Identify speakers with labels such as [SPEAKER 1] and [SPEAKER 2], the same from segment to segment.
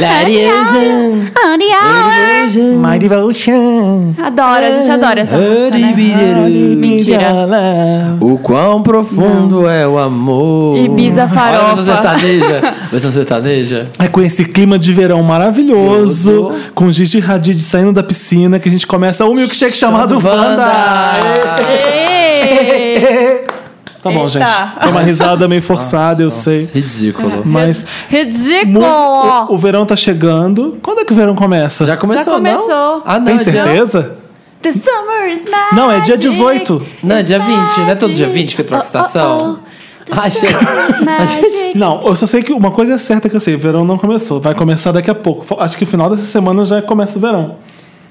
[SPEAKER 1] Lariosan. My devotion.
[SPEAKER 2] Adoro, a gente adora essa música, né? Mentira.
[SPEAKER 3] O quão profundo é o amor.
[SPEAKER 2] Ibiza
[SPEAKER 3] Olha a versão
[SPEAKER 2] farofa.
[SPEAKER 3] sertaneja. versão sertaneja.
[SPEAKER 1] É com esse clima de verão maravilhoso, com Gigi Hadid saindo da piscina, que a gente começa o milkshake chamado Wanda.
[SPEAKER 2] Ei!
[SPEAKER 1] Tá bom,
[SPEAKER 2] Eita.
[SPEAKER 1] gente. Foi uma risada meio forçada, eu sei.
[SPEAKER 3] Ridículo.
[SPEAKER 1] Mas mu- o,
[SPEAKER 2] Ridículo!
[SPEAKER 1] o verão tá chegando. Quando é que o verão começa?
[SPEAKER 3] Já começou,
[SPEAKER 2] Já começou.
[SPEAKER 3] não? Ah, não,
[SPEAKER 1] Tem
[SPEAKER 3] é dia-
[SPEAKER 1] certeza?
[SPEAKER 2] The summer is magic.
[SPEAKER 1] Não, é dia 18.
[SPEAKER 3] Não, é dia 20. Não é todo dia 20 que troca
[SPEAKER 2] Oh, oh,
[SPEAKER 3] estação?
[SPEAKER 2] oh. The
[SPEAKER 3] Ah, achei-
[SPEAKER 2] summer is magic.
[SPEAKER 1] Não, eu só sei que uma coisa é certa que eu sei, o verão não começou, vai começar daqui a pouco. Fo- Acho que no final dessa semana já começa o verão.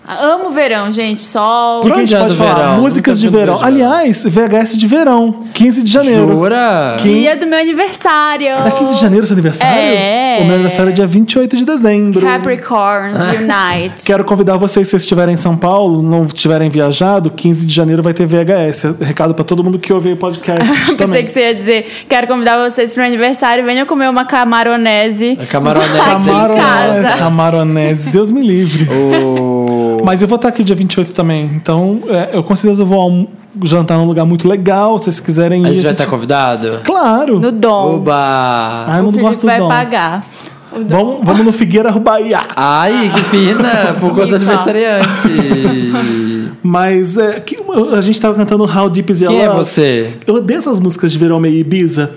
[SPEAKER 2] Amo verão, gente. Sol.
[SPEAKER 1] O que, que a
[SPEAKER 3] onde
[SPEAKER 1] gente
[SPEAKER 3] é
[SPEAKER 1] pode
[SPEAKER 3] do
[SPEAKER 1] falar?
[SPEAKER 3] verão?
[SPEAKER 1] Músicas
[SPEAKER 3] Nunca vi
[SPEAKER 1] de
[SPEAKER 3] um
[SPEAKER 1] verão.
[SPEAKER 3] verão.
[SPEAKER 1] Aliás, VHS de verão, 15 de janeiro.
[SPEAKER 3] Jura?
[SPEAKER 2] Dia do meu aniversário.
[SPEAKER 1] É 15 de janeiro seu aniversário?
[SPEAKER 2] É.
[SPEAKER 1] O meu aniversário é dia 28 de dezembro.
[SPEAKER 2] Capricorns
[SPEAKER 1] Ah,
[SPEAKER 2] Unite.
[SPEAKER 1] Quero convidar vocês, se vocês estiverem em São Paulo, não tiverem viajado, 15 de janeiro vai ter VHS. Recado pra todo mundo que ouve o podcast
[SPEAKER 2] Pensei
[SPEAKER 1] também.
[SPEAKER 2] que você ia dizer, quero convidar vocês para o aniversário, venham comer uma camaronese.
[SPEAKER 3] É camaronete.
[SPEAKER 2] Camaro- em casa.
[SPEAKER 1] É, Camaronese, Deus me livre.
[SPEAKER 3] Oh.
[SPEAKER 1] Mas eu vou estar aqui dia 28 também, então é, eu com certeza vou alm- jantar num lugar muito legal, se vocês quiserem ir.
[SPEAKER 3] A gente vai
[SPEAKER 1] gente-
[SPEAKER 3] estar convidado?
[SPEAKER 1] Claro!
[SPEAKER 2] No dom.
[SPEAKER 3] Oba!
[SPEAKER 1] Ai, eu
[SPEAKER 2] o
[SPEAKER 1] não
[SPEAKER 2] Felipe
[SPEAKER 1] gosto do
[SPEAKER 2] vai
[SPEAKER 1] dom.
[SPEAKER 2] pagar.
[SPEAKER 1] Vamos, vamos no Figueira Rubaiá.
[SPEAKER 3] Ai, que fina! Por conta do aniversariante.
[SPEAKER 1] Mas é, que- a gente tava cantando How Deep Is Your
[SPEAKER 3] Quem é
[SPEAKER 1] Love.
[SPEAKER 3] você?
[SPEAKER 1] Eu odeio essas músicas de verão meio Ibiza.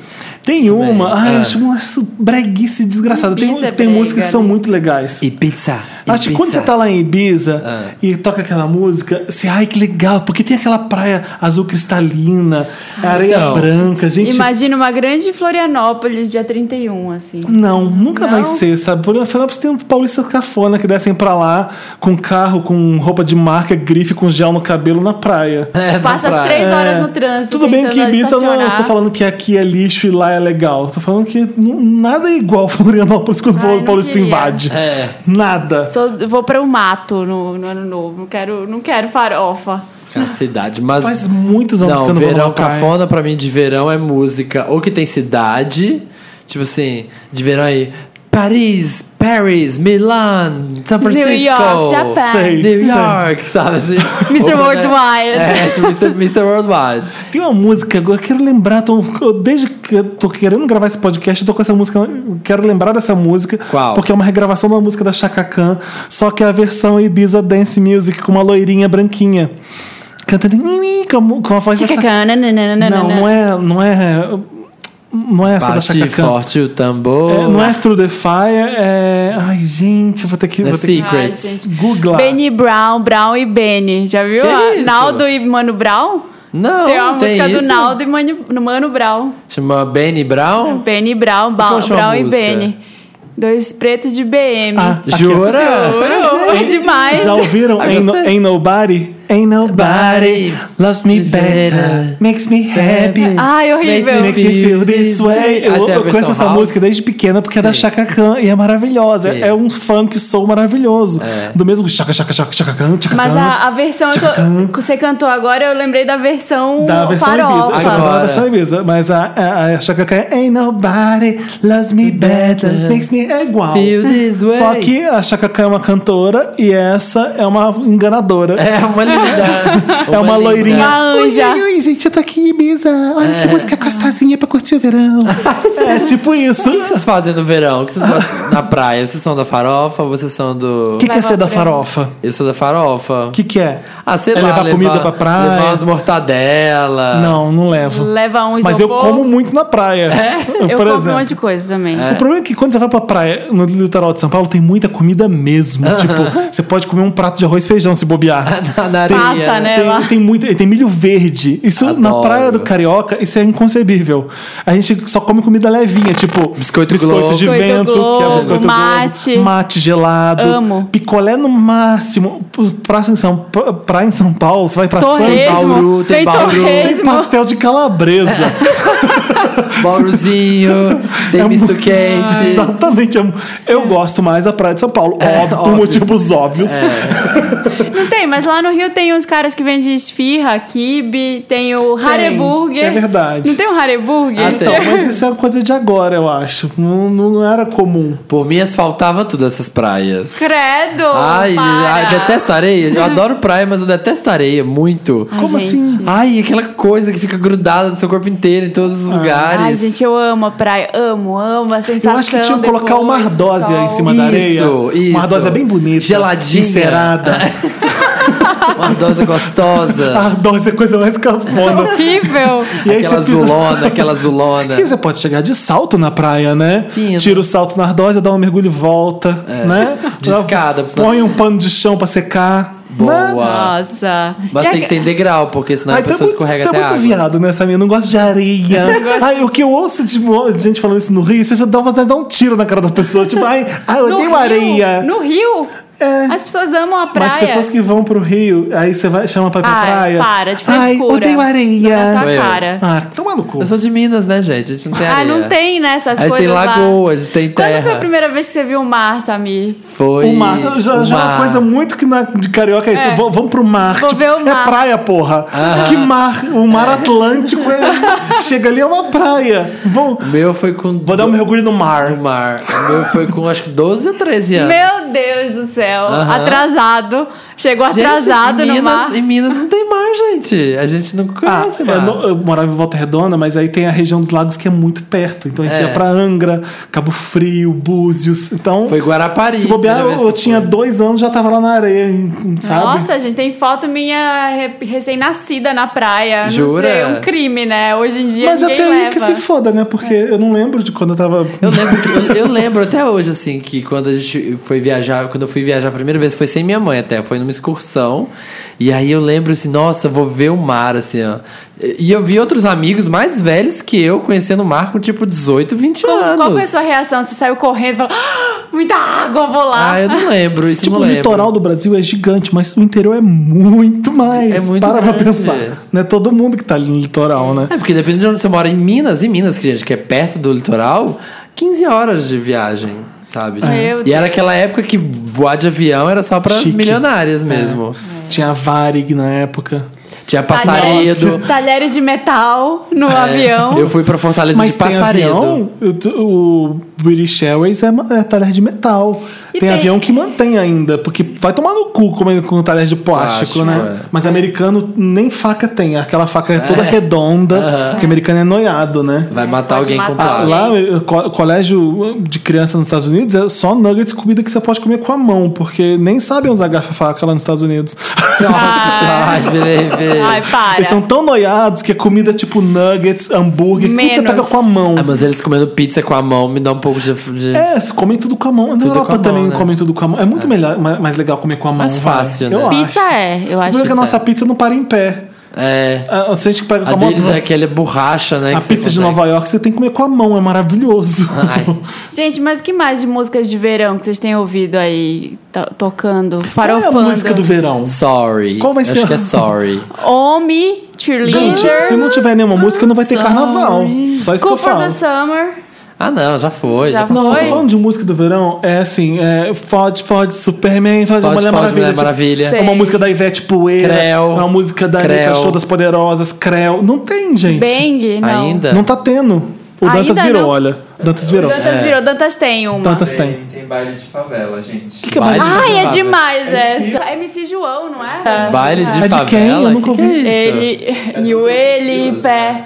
[SPEAKER 1] Tem uma, ai,
[SPEAKER 3] Ah.
[SPEAKER 1] eu acho uma breguice desgraçada. Tem, um-
[SPEAKER 2] Ibiza é
[SPEAKER 1] tem
[SPEAKER 2] brega,
[SPEAKER 1] músicas que são
[SPEAKER 2] né?
[SPEAKER 1] muito legais.
[SPEAKER 3] E pizza. e
[SPEAKER 1] Acho que quando
[SPEAKER 3] pizza.
[SPEAKER 1] você tá lá em Ibiza
[SPEAKER 3] Ah.
[SPEAKER 1] e toca aquela música, você, ai que legal, porque tem aquela praia azul cristalina, areia
[SPEAKER 3] gente.
[SPEAKER 1] branca, gente.
[SPEAKER 2] Imagina uma grande Florianópolis, dia 31, assim.
[SPEAKER 1] Não, nunca vai
[SPEAKER 2] Não?
[SPEAKER 1] ser, sabe? Por Florianópolis tem um paulista cafona que descem pra lá com carro, com roupa de marca, grife, com gel no cabelo na praia.
[SPEAKER 3] É, na
[SPEAKER 2] Passa
[SPEAKER 3] praia.
[SPEAKER 2] três horas no trânsito.
[SPEAKER 1] Tudo bem que
[SPEAKER 2] tentando
[SPEAKER 1] Ibiza não eu
[SPEAKER 2] estacionar.
[SPEAKER 1] tô falando que aqui é lixo e lá é legal. Tô falando que não- nada é igual Florianópolis quando
[SPEAKER 2] Ai,
[SPEAKER 1] o
[SPEAKER 2] Ah, não
[SPEAKER 1] paulista
[SPEAKER 2] queria.
[SPEAKER 1] invade.
[SPEAKER 3] É.
[SPEAKER 1] Nada.
[SPEAKER 2] Sou- vou para o mato no, no ano novo. Não quero, não quero farofa.
[SPEAKER 3] Fica na cidade, mas.
[SPEAKER 1] Faz muitos anos
[SPEAKER 3] não,
[SPEAKER 1] que eu não vou
[SPEAKER 3] verão
[SPEAKER 1] numa praia.
[SPEAKER 3] cafona pra mim de verão é música. Ou que tem cidade, tipo assim, de verão aí. Paris, Paris, Milan, São Francisco.
[SPEAKER 2] New York, Japan.
[SPEAKER 3] New
[SPEAKER 1] Sei. Sei.
[SPEAKER 3] York, sabe assim?
[SPEAKER 2] Mr.
[SPEAKER 3] Ou quando é-
[SPEAKER 2] Worldwide.
[SPEAKER 3] É, tipo Mr. Mr. Worldwide.
[SPEAKER 1] Tem uma música, agora, eu quero lembrar, tô- eu- desde que eu tô querendo gravar esse podcast, eu tô com essa música, eu quero lembrar dessa música.
[SPEAKER 3] Qual?
[SPEAKER 1] Porque é uma regravação de uma música da Chaka Khan, só que é a versão Ibiza Dance Music com uma loirinha branquinha. Cantando com, com a voz da Chaka
[SPEAKER 2] Chicacana, nananana.
[SPEAKER 1] Não, não é, não é, não é essa da
[SPEAKER 3] Bate
[SPEAKER 1] Chaka Khan.
[SPEAKER 3] forte o tambor.
[SPEAKER 1] É, não é Through the Fire, é... Ai, gente, eu vou ter que...
[SPEAKER 3] The
[SPEAKER 1] Vou ter que...
[SPEAKER 3] É Secrets.
[SPEAKER 2] Ai, gente.
[SPEAKER 1] Googlar.
[SPEAKER 2] Benny Brown, Brown e Benny. Já viu?
[SPEAKER 3] Que
[SPEAKER 2] a
[SPEAKER 3] isso?
[SPEAKER 2] Naldo e Mano Brown?
[SPEAKER 3] Não,
[SPEAKER 2] tem uma
[SPEAKER 3] tem
[SPEAKER 2] música do
[SPEAKER 3] isso?
[SPEAKER 2] Naldo e Mano, Mano Brown.
[SPEAKER 3] Chama Benny Brown?
[SPEAKER 2] Benny Brown, Ba-
[SPEAKER 3] Qual chama a
[SPEAKER 2] Brown e
[SPEAKER 3] música?
[SPEAKER 2] Benny. Dois pretos de BM.
[SPEAKER 1] Ah, aqui.
[SPEAKER 3] Jura?
[SPEAKER 2] Juro, é demais.
[SPEAKER 1] Já ouviram?
[SPEAKER 3] Ai,
[SPEAKER 1] Ain't, no-
[SPEAKER 3] gostei.
[SPEAKER 1] ain't nobody, ain't nobody
[SPEAKER 3] Nobody
[SPEAKER 1] loves me better,
[SPEAKER 3] better.
[SPEAKER 1] makes me happy,
[SPEAKER 2] Ai, horrível.
[SPEAKER 1] makes me feel this way. Eu,
[SPEAKER 3] Até a
[SPEAKER 1] eu conheço
[SPEAKER 3] versão
[SPEAKER 1] essa
[SPEAKER 3] house.
[SPEAKER 1] música desde pequena porque é da
[SPEAKER 3] Sim.
[SPEAKER 1] Chaka Khan e é maravilhosa.
[SPEAKER 3] Sim.
[SPEAKER 1] É, é um funk soul maravilhoso.
[SPEAKER 3] É.
[SPEAKER 1] Do mesmo Chaka Chaka Chaka Chaka Khan, Chaka
[SPEAKER 2] Mas
[SPEAKER 1] Khan.
[SPEAKER 2] a, a versão eu tô-
[SPEAKER 1] Tchacan.
[SPEAKER 2] que você cantou agora, eu lembrei da versão
[SPEAKER 1] Da versão
[SPEAKER 2] farofa.
[SPEAKER 1] Ibiza. Agora. Da
[SPEAKER 3] Agora.
[SPEAKER 1] versão Ibiza. Mas a, a, a Chaka Khan é Ain't Nobody Loves Me Better. Makes me é igual.
[SPEAKER 3] Feel this way.
[SPEAKER 1] Só que a Chaka Khan é uma cantora e essa é uma enganadora.
[SPEAKER 3] É uma linda.
[SPEAKER 1] É
[SPEAKER 3] linda.
[SPEAKER 1] uma loirinha.
[SPEAKER 2] Uma anja.
[SPEAKER 1] Oi, oi, oi, gente, eu tô aqui em Ibiza. Olha que música gostosinha pra curtir o verão. é tipo isso.
[SPEAKER 3] O que vocês fazem no verão? O que vocês fazem na praia? Vocês são da farofa? Vocês são do.
[SPEAKER 1] O que, que é
[SPEAKER 2] Leva
[SPEAKER 1] ser da
[SPEAKER 2] pra-
[SPEAKER 1] farofa?
[SPEAKER 3] Eu sou da farofa.
[SPEAKER 1] O que, que é?
[SPEAKER 3] Ah, sei
[SPEAKER 1] é
[SPEAKER 3] lá.
[SPEAKER 1] levar comida pra praia?
[SPEAKER 3] Levar umas mortadela.
[SPEAKER 1] Não, não levo.
[SPEAKER 2] Leva um isopor.
[SPEAKER 1] Mas eu como muito na praia.
[SPEAKER 2] Eu
[SPEAKER 1] Por
[SPEAKER 2] como um
[SPEAKER 1] exemplo.
[SPEAKER 2] monte de coisa também.
[SPEAKER 1] O problema é que quando você vai pra praia no litoral de São Paulo, tem muita comida mesmo. Tipo, você pode comer um prato de arroz e feijão se bobear.
[SPEAKER 3] Na, na areia.
[SPEAKER 2] Passa, né?
[SPEAKER 1] Tem-
[SPEAKER 2] lá.
[SPEAKER 1] Tem, muita- e tem milho verde. Isso na
[SPEAKER 3] Adoro.
[SPEAKER 1] praia do Carioca, isso é inconcebível. A gente só come comida levinha, tipo
[SPEAKER 3] Biscoito Globo.
[SPEAKER 1] de
[SPEAKER 2] Biscoito
[SPEAKER 1] vento, que é
[SPEAKER 2] Globo,
[SPEAKER 1] biscoito
[SPEAKER 2] mate.
[SPEAKER 1] Globo, mate gelado,
[SPEAKER 2] Amo.
[SPEAKER 1] picolé no máximo. Praça em São, pra- praia em São Paulo, você vai pra
[SPEAKER 2] Torresmo.
[SPEAKER 1] Santa
[SPEAKER 3] Bauru, tem
[SPEAKER 2] Tem
[SPEAKER 3] Bauru.
[SPEAKER 1] tem
[SPEAKER 2] torresmo.
[SPEAKER 1] pastel de calabresa.
[SPEAKER 3] Bauruzinho, tem
[SPEAKER 1] É
[SPEAKER 3] misto
[SPEAKER 1] muito-
[SPEAKER 3] quente.
[SPEAKER 1] Exatamente. Eu,
[SPEAKER 2] É.
[SPEAKER 1] eu gosto mais da praia de São Paulo,
[SPEAKER 3] É,
[SPEAKER 1] óbvio, por
[SPEAKER 3] óbvio. É.
[SPEAKER 1] motivos óbvios.
[SPEAKER 2] Não tem, mas lá no Rio tem uns caras que vendem esfirra, kibe, tem o Hareburger.
[SPEAKER 1] é verdade.
[SPEAKER 2] Não tem o Hareburger?
[SPEAKER 3] Ah,
[SPEAKER 1] Então,
[SPEAKER 3] tem.
[SPEAKER 1] mas isso é uma coisa de agora, eu acho. Não, não era comum.
[SPEAKER 3] Por mim, asfaltava tudo essas praias.
[SPEAKER 2] Credo!
[SPEAKER 3] Ai,
[SPEAKER 2] para.
[SPEAKER 3] ai, detesto areia. Eu adoro praia, mas eu detesto areia muito.
[SPEAKER 2] Ai,
[SPEAKER 1] Como
[SPEAKER 2] gente.
[SPEAKER 1] assim?
[SPEAKER 3] Ai, aquela coisa que fica grudada no seu corpo inteiro, em todos os
[SPEAKER 1] Ah.
[SPEAKER 3] lugares.
[SPEAKER 2] Ai, gente, eu amo a praia. Amo, amo a sensação.
[SPEAKER 1] Eu acho que tinha que colocar uma
[SPEAKER 2] depois do
[SPEAKER 1] ardósia
[SPEAKER 2] sol.
[SPEAKER 1] em cima da areia.
[SPEAKER 3] Isso, isso.
[SPEAKER 1] Uma ardósia bem bonita.
[SPEAKER 3] Geladinha.
[SPEAKER 1] Encerada.
[SPEAKER 3] Uma ardósia
[SPEAKER 1] A
[SPEAKER 3] gostosa.
[SPEAKER 1] ardósia é a coisa mais cafona.
[SPEAKER 2] Horrível!
[SPEAKER 1] E aí
[SPEAKER 3] aquela
[SPEAKER 1] você pisa-
[SPEAKER 3] zulona, aquela zulona.
[SPEAKER 1] E você pode chegar de salto na praia, né?
[SPEAKER 3] É. Fino. É.
[SPEAKER 1] Tira o salto na ardósia, dá um mergulho e volta, né?
[SPEAKER 3] De escada, precisa-
[SPEAKER 1] Põe um pano de chão pra secar. Né?
[SPEAKER 3] Boa.
[SPEAKER 2] Nossa.
[SPEAKER 3] Mas
[SPEAKER 2] E
[SPEAKER 3] tem que
[SPEAKER 2] a-
[SPEAKER 3] ser em degrau, porque senão a
[SPEAKER 1] Ai, tá
[SPEAKER 3] pessoa
[SPEAKER 1] muito,
[SPEAKER 3] escorrega
[SPEAKER 1] tá
[SPEAKER 3] até a
[SPEAKER 1] muito
[SPEAKER 3] água.
[SPEAKER 1] viado nessa minha, não gosto de areia. Ai, o que eu ouço de mo- de gente falando isso no Rio, você dá vontade de dar um tiro na cara da pessoa. Tipo, ai, ai eu
[SPEAKER 2] no
[SPEAKER 1] odeio
[SPEAKER 2] Rio-
[SPEAKER 1] areia.
[SPEAKER 2] No Rio,
[SPEAKER 1] É.
[SPEAKER 2] as pessoas amam a praia.
[SPEAKER 1] Mas pessoas que vão pro Rio, aí você vai, chama pra ir pra
[SPEAKER 2] Ai,
[SPEAKER 1] praia.
[SPEAKER 2] para, de
[SPEAKER 1] Ai,
[SPEAKER 2] frescura.
[SPEAKER 1] odeio
[SPEAKER 2] Na
[SPEAKER 1] areia.
[SPEAKER 3] Sou
[SPEAKER 2] sua
[SPEAKER 3] eu.
[SPEAKER 2] cara.
[SPEAKER 1] Ah, toma no cu.
[SPEAKER 3] Eu sou de Minas, né, gente? A gente não tem
[SPEAKER 2] Ah,
[SPEAKER 3] areia.
[SPEAKER 2] não tem, né, essas
[SPEAKER 3] A gente tem
[SPEAKER 2] coisas lá.
[SPEAKER 3] lagoa, a gente tem
[SPEAKER 2] Quando foi
[SPEAKER 3] terra.
[SPEAKER 2] a primeira vez que você viu o mar, Samir?
[SPEAKER 3] Foi.
[SPEAKER 1] O mar, já,
[SPEAKER 3] o
[SPEAKER 1] já é uma
[SPEAKER 3] mar.
[SPEAKER 1] coisa muito que na, de carioca é isso.
[SPEAKER 2] É.
[SPEAKER 1] Vou- Vamos pro mar.
[SPEAKER 2] Vou ver o
[SPEAKER 1] É
[SPEAKER 2] mar.
[SPEAKER 1] praia, porra. Que mar? O mar Atlântico é- chega ali, é uma praia. Vou,
[SPEAKER 3] O meu foi com.
[SPEAKER 1] vou dar um mergulho no mar.
[SPEAKER 3] no mar. O meu foi com acho que 12 ou 13 anos.
[SPEAKER 2] Meu Deus do céu.
[SPEAKER 3] Aham.
[SPEAKER 2] Atrasado. Chegou
[SPEAKER 3] Gente,
[SPEAKER 2] atrasado
[SPEAKER 3] em
[SPEAKER 2] no
[SPEAKER 3] Minas,
[SPEAKER 2] mar.
[SPEAKER 3] Em Minas não tem mar, gente. A gente não
[SPEAKER 1] Ah,
[SPEAKER 3] conhece
[SPEAKER 1] eu,
[SPEAKER 3] mar.
[SPEAKER 1] não- eu morava em Volta Redonda, mas aí tem a região dos lagos que é muito perto. Então a gente
[SPEAKER 3] É.
[SPEAKER 1] ia pra Angra, Cabo Frio, Búzios. Então,
[SPEAKER 3] Foi Guarapari.
[SPEAKER 1] se bobear,
[SPEAKER 3] primeira vez
[SPEAKER 1] eu,
[SPEAKER 3] que
[SPEAKER 1] eu tinha
[SPEAKER 3] fui.
[SPEAKER 1] dois anos já tava lá na areia, em- sabe?
[SPEAKER 2] Nossa, gente, tem foto minha re- recém-nascida na praia.
[SPEAKER 3] Jura?
[SPEAKER 2] Não sei, um crime, né? Hoje em dia
[SPEAKER 1] mas
[SPEAKER 2] ninguém
[SPEAKER 1] até aí
[SPEAKER 2] leva.
[SPEAKER 1] que se foda, né? Porque eu não lembro de quando eu tava.
[SPEAKER 3] Eu lembro, que- eu, eu lembro até hoje, assim, que quando a gente foi viajar, quando eu fui viajar a primeira vez, foi sem minha mãe até, foi numa excursão. E aí eu lembro assim, nossa, vou ver o mar, assim, ó. E eu vi outros amigos mais velhos que eu conhecendo o mar com tipo 18, 20
[SPEAKER 2] Qual-
[SPEAKER 3] anos.
[SPEAKER 2] Qual foi a sua reação? Você saiu correndo e falou: "Ah, muita água, vou lá.
[SPEAKER 3] Ah, eu não lembro, isso eu
[SPEAKER 1] Tipo,
[SPEAKER 3] não
[SPEAKER 1] o
[SPEAKER 3] lembro.
[SPEAKER 1] litoral do Brasil é gigante, mas o interior é muito mais.
[SPEAKER 3] É muito
[SPEAKER 1] Para pra
[SPEAKER 3] grande.
[SPEAKER 1] pensar. Não é todo mundo que tá ali no litoral, né?
[SPEAKER 3] É, porque depende de onde você mora. Em Minas, em Minas, que, gente, que é perto do litoral, 15 horas de viagem, sabe?
[SPEAKER 2] Meu
[SPEAKER 3] e era
[SPEAKER 2] Deus.
[SPEAKER 3] aquela época que voar de avião era só para
[SPEAKER 1] Chique. É.
[SPEAKER 3] milionárias mesmo.
[SPEAKER 1] Tinha a Varig na época.
[SPEAKER 3] Tinha
[SPEAKER 2] Tá, Talheres-
[SPEAKER 3] passaredo.
[SPEAKER 2] Talheres de metal no
[SPEAKER 1] É.
[SPEAKER 2] avião.
[SPEAKER 3] É, Eu fui pra Fortaleza
[SPEAKER 1] Mas
[SPEAKER 3] de
[SPEAKER 1] tem
[SPEAKER 3] passaredo.
[SPEAKER 1] avião, eu t- o British Airways é, ma- é talher de metal.
[SPEAKER 2] E
[SPEAKER 1] Tem,
[SPEAKER 2] tem-
[SPEAKER 1] avião que mantém ainda, porque vai tomar no cu comendo com talher de plástico,
[SPEAKER 3] Plástico,
[SPEAKER 1] né?
[SPEAKER 3] é.
[SPEAKER 1] Mas americano nem faca tem, aquela faca é toda redonda, porque americano é noiado, né?
[SPEAKER 3] Vai matar
[SPEAKER 2] Pode
[SPEAKER 3] alguém com
[SPEAKER 2] matar.
[SPEAKER 1] Ah,
[SPEAKER 3] plástico.
[SPEAKER 1] Lá, eh, co- colégio eh, de criança nos Estados Unidos é só nuggets comida que você pode comer com a mão, porque nem sabem usar garfo e faca lá nos Estados Unidos.
[SPEAKER 3] Nossa,
[SPEAKER 2] Ah.
[SPEAKER 3] ai, Felipe.
[SPEAKER 2] Ai, para.
[SPEAKER 1] Eles são tão noiados que a comida é tipo nuggets, hambúrguer, tudo que você
[SPEAKER 2] Menos.
[SPEAKER 1] pega com a mão.
[SPEAKER 3] Ah, mas eles comendo pizza com a mão me dá um pouco de. de-
[SPEAKER 1] É, eles comem tudo com a mão. Na
[SPEAKER 3] Tudo com
[SPEAKER 1] Europa
[SPEAKER 3] a mão,
[SPEAKER 1] também
[SPEAKER 3] né?
[SPEAKER 1] comem tudo com a mão. É muito melhor, ma- mais legal comer com a mão.
[SPEAKER 3] Mais
[SPEAKER 1] vai.
[SPEAKER 3] fácil, né?
[SPEAKER 1] Eu
[SPEAKER 2] Pizza
[SPEAKER 1] acho.
[SPEAKER 2] é, eu
[SPEAKER 1] O
[SPEAKER 2] acho.
[SPEAKER 1] problema é que a
[SPEAKER 3] pizza
[SPEAKER 1] nossa
[SPEAKER 3] é.
[SPEAKER 1] pizza não para em pé.
[SPEAKER 3] É.
[SPEAKER 1] A, a gente que pega com a,
[SPEAKER 3] A
[SPEAKER 1] mão.
[SPEAKER 3] deles é aquela borracha, né?
[SPEAKER 1] a
[SPEAKER 3] que você
[SPEAKER 1] pizza de
[SPEAKER 3] consegue-
[SPEAKER 1] Nova York você tem que comer com a mão, é maravilhoso.
[SPEAKER 3] Ai.
[SPEAKER 2] Gente, mas que mais de músicas de verão que vocês têm ouvido aí to- tocando?
[SPEAKER 1] Qual é a
[SPEAKER 2] Farofando.
[SPEAKER 1] música do verão?
[SPEAKER 3] Sorry.
[SPEAKER 1] Qual vai
[SPEAKER 3] Eu
[SPEAKER 1] ser
[SPEAKER 3] Acho
[SPEAKER 1] a-
[SPEAKER 3] que é sorry.
[SPEAKER 2] Omi,
[SPEAKER 1] Gente,
[SPEAKER 2] Cheerleader,
[SPEAKER 1] se não tiver nenhuma música, não vai ter
[SPEAKER 3] Sorry.
[SPEAKER 1] carnaval. Só isso que eu
[SPEAKER 2] Cooper
[SPEAKER 1] falo.
[SPEAKER 2] the Summer.
[SPEAKER 3] Ah, não, já foi. Já,
[SPEAKER 2] Já
[SPEAKER 3] passou.
[SPEAKER 1] Não, eu
[SPEAKER 2] Oi?
[SPEAKER 1] tô falando de música do verão, é assim, é Fode, Fode, Superman, Fode,
[SPEAKER 3] Fode,
[SPEAKER 1] Mulher
[SPEAKER 3] Fode,
[SPEAKER 1] Maravilha.
[SPEAKER 3] Mulher
[SPEAKER 1] tipo,
[SPEAKER 3] Maravilha.
[SPEAKER 1] É uma
[SPEAKER 2] Sei.
[SPEAKER 1] música da Ivete Poeira.
[SPEAKER 3] Creu.
[SPEAKER 1] É uma música da
[SPEAKER 3] Creu.
[SPEAKER 1] Anitta Show das Poderosas, Creu. Não tem, gente.
[SPEAKER 2] Bang, não.
[SPEAKER 3] Ainda?
[SPEAKER 1] Não tá tendo. O
[SPEAKER 2] Ainda
[SPEAKER 1] Dantas virou,
[SPEAKER 2] não.
[SPEAKER 1] olha. Dantas virou. É.
[SPEAKER 2] Dantas virou, Dantas tem uma.
[SPEAKER 1] Dantas tem.
[SPEAKER 4] Tem, tem baile de favela, gente.
[SPEAKER 1] O que, que é
[SPEAKER 3] Baile
[SPEAKER 1] mais?
[SPEAKER 2] Ai, é
[SPEAKER 3] Favela.
[SPEAKER 2] demais essa. MC João, não é?
[SPEAKER 3] Baile de
[SPEAKER 1] É de
[SPEAKER 3] favela.
[SPEAKER 1] quem? Eu nunca
[SPEAKER 3] Que que
[SPEAKER 1] ouvi.
[SPEAKER 3] é isso?
[SPEAKER 2] Ele e o ele pé.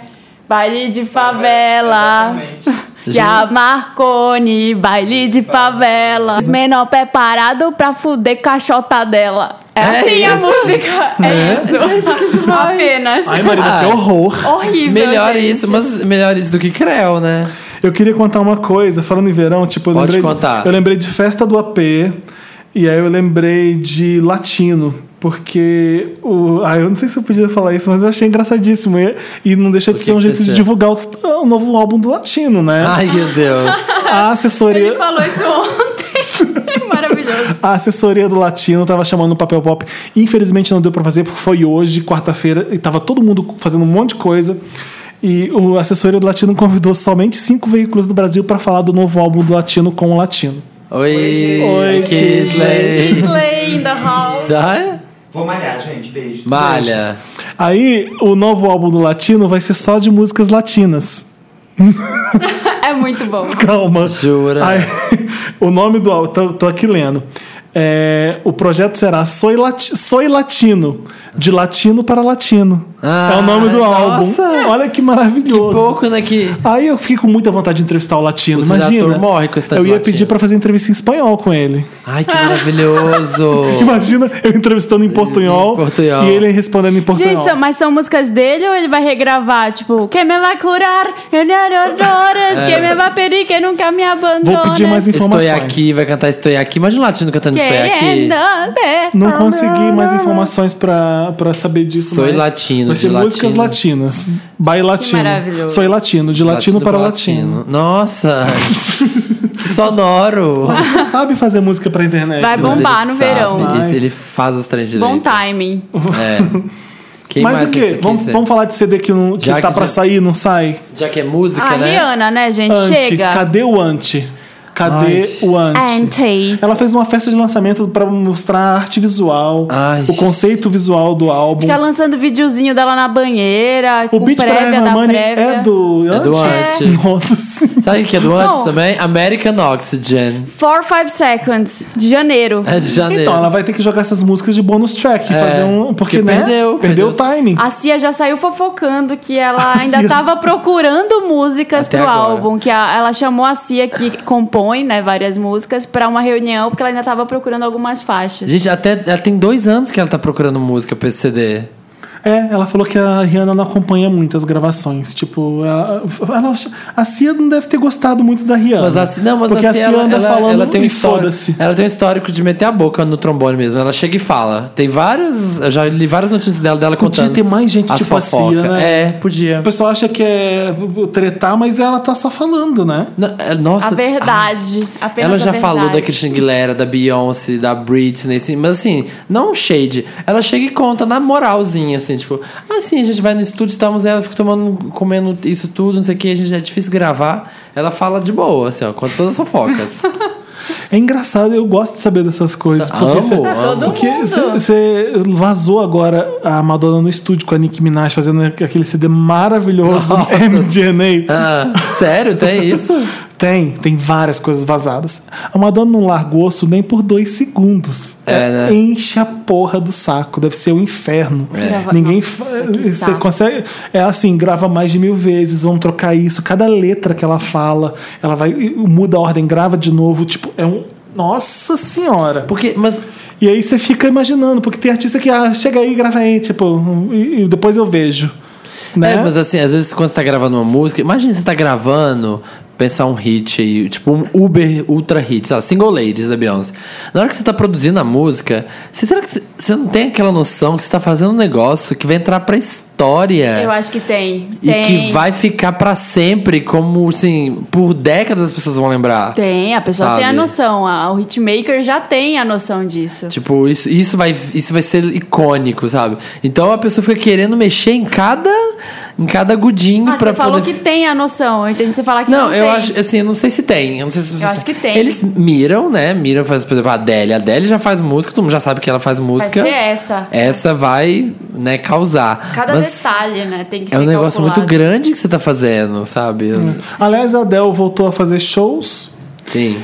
[SPEAKER 2] Baile de
[SPEAKER 5] É,
[SPEAKER 2] favela.
[SPEAKER 4] Exatamente.
[SPEAKER 2] Já Marconi, baile de favela. Os menor preparado pra fuder caixota dela. É,
[SPEAKER 3] É
[SPEAKER 2] assim a
[SPEAKER 3] isso.
[SPEAKER 2] música. É, isso. Apenas.
[SPEAKER 1] Ai, Marina, que
[SPEAKER 3] Ai.
[SPEAKER 1] horror.
[SPEAKER 2] Horrível.
[SPEAKER 3] Melhor
[SPEAKER 2] gente.
[SPEAKER 3] isso, mas melhor isso do que Creu, né?
[SPEAKER 1] Eu queria contar uma coisa, falando em verão, tipo, eu
[SPEAKER 3] Pode
[SPEAKER 1] lembrei.
[SPEAKER 3] contar.
[SPEAKER 1] Eu lembrei de festa do AP, e aí eu lembrei de latino. Porque o. Ah, eu não sei se eu podia falar isso, mas eu achei engraçadíssimo. E, e não deixa de
[SPEAKER 3] O que
[SPEAKER 1] ser um
[SPEAKER 3] que
[SPEAKER 1] jeito de
[SPEAKER 3] aconteceu?
[SPEAKER 1] divulgar o, o novo álbum do Latino, né?
[SPEAKER 3] Ai, meu Deus.
[SPEAKER 1] A assessoria.
[SPEAKER 2] Ele falou isso ontem. Maravilhoso.
[SPEAKER 1] A assessoria do Latino tava chamando o Papel Pop. Infelizmente não deu pra fazer, porque foi hoje, quarta-feira, e tava todo mundo fazendo um monte de coisa. E o assessor do Latino convidou somente cinco veículos do Brasil para falar do novo álbum do Latino com o Latino.
[SPEAKER 3] Oi,
[SPEAKER 1] Oi,
[SPEAKER 3] Kisley.
[SPEAKER 2] Slay in the house.
[SPEAKER 3] Já é?
[SPEAKER 4] Vou malhar, gente. Beijo.
[SPEAKER 3] Malha.
[SPEAKER 1] Aí, o novo álbum do Latino vai ser só de músicas latinas.
[SPEAKER 2] É muito bom.
[SPEAKER 1] Calma.
[SPEAKER 3] Jura?
[SPEAKER 1] Aí, o nome do álbum, tô, tô aqui lendo. É, o projeto será Soy, Lati- Soy Latino, de latino para latino.
[SPEAKER 3] Ah,
[SPEAKER 1] é o nome do
[SPEAKER 3] nossa.
[SPEAKER 1] álbum. Olha que maravilhoso.
[SPEAKER 3] Pouco, né, que...
[SPEAKER 1] Aí eu fiquei com muita vontade de entrevistar o latino.
[SPEAKER 3] O
[SPEAKER 1] Imagina.
[SPEAKER 3] redator morre com esse
[SPEAKER 1] eu ia
[SPEAKER 3] latino.
[SPEAKER 1] pedir pra fazer entrevista em espanhol com ele.
[SPEAKER 3] Ai, que maravilhoso.
[SPEAKER 1] Imagina eu entrevistando em portunhol,
[SPEAKER 3] Em portunhol.
[SPEAKER 1] e ele respondendo em portunhol.
[SPEAKER 2] Gente, é são- mas são músicas dele ou ele vai regravar? Tipo, quem me vai curar? Eu não era odores, Quem me vai pedir? Quem nunca me abandona?
[SPEAKER 1] Vou pedir mais
[SPEAKER 3] Estou
[SPEAKER 1] informações.
[SPEAKER 3] aqui, vai cantar Estou aqui. Imagina o latino cantando Estou aqui.
[SPEAKER 2] Querendo ver.
[SPEAKER 1] Não consegui mais informações pra pra saber disso.
[SPEAKER 3] Soy
[SPEAKER 1] mas
[SPEAKER 3] latino,
[SPEAKER 1] Vai ser
[SPEAKER 3] de
[SPEAKER 1] músicas
[SPEAKER 3] latino.
[SPEAKER 1] latinas. By latino.
[SPEAKER 2] maravilhoso.
[SPEAKER 1] Soy latino, de latino, para
[SPEAKER 3] pra
[SPEAKER 1] latino.
[SPEAKER 3] Nossa. que sonoro.
[SPEAKER 1] Sabe fazer música pra internet.
[SPEAKER 2] Vai
[SPEAKER 1] né?
[SPEAKER 2] bom- Bombar
[SPEAKER 3] Mas
[SPEAKER 2] no
[SPEAKER 3] ele
[SPEAKER 2] verão.
[SPEAKER 3] sabe,
[SPEAKER 1] Ai.
[SPEAKER 3] Ele, ele faz os trem direito.
[SPEAKER 2] Bom tá. timing.
[SPEAKER 3] É. Quem
[SPEAKER 1] Mas
[SPEAKER 3] mais
[SPEAKER 1] o quê?
[SPEAKER 3] esse-
[SPEAKER 1] Vamos,
[SPEAKER 3] esse-
[SPEAKER 1] vamos falar de CD que, não, que
[SPEAKER 3] Já
[SPEAKER 1] tá
[SPEAKER 3] que
[SPEAKER 1] pra
[SPEAKER 3] já-
[SPEAKER 1] sair, não sai?
[SPEAKER 3] Já que é música,
[SPEAKER 2] A
[SPEAKER 3] né?
[SPEAKER 2] Rihanna, né, gente?
[SPEAKER 1] Ante,
[SPEAKER 2] Chega.
[SPEAKER 1] cadê o Ante? Cadê
[SPEAKER 3] Ai.
[SPEAKER 1] o Ante?
[SPEAKER 2] Ante.
[SPEAKER 1] Ela fez uma festa de lançamento pra mostrar a arte visual,
[SPEAKER 3] Ai.
[SPEAKER 1] o conceito visual do álbum.
[SPEAKER 2] Fica lançando videozinho dela na banheira,
[SPEAKER 1] O
[SPEAKER 2] com
[SPEAKER 1] beat pra
[SPEAKER 2] prévia da
[SPEAKER 1] Herman Money
[SPEAKER 2] prévia.
[SPEAKER 1] é do
[SPEAKER 3] É
[SPEAKER 1] Ante?
[SPEAKER 3] do Ante.
[SPEAKER 1] Nossa senhora.
[SPEAKER 3] Sabe o que é do antes
[SPEAKER 2] Não.
[SPEAKER 3] também? American Oxygen.
[SPEAKER 2] 4 5 Seconds, de janeiro.
[SPEAKER 3] É de janeiro.
[SPEAKER 1] Então, ela vai ter que jogar essas músicas de bônus track.
[SPEAKER 3] É,
[SPEAKER 1] fazer um. Porque,
[SPEAKER 3] porque
[SPEAKER 1] né?
[SPEAKER 3] perdeu, perdeu.
[SPEAKER 1] Perdeu
[SPEAKER 3] Ah.
[SPEAKER 1] o timing.
[SPEAKER 2] A Cia já saiu fofocando que ela
[SPEAKER 1] A
[SPEAKER 2] ainda
[SPEAKER 1] Cia-
[SPEAKER 2] estava procurando músicas
[SPEAKER 3] Até
[SPEAKER 2] pro
[SPEAKER 3] agora.
[SPEAKER 2] álbum, que a- ela chamou a Cia que compõe, né, várias músicas para uma reunião porque ela ainda estava procurando algumas faixas.
[SPEAKER 3] Gente, até ela tem dois anos que ela tá procurando música pra esse CD.
[SPEAKER 1] É, ela falou que a Rihanna não acompanha muito as gravações. Tipo, ela, ela- a Cia não deve ter gostado muito da Rihanna.
[SPEAKER 3] Mas assim, não, mas
[SPEAKER 1] porque
[SPEAKER 3] assim,
[SPEAKER 1] a Cia
[SPEAKER 3] ela,
[SPEAKER 1] anda
[SPEAKER 3] ela-
[SPEAKER 1] falando
[SPEAKER 3] ela tem um
[SPEAKER 1] e
[SPEAKER 3] histórico-
[SPEAKER 1] foda-se.
[SPEAKER 3] Ela tem um histórico de meter a boca no trombone mesmo. Ela chega e fala. Tem várias. Eu já li várias notícias dela, dela
[SPEAKER 1] Podia
[SPEAKER 3] contando.
[SPEAKER 1] ter mais gente
[SPEAKER 3] as
[SPEAKER 1] tipo a Cia,
[SPEAKER 3] fofoca.
[SPEAKER 1] né?
[SPEAKER 3] É, podia.
[SPEAKER 1] O pessoal acha que é tretar, mas ela tá só falando, né?
[SPEAKER 3] Na- é, Nossa. ah,
[SPEAKER 2] a verdade, apenas
[SPEAKER 3] Ela
[SPEAKER 2] a
[SPEAKER 3] já
[SPEAKER 2] verdade.
[SPEAKER 3] falou da Christina Aguilera, da Beyoncé, da Britney, assim, mas assim, não shade. Ela chega e conta na moralzinha, assim, tipo, assim, a gente vai no estúdio, estamos ela fica tomando, comendo isso tudo, não sei o que, a gente é difícil gravar. Ela fala de boa, assim, ó, conta todas as fofocas.
[SPEAKER 1] É engraçado, eu gosto de saber dessas coisas. Porque
[SPEAKER 3] Tá, Amo,
[SPEAKER 1] cê-
[SPEAKER 3] amo.
[SPEAKER 2] Todo
[SPEAKER 1] Porque
[SPEAKER 2] mundo.
[SPEAKER 1] você vazou agora a Madonna no estúdio com a Nicki Minaj fazendo aquele CD maravilhoso
[SPEAKER 3] Nossa.
[SPEAKER 1] MDNA.
[SPEAKER 3] Ah, sério, tem isso?
[SPEAKER 1] Tem, tem várias coisas vazadas. A Madonna não larga o osso nem por dois segundos.
[SPEAKER 3] É,
[SPEAKER 1] Ela
[SPEAKER 3] né? É.
[SPEAKER 1] Enche a porra do saco, deve ser um inferno.
[SPEAKER 2] Grava-
[SPEAKER 1] Ninguém
[SPEAKER 2] Nossa,
[SPEAKER 1] fa-
[SPEAKER 2] que
[SPEAKER 1] você
[SPEAKER 2] saco.
[SPEAKER 1] consegue. É assim, grava mais de mil vezes, vão trocar isso. Cada letra que ela fala, ela vai muda a ordem, grava de novo. Tipo, é um nossa senhora.
[SPEAKER 3] Porque, mas
[SPEAKER 1] E aí você fica imaginando, porque tem artista que ah, chega aí, grava aí, tipo, e, e depois eu vejo. Né?
[SPEAKER 3] É, mas assim, às vezes quando você tá gravando uma música, imagina você tá gravando, pensar um hit aí, tipo um Uber Ultra Hit, sei lá, Single Ladies da Beyoncé. Na hora que você tá produzindo a música, você, será que você não tem aquela noção que você tá fazendo um negócio que vai entrar pra história?
[SPEAKER 2] Eu acho que tem.
[SPEAKER 3] E
[SPEAKER 2] tem.
[SPEAKER 3] que vai ficar pra sempre, como assim, por décadas as pessoas vão lembrar.
[SPEAKER 2] Tem, a pessoa tem a
[SPEAKER 3] Sabe?
[SPEAKER 2] noção, a- o hitmaker já tem a noção disso.
[SPEAKER 3] Tipo, isso, isso, vai, isso vai ser icônico, sabe? Então a pessoa fica querendo mexer em cada, em cada agudinho
[SPEAKER 2] Ah,
[SPEAKER 3] pra
[SPEAKER 2] você falou
[SPEAKER 3] poder
[SPEAKER 2] que tem a noção, eu entendi você falar que Ah, não,
[SPEAKER 3] Não, eu
[SPEAKER 2] tem.
[SPEAKER 3] acho, assim, eu não sei se tem. Eu não sei se as pessoas-
[SPEAKER 2] acho que tem.
[SPEAKER 3] Eles miram, né? Miram, faz, por exemplo, a Adele. A Adele já faz música, todo mundo já sabe que ela faz
[SPEAKER 2] Vai
[SPEAKER 3] música.
[SPEAKER 2] ser é essa.
[SPEAKER 1] é
[SPEAKER 3] Essa vai, né, causar.
[SPEAKER 2] Cada
[SPEAKER 3] Mas
[SPEAKER 2] detalhe, né, tem que
[SPEAKER 3] É
[SPEAKER 2] ser
[SPEAKER 3] um negócio
[SPEAKER 2] calculado.
[SPEAKER 3] muito grande que você tá fazendo, sabe? Eu-
[SPEAKER 1] Hum. Aliás, a Adele voltou a fazer shows.
[SPEAKER 3] Sim.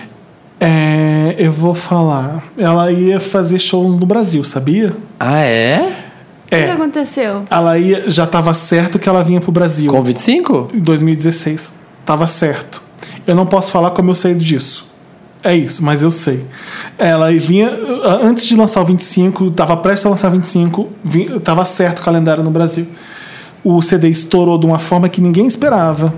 [SPEAKER 1] É, eu vou falar. Ela ia fazer shows no Brasil, sabia?
[SPEAKER 3] Ah, é?
[SPEAKER 2] O que
[SPEAKER 1] É.
[SPEAKER 2] aconteceu?
[SPEAKER 1] Ela ia, já tava certo que ela vinha pro Brasil.
[SPEAKER 3] Com 25?
[SPEAKER 1] Em 2016. Tava certo. Eu não posso falar como eu sei disso. É isso, mas eu sei. Ela vinha. a- Antes de lançar o 25, tava prestes a lançar 25, vi- tava certo o calendário no Brasil. O CD estourou de uma forma que ninguém esperava.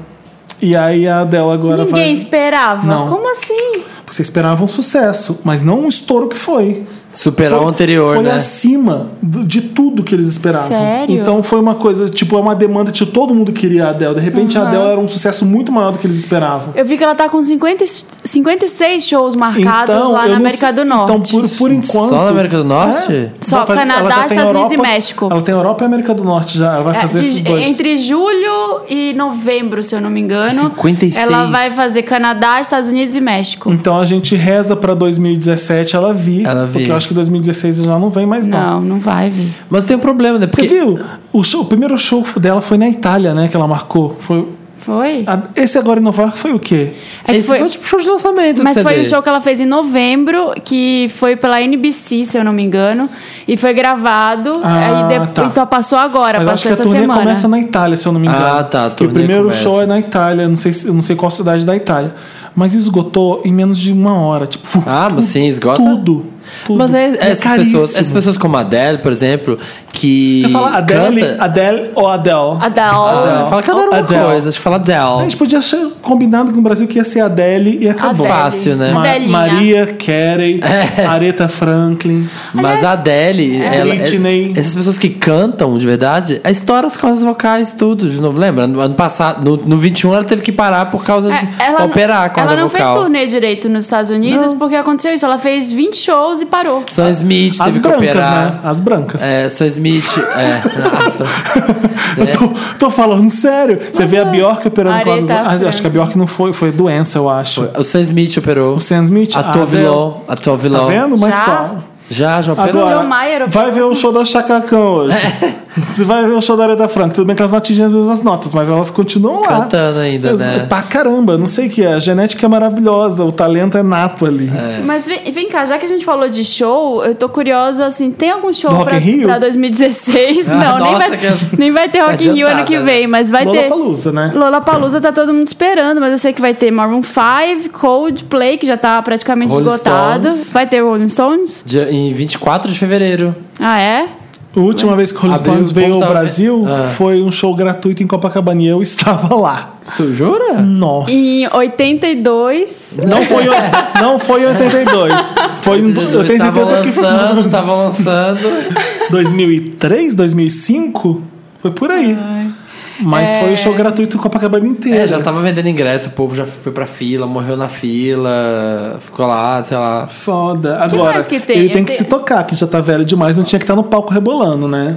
[SPEAKER 1] E aí a Adele agora
[SPEAKER 2] Ninguém
[SPEAKER 1] vai.
[SPEAKER 2] esperava.
[SPEAKER 1] Não.
[SPEAKER 2] Como assim?
[SPEAKER 1] Você esperava um sucesso, mas não o um estouro que foi.
[SPEAKER 3] Superar
[SPEAKER 1] foi-
[SPEAKER 3] o anterior,
[SPEAKER 1] foi
[SPEAKER 3] né?
[SPEAKER 1] acima do- de tudo que eles esperavam.
[SPEAKER 2] Sério?
[SPEAKER 1] Então foi uma coisa, tipo, é uma demanda, tipo, todo mundo queria a Adele. De repente a Adele era um sucesso muito maior do que eles esperavam.
[SPEAKER 2] Eu vi que ela tá com 50, e- 56 shows marcados
[SPEAKER 1] Então,
[SPEAKER 2] lá
[SPEAKER 1] eu
[SPEAKER 2] na
[SPEAKER 1] não
[SPEAKER 2] América
[SPEAKER 1] sei-
[SPEAKER 2] do Norte.
[SPEAKER 1] Então, por, por enquanto.
[SPEAKER 3] Só na América do Norte?
[SPEAKER 2] Só
[SPEAKER 1] Vai fazer-
[SPEAKER 2] Canadá,
[SPEAKER 1] ela já tem
[SPEAKER 2] Estados Unidos e México.
[SPEAKER 1] Ela tem Europa e América do Norte já. Ela vai
[SPEAKER 2] É,
[SPEAKER 1] fazer
[SPEAKER 2] de-
[SPEAKER 1] esses dois.
[SPEAKER 2] Entre julho e novembro, se eu não me engano.
[SPEAKER 3] 56.
[SPEAKER 2] Ela vai fazer Canadá, Estados Unidos e México.
[SPEAKER 1] Então a gente reza pra 2017 ela vir.
[SPEAKER 3] Ela vir.
[SPEAKER 1] Porque eu acho que 2016 já não vem mais, não.
[SPEAKER 2] Não, não vai vir.
[SPEAKER 3] Mas tem um problema, né?
[SPEAKER 1] Você
[SPEAKER 3] Porque
[SPEAKER 1] viu? O, show- o primeiro show dela foi na Itália, né? Que ela marcou. Foi.
[SPEAKER 2] Foi?
[SPEAKER 1] a- esse agora em Nova York foi o quê?
[SPEAKER 2] É que
[SPEAKER 3] esse foi...
[SPEAKER 2] foi-
[SPEAKER 3] tipo show de lançamento do
[SPEAKER 2] Mas foi um
[SPEAKER 3] CD.
[SPEAKER 2] show que ela fez em novembro, que foi pela NBC, se eu não me engano, e foi gravado,
[SPEAKER 1] Ah,
[SPEAKER 2] aí depois
[SPEAKER 1] tá.
[SPEAKER 2] só passou agora,
[SPEAKER 1] Mas eu acho
[SPEAKER 2] passou
[SPEAKER 1] que a
[SPEAKER 2] essa
[SPEAKER 1] turnê
[SPEAKER 2] semana.
[SPEAKER 1] começa na Itália, se eu não me engano.
[SPEAKER 3] Ah, tá, a
[SPEAKER 1] Porque o
[SPEAKER 3] turnê
[SPEAKER 1] primeiro
[SPEAKER 3] começa.
[SPEAKER 1] show é na Itália, não sei, se- não sei qual cidade da Itália. Mas esgotou em menos de uma hora. Tipo, fu-
[SPEAKER 3] Ah, mas
[SPEAKER 1] tu-
[SPEAKER 3] sim, esgota.
[SPEAKER 1] Tudo. tudo.
[SPEAKER 3] Mas é,
[SPEAKER 1] E
[SPEAKER 3] essas,
[SPEAKER 1] caríssimo.
[SPEAKER 3] pessoas, essas pessoas como a Adele, por exemplo, que.
[SPEAKER 1] Você fala Adele,
[SPEAKER 3] canta-
[SPEAKER 1] Adele ou Adele?
[SPEAKER 2] Adele.
[SPEAKER 3] Adele. Fala cada uma
[SPEAKER 1] Adele.
[SPEAKER 3] coisa, acho que fala
[SPEAKER 1] A
[SPEAKER 3] Adele.
[SPEAKER 1] gente podia achar combinado que no Brasil que ia ser Adele e acabou.
[SPEAKER 2] Adele.
[SPEAKER 3] Fácil, né? É.
[SPEAKER 1] Ma-
[SPEAKER 2] Adelinha.
[SPEAKER 1] Maria Carey, Aretha Franklin.
[SPEAKER 3] Mas a Adele, ela,
[SPEAKER 1] Whitney.
[SPEAKER 3] é- essas pessoas que cantam de verdade, é estoura as cordas vocais, tudo. De novo. Lembra? No ano passado, no, no 21, ela teve que parar por causa de
[SPEAKER 2] É, ela,
[SPEAKER 3] operar a corda
[SPEAKER 2] ela não
[SPEAKER 3] vocal.
[SPEAKER 2] fez turnê direito nos Estados Unidos porque aconteceu isso. Ela fez 20 shows e parou.
[SPEAKER 3] Sam Smith
[SPEAKER 1] As
[SPEAKER 3] teve que
[SPEAKER 1] brancas,
[SPEAKER 3] operar.
[SPEAKER 1] né? As brancas.
[SPEAKER 3] É, Sam Smith. É, nossa.
[SPEAKER 1] Eu tô, tô falando sério. Você vê a Bjork operando
[SPEAKER 2] Aretha
[SPEAKER 1] cordas. Ah, acho que a
[SPEAKER 2] Franklin.
[SPEAKER 1] Bjork não foi, foi doença, eu acho.
[SPEAKER 3] é, O Sam Smith operou.
[SPEAKER 1] O Sam Smith, ah,
[SPEAKER 3] A Tove
[SPEAKER 1] Adele.
[SPEAKER 3] Lo. A Tove
[SPEAKER 1] Tá
[SPEAKER 3] Lo.
[SPEAKER 1] vendo? Mas
[SPEAKER 2] Já?
[SPEAKER 1] qual?
[SPEAKER 3] Já, já operou.
[SPEAKER 1] Agora,
[SPEAKER 2] John Mayer operou.
[SPEAKER 1] vai ver o show da Chacacão hoje. Você vai ver o show da Aretha Franklin. Tudo bem que elas não atingem as mesmas notas, mas elas continuam lá.
[SPEAKER 3] Cantando ainda,
[SPEAKER 1] Elas-
[SPEAKER 3] né?
[SPEAKER 1] Pra caramba, não sei o que é. A genética é maravilhosa, o talento é nato ali.
[SPEAKER 2] Mas vem, vem cá, já que a gente falou de show, eu tô curiosa, assim, tem algum show
[SPEAKER 1] Do Rock
[SPEAKER 2] pra,
[SPEAKER 1] in Rio?
[SPEAKER 2] pra 2016?
[SPEAKER 3] Ah,
[SPEAKER 2] não, nem,
[SPEAKER 3] nossa,
[SPEAKER 2] vai,
[SPEAKER 3] que as-
[SPEAKER 2] nem vai ter Rock in Rio ano que
[SPEAKER 3] adiantada, né?
[SPEAKER 2] vem, mas vai ter...
[SPEAKER 1] Lollapalooza, né?
[SPEAKER 2] Lollapalooza tá todo mundo esperando, mas eu sei que vai ter Maroon 5, Coldplay, que já tá praticamente
[SPEAKER 3] Rolling
[SPEAKER 2] esgotado.
[SPEAKER 3] Stones.
[SPEAKER 2] Vai ter Rolling Stones?
[SPEAKER 3] Dia- em 24 de fevereiro.
[SPEAKER 2] Ah, é?
[SPEAKER 1] A última vez que o Rolling
[SPEAKER 3] Abriu,
[SPEAKER 1] Stones
[SPEAKER 3] o povo
[SPEAKER 1] veio ao
[SPEAKER 3] tava-
[SPEAKER 1] Brasil
[SPEAKER 3] Ah.
[SPEAKER 1] foi um show gratuito em Copacabana e eu estava lá.
[SPEAKER 3] Su- Jura?
[SPEAKER 1] Nossa.
[SPEAKER 2] Em 82...
[SPEAKER 1] Não foi, o- não foi em 82. Foi em, eu tenho
[SPEAKER 3] Estavam
[SPEAKER 1] certeza que foi
[SPEAKER 3] lançando, estavam lançando.
[SPEAKER 1] 2003, 2005? Foi por aí. Mas
[SPEAKER 2] É.
[SPEAKER 1] foi o show gratuito em Copacabana inteiro.
[SPEAKER 3] É, já tava vendendo ingresso, o povo já foi pra fila, morreu na fila, ficou lá, sei lá.
[SPEAKER 1] Foda. Agora,
[SPEAKER 2] mais que tem?
[SPEAKER 1] ele tem
[SPEAKER 2] Eu
[SPEAKER 1] que
[SPEAKER 2] te-
[SPEAKER 1] se tocar, que já tá velho demais, não tinha que estar no palco rebolando, né?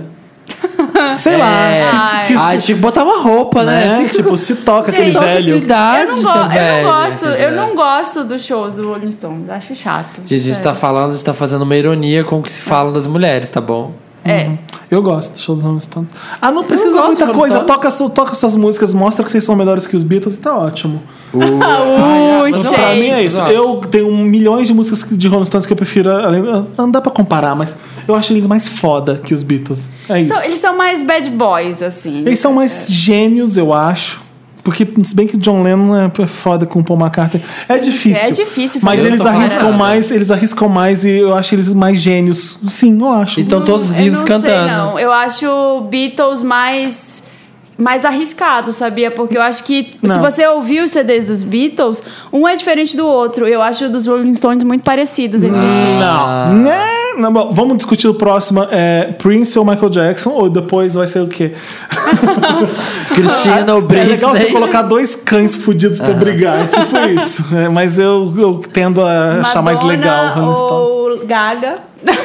[SPEAKER 1] Sei lá. Que, que
[SPEAKER 3] Ah, tinha que botar uma roupa, né?
[SPEAKER 1] né?
[SPEAKER 3] Fica
[SPEAKER 1] Tipo, se toca aquele
[SPEAKER 2] toca
[SPEAKER 1] velho.
[SPEAKER 2] Eu
[SPEAKER 3] idade, seu
[SPEAKER 2] não, go- eu
[SPEAKER 3] velho.
[SPEAKER 2] não gosto,
[SPEAKER 3] Quer
[SPEAKER 2] eu
[SPEAKER 3] dizer,
[SPEAKER 2] não gosto dos shows do Rolling Stones, acho chato.
[SPEAKER 3] A gente
[SPEAKER 1] tá
[SPEAKER 3] está falando, está fazendo uma ironia com o que se fala das mulheres, tá bom?
[SPEAKER 2] É.
[SPEAKER 1] Eu gosto do show dos Rolling Stones. Ah, não precisa
[SPEAKER 3] gosto
[SPEAKER 1] muita
[SPEAKER 3] dos
[SPEAKER 1] coisa.
[SPEAKER 3] Rolling Stones.
[SPEAKER 1] Toca, su- toca suas músicas, mostra que vocês são melhores que os Beatles e tá ótimo. Uhum.
[SPEAKER 2] Uh,
[SPEAKER 3] mas não,
[SPEAKER 1] Pra mim é
[SPEAKER 2] gente.
[SPEAKER 1] isso.
[SPEAKER 3] exato.
[SPEAKER 1] Eu tenho milhões de músicas de Rolling Stones que eu prefiro. além- Não dá pra comparar, mas eu acho eles mais foda que os Beatles. É isso.
[SPEAKER 2] São- eles são mais bad boys, assim.
[SPEAKER 1] Eles são mais gênios, eu acho. Porque, se bem que o John Lennon é foda com o Paul McCartney. É difícil.
[SPEAKER 2] é difícil
[SPEAKER 1] Mas
[SPEAKER 2] fazer
[SPEAKER 1] eles
[SPEAKER 3] uma
[SPEAKER 1] arriscam
[SPEAKER 3] comparação.
[SPEAKER 1] mais, eles arriscam mais e eu acho eles mais gênios. Sim, eu acho.
[SPEAKER 3] Então todos
[SPEAKER 2] Eu
[SPEAKER 3] vivos
[SPEAKER 2] não
[SPEAKER 3] cantando.
[SPEAKER 2] Sei, não. Eu acho Beatles mais mais arriscado, sabia? Porque eu acho que se
[SPEAKER 1] Não.
[SPEAKER 2] você ouvir os CDs dos Beatles, um é diferente do outro. Eu acho dos Rolling Stones muito parecidos entre si.
[SPEAKER 1] Não. Né? Não, bom, vamos discutir o próximo. É, Prince ou Michael Jackson? Ou depois vai ser o quê?
[SPEAKER 3] Cristina ou
[SPEAKER 1] é legal você
[SPEAKER 3] Britney.
[SPEAKER 1] colocar dois cães fudidos pra brigar. É tipo isso. É, mas eu, eu tendo a achar mais legal
[SPEAKER 2] Madonna
[SPEAKER 1] Rolling Stones.
[SPEAKER 2] ou Gaga.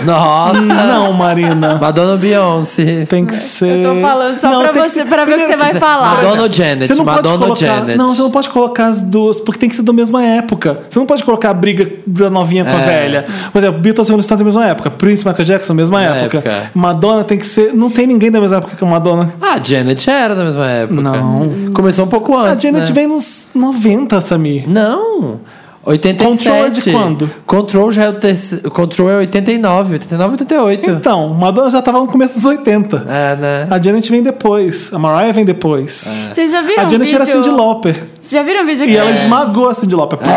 [SPEAKER 3] Nossa!
[SPEAKER 1] Não, Marina.
[SPEAKER 3] Madonna ou Beyoncé.
[SPEAKER 1] Tem que ser.
[SPEAKER 2] Eu tô falando só
[SPEAKER 1] É. Não,
[SPEAKER 2] pra
[SPEAKER 1] tem que
[SPEAKER 2] você,
[SPEAKER 1] ser-
[SPEAKER 2] para ver o que você vai falar.
[SPEAKER 3] Madonna ou Janet.
[SPEAKER 1] Você não
[SPEAKER 3] Madonna
[SPEAKER 1] pode
[SPEAKER 3] ou
[SPEAKER 1] colocar,
[SPEAKER 3] Janet.
[SPEAKER 1] Não, você não pode colocar as duas, porque tem que ser da mesma época. Você não pode colocar a briga da novinha com a
[SPEAKER 3] É.
[SPEAKER 1] velha. Por exemplo, Beatles e Rolling Stones é da mesma época. Prince e Michael Jackson, mesma
[SPEAKER 3] Na
[SPEAKER 1] época.
[SPEAKER 3] época.
[SPEAKER 1] Madonna tem que ser. Não tem ninguém da mesma época que a Madonna.
[SPEAKER 3] Ah, a Janet já era da mesma época.
[SPEAKER 1] Não.
[SPEAKER 3] Começou um pouco antes.
[SPEAKER 1] a Janet
[SPEAKER 3] né?
[SPEAKER 1] vem nos 90, Samir.
[SPEAKER 3] Não. 87.
[SPEAKER 1] Control é de quando?
[SPEAKER 3] Control já é o terceiro. Control é 89, 89, 88.
[SPEAKER 1] Então, Madonna já tava no começo dos 80.
[SPEAKER 3] É, né?
[SPEAKER 1] A Janet vem depois. A Mariah vem depois.
[SPEAKER 2] Vocês já viram
[SPEAKER 1] A
[SPEAKER 2] um
[SPEAKER 1] Janet
[SPEAKER 2] vídeo?
[SPEAKER 1] era Cindy Lauper.
[SPEAKER 2] Vocês já viram um vídeo
[SPEAKER 1] E
[SPEAKER 2] que
[SPEAKER 1] ela esmagou a Cindy Lauper. Pá!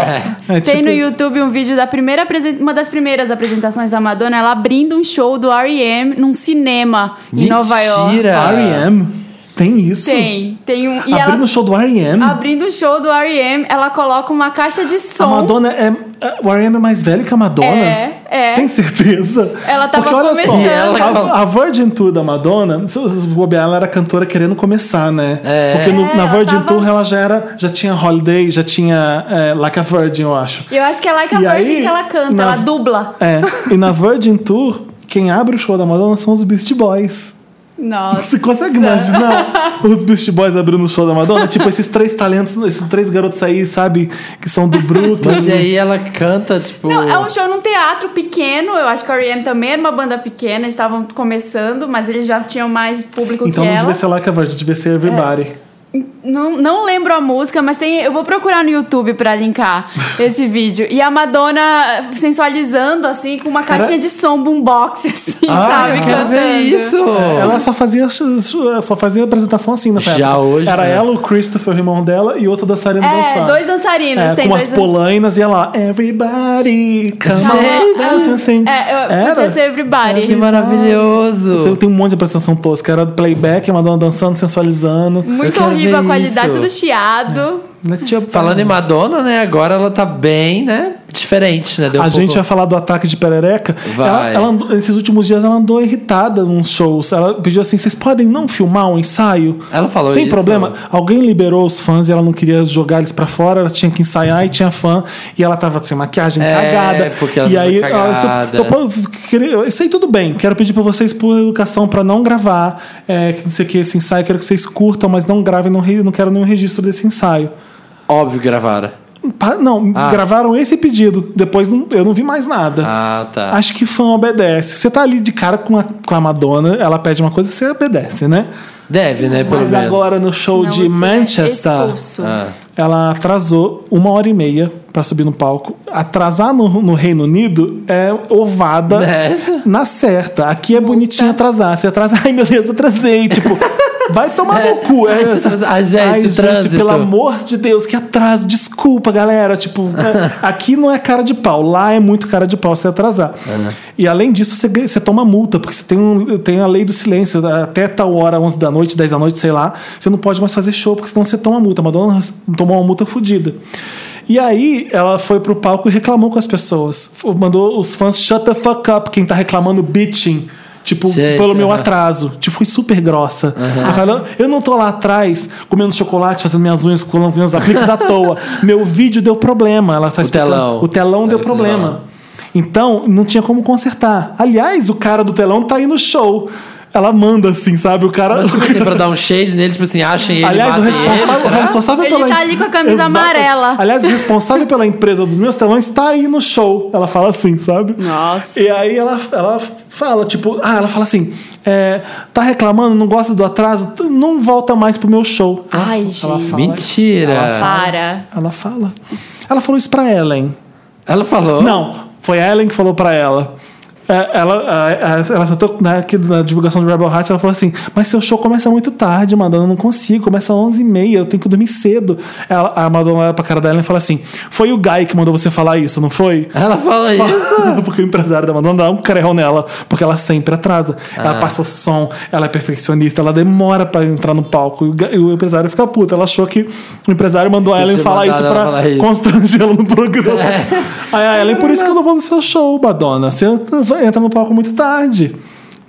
[SPEAKER 1] É
[SPEAKER 2] Tem
[SPEAKER 1] tipo
[SPEAKER 2] no
[SPEAKER 1] isso.
[SPEAKER 2] YouTube um vídeo da primeira apresen- uma das primeiras apresentações da Madonna, ela abrindo um show do R.E.M. num cinema em Nova York.
[SPEAKER 3] Mentira!
[SPEAKER 1] R.E.M. Tem isso?
[SPEAKER 2] Tem, tem um. E
[SPEAKER 1] Abrindo
[SPEAKER 2] ela,
[SPEAKER 1] o show do R.E.M.?
[SPEAKER 2] abrindo o show do R.E.M., ela coloca uma caixa de
[SPEAKER 1] A
[SPEAKER 2] som.
[SPEAKER 1] Madonna é... é- O R.E.M. é mais velho que a Madonna?
[SPEAKER 2] É, é.
[SPEAKER 1] Tem certeza?
[SPEAKER 2] Ela tava
[SPEAKER 1] Porque olha
[SPEAKER 2] começando.
[SPEAKER 1] só,
[SPEAKER 2] E ela
[SPEAKER 3] tava-
[SPEAKER 1] a, a Virgin Tour da Madonna, se vocês bobearem, ela era cantora querendo começar, né?
[SPEAKER 3] É.
[SPEAKER 1] Porque no-
[SPEAKER 2] É,
[SPEAKER 1] na
[SPEAKER 2] ela
[SPEAKER 1] Virgin
[SPEAKER 2] tava-
[SPEAKER 1] Tour ela já era, já tinha Holiday, já tinha é, Like a Virgin, eu acho.
[SPEAKER 2] E eu acho que é Like a
[SPEAKER 1] E
[SPEAKER 2] Virgin
[SPEAKER 1] aí,
[SPEAKER 2] que ela canta,
[SPEAKER 1] na-
[SPEAKER 2] ela dubla.
[SPEAKER 1] É, e na Virgin Tour, quem abre o show da Madonna são os Beast Boys.
[SPEAKER 2] Nossa.
[SPEAKER 1] Você consegue imaginar os Beast Boys abrindo o show da Madonna? Tipo, esses três talentos, esses três garotos aí, sabe? Que são do Brooklyn.
[SPEAKER 3] Mas e aí ela canta, tipo.
[SPEAKER 2] Não, é um show num teatro pequeno. Eu acho que a R.E.M. também era uma banda pequena, estavam começando, mas eles já tinham mais público
[SPEAKER 1] Então
[SPEAKER 2] que é
[SPEAKER 1] não
[SPEAKER 2] ela.
[SPEAKER 1] devia ser Like a Virgin, devia ser Everybody.
[SPEAKER 2] Não, não lembro a música, mas tem. Eu vou procurar no YouTube pra linkar esse vídeo. E a Madonna sensualizando, assim, com uma caixinha de som boombox, assim,
[SPEAKER 3] Ah,
[SPEAKER 2] sabe?
[SPEAKER 3] eu quero
[SPEAKER 2] cantando.
[SPEAKER 3] ver isso!
[SPEAKER 2] É.
[SPEAKER 1] Ela só fazia, só fazia apresentação assim nessa
[SPEAKER 3] Já
[SPEAKER 1] época.
[SPEAKER 3] hoje,
[SPEAKER 1] Era
[SPEAKER 3] né?
[SPEAKER 1] ela, o Christopher, o irmão dela, e outro dançarino
[SPEAKER 2] É,
[SPEAKER 1] dançando.
[SPEAKER 2] dois dançarinos.
[SPEAKER 1] É,
[SPEAKER 2] tem
[SPEAKER 1] com umas
[SPEAKER 2] dois
[SPEAKER 1] polainas e ela, everybody,
[SPEAKER 3] Gente!
[SPEAKER 1] come on, assim.
[SPEAKER 2] É, eu, podia ser everybody.
[SPEAKER 3] Que maravilhoso!
[SPEAKER 1] Você tem um monte de apresentação tosca. Era playback, a Madonna dançando, sensualizando. Né?
[SPEAKER 3] Eu
[SPEAKER 2] Muito
[SPEAKER 3] quero
[SPEAKER 2] horrível a
[SPEAKER 3] ver
[SPEAKER 2] qualidade,
[SPEAKER 3] isso.
[SPEAKER 2] tudo chiado.
[SPEAKER 1] Tinha-
[SPEAKER 3] Falando em Madonna, né? Agora ela tá bem, né? Diferente, né? Deu um
[SPEAKER 1] a
[SPEAKER 3] pouco-
[SPEAKER 1] gente vai falar do ataque de perereca.
[SPEAKER 3] Vai.
[SPEAKER 1] Ela, ela andou- esses últimos dias ela andou irritada nos shows. Ela pediu assim: vocês podem não filmar um ensaio?
[SPEAKER 3] Ela falou
[SPEAKER 1] Tem
[SPEAKER 3] isso.
[SPEAKER 1] problema? Alguém liberou os fãs e ela não queria jogar eles pra fora, ela tinha que ensaiar e tinha fã. E ela tava sem maquiagem
[SPEAKER 3] É,
[SPEAKER 1] cagada.
[SPEAKER 3] porque ela
[SPEAKER 1] e
[SPEAKER 3] tava
[SPEAKER 1] aí,
[SPEAKER 3] cagada.
[SPEAKER 1] eu, eu, queria- isso aí tudo bem. Quero pedir pra vocês, por educação, pra não gravar. É, que não sei o que, esse ensaio, quero que vocês curtam, mas não gravem, não, re- não quero nenhum registro desse ensaio.
[SPEAKER 3] Óbvio que gravaram.
[SPEAKER 1] Pa- Não,
[SPEAKER 3] Ah.
[SPEAKER 1] gravaram esse pedido. Depois não- eu não vi mais nada.
[SPEAKER 3] Ah, tá.
[SPEAKER 1] Acho que fã obedece. Você tá ali de cara com a, com a Madonna, ela pede uma coisa, você obedece, né?
[SPEAKER 3] Deve, né? Pelo
[SPEAKER 1] Mas
[SPEAKER 3] menos.
[SPEAKER 1] agora no show
[SPEAKER 2] Senão
[SPEAKER 1] de
[SPEAKER 2] você é
[SPEAKER 1] Manchester,
[SPEAKER 2] expulso.
[SPEAKER 3] Ah.
[SPEAKER 1] ela atrasou uma hora e meia pra subir no palco. Atrasar no, no Reino Unido é ovada
[SPEAKER 3] Né?
[SPEAKER 1] na certa. Aqui é bonitinho atrasar. Você atrasa, ai meu Deus, atrasei. Tipo, vai tomar no cu.
[SPEAKER 3] Ai,
[SPEAKER 1] É,
[SPEAKER 3] que atrasa- ai, gente, o trânsito.
[SPEAKER 1] pelo amor de Deus, que atraso. Desculpa, galera. Tipo, é, aqui não é cara de pau. Lá é muito cara de pau você atrasar.
[SPEAKER 3] É, né?
[SPEAKER 1] E além disso, você, ganha- você toma multa, porque você tem, um, tem a lei do silêncio. Até tal hora, 11 da noite, 10 da noite, sei lá, você não pode mais fazer show, porque senão você toma multa. A Madonna tomou uma multa fodida. E aí, ela foi pro palco e reclamou com as pessoas. F- Mandou os fãs shut the fuck up, quem tá reclamando bitching. Tipo,
[SPEAKER 3] Gente,
[SPEAKER 1] pelo meu
[SPEAKER 3] aham.
[SPEAKER 1] atraso. Tipo, foi super grossa. Ela falou, eu não tô lá atrás comendo chocolate, fazendo minhas unhas, colando meus apliques à toa. Meu vídeo deu problema. Ela tá
[SPEAKER 3] O
[SPEAKER 1] explicando.
[SPEAKER 3] telão.
[SPEAKER 1] O telão
[SPEAKER 3] É,
[SPEAKER 1] deu
[SPEAKER 3] vocês
[SPEAKER 1] problema.
[SPEAKER 3] falam.
[SPEAKER 1] Então, não tinha como consertar. Aliás, o cara do telão tá aí no show. Ela manda assim, sabe? O cara.
[SPEAKER 3] Mas, tipo assim, pra dar um shade nele, tipo assim, achem ele.
[SPEAKER 1] Aliás, o
[SPEAKER 3] matem ele,
[SPEAKER 1] responsável, o
[SPEAKER 3] será?
[SPEAKER 1] responsável
[SPEAKER 2] Ele
[SPEAKER 1] pela.
[SPEAKER 2] tá ali com a camisa amarela.
[SPEAKER 1] Aliás, o responsável pela empresa dos meus telões tá aí no show. Ela fala assim, sabe?
[SPEAKER 2] Nossa.
[SPEAKER 1] E aí ela, ela fala, tipo, ah, ela fala assim: é, tá reclamando, não gosta do atraso, t- não volta mais pro meu show. Ela-
[SPEAKER 2] Ai,
[SPEAKER 1] ela
[SPEAKER 2] gente.
[SPEAKER 1] fala,
[SPEAKER 3] Mentira. Ela,
[SPEAKER 2] Para.
[SPEAKER 1] Ela fala. Ela falou isso pra Ellen.
[SPEAKER 3] falou.
[SPEAKER 1] Não, foi a Ellen que falou pra ela. É, Ela, a- a- ela sentou na, aqui na divulgação do Rebel Hearts, ela falou assim: Mas seu show começa muito tarde, Madonna, eu não consigo, começa às 11h30, eu tenho que dormir cedo. Ela- a Madonna olha pra cara da Ellen e fala assim: Foi o Guy que mandou você falar isso, não foi?
[SPEAKER 3] Ela fala isso.
[SPEAKER 1] porque o empresário da Madonna dá um carrão nela, porque ela sempre atrasa.
[SPEAKER 3] Ah.
[SPEAKER 1] Ela passa som, ela é perfeccionista, ela demora pra entrar no palco. E o ga- E o empresário fica puto. Ela achou que o empresário mandou a
[SPEAKER 3] Que
[SPEAKER 1] Ellen
[SPEAKER 3] tinha
[SPEAKER 1] falar isso
[SPEAKER 3] mandado ela
[SPEAKER 1] pra
[SPEAKER 3] falar isso. É.
[SPEAKER 1] constrangê-la no programa. Aí a Ellen, por isso que eu não vou no seu show, Madonna. Você entra no palco muito tarde.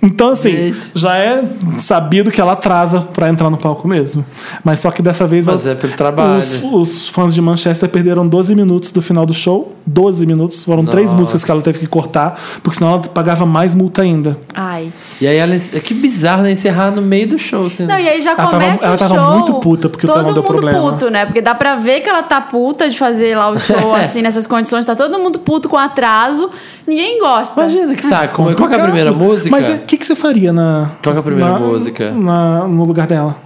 [SPEAKER 1] Então, assim,
[SPEAKER 3] Gente.
[SPEAKER 1] já é sabido que ela atrasa pra entrar no palco mesmo. Mas só que dessa vez.
[SPEAKER 3] Mas
[SPEAKER 1] ela-
[SPEAKER 3] é pelo trabalho.
[SPEAKER 1] Os, os fãs de Manchester perderam 12 minutos do final do show. 12 minutos. Foram três
[SPEAKER 3] Nossa.
[SPEAKER 1] músicas que ela teve que cortar, porque senão ela pagava mais multa ainda.
[SPEAKER 2] Ai.
[SPEAKER 3] E aí ela. ens- Que bizarro, né? Encerrar no meio do show, assim.
[SPEAKER 2] Não, e aí já
[SPEAKER 1] Ela tava-
[SPEAKER 2] começa
[SPEAKER 1] ela
[SPEAKER 2] o
[SPEAKER 1] tava
[SPEAKER 2] show.
[SPEAKER 1] muito puta porque o
[SPEAKER 2] todo
[SPEAKER 1] telão deu
[SPEAKER 2] mundo
[SPEAKER 1] problema.
[SPEAKER 2] puto, né? Porque dá pra ver que ela tá puta de fazer lá o show assim nessas condições. Tá todo mundo puto com atraso. Ninguém gosta.
[SPEAKER 3] Imagina que saco. Como é- Qual que é a primeira música?
[SPEAKER 1] Mas é, o que, que você faria na.
[SPEAKER 3] Qual que é a primeira
[SPEAKER 1] na-
[SPEAKER 3] música?
[SPEAKER 1] na- no lugar dela?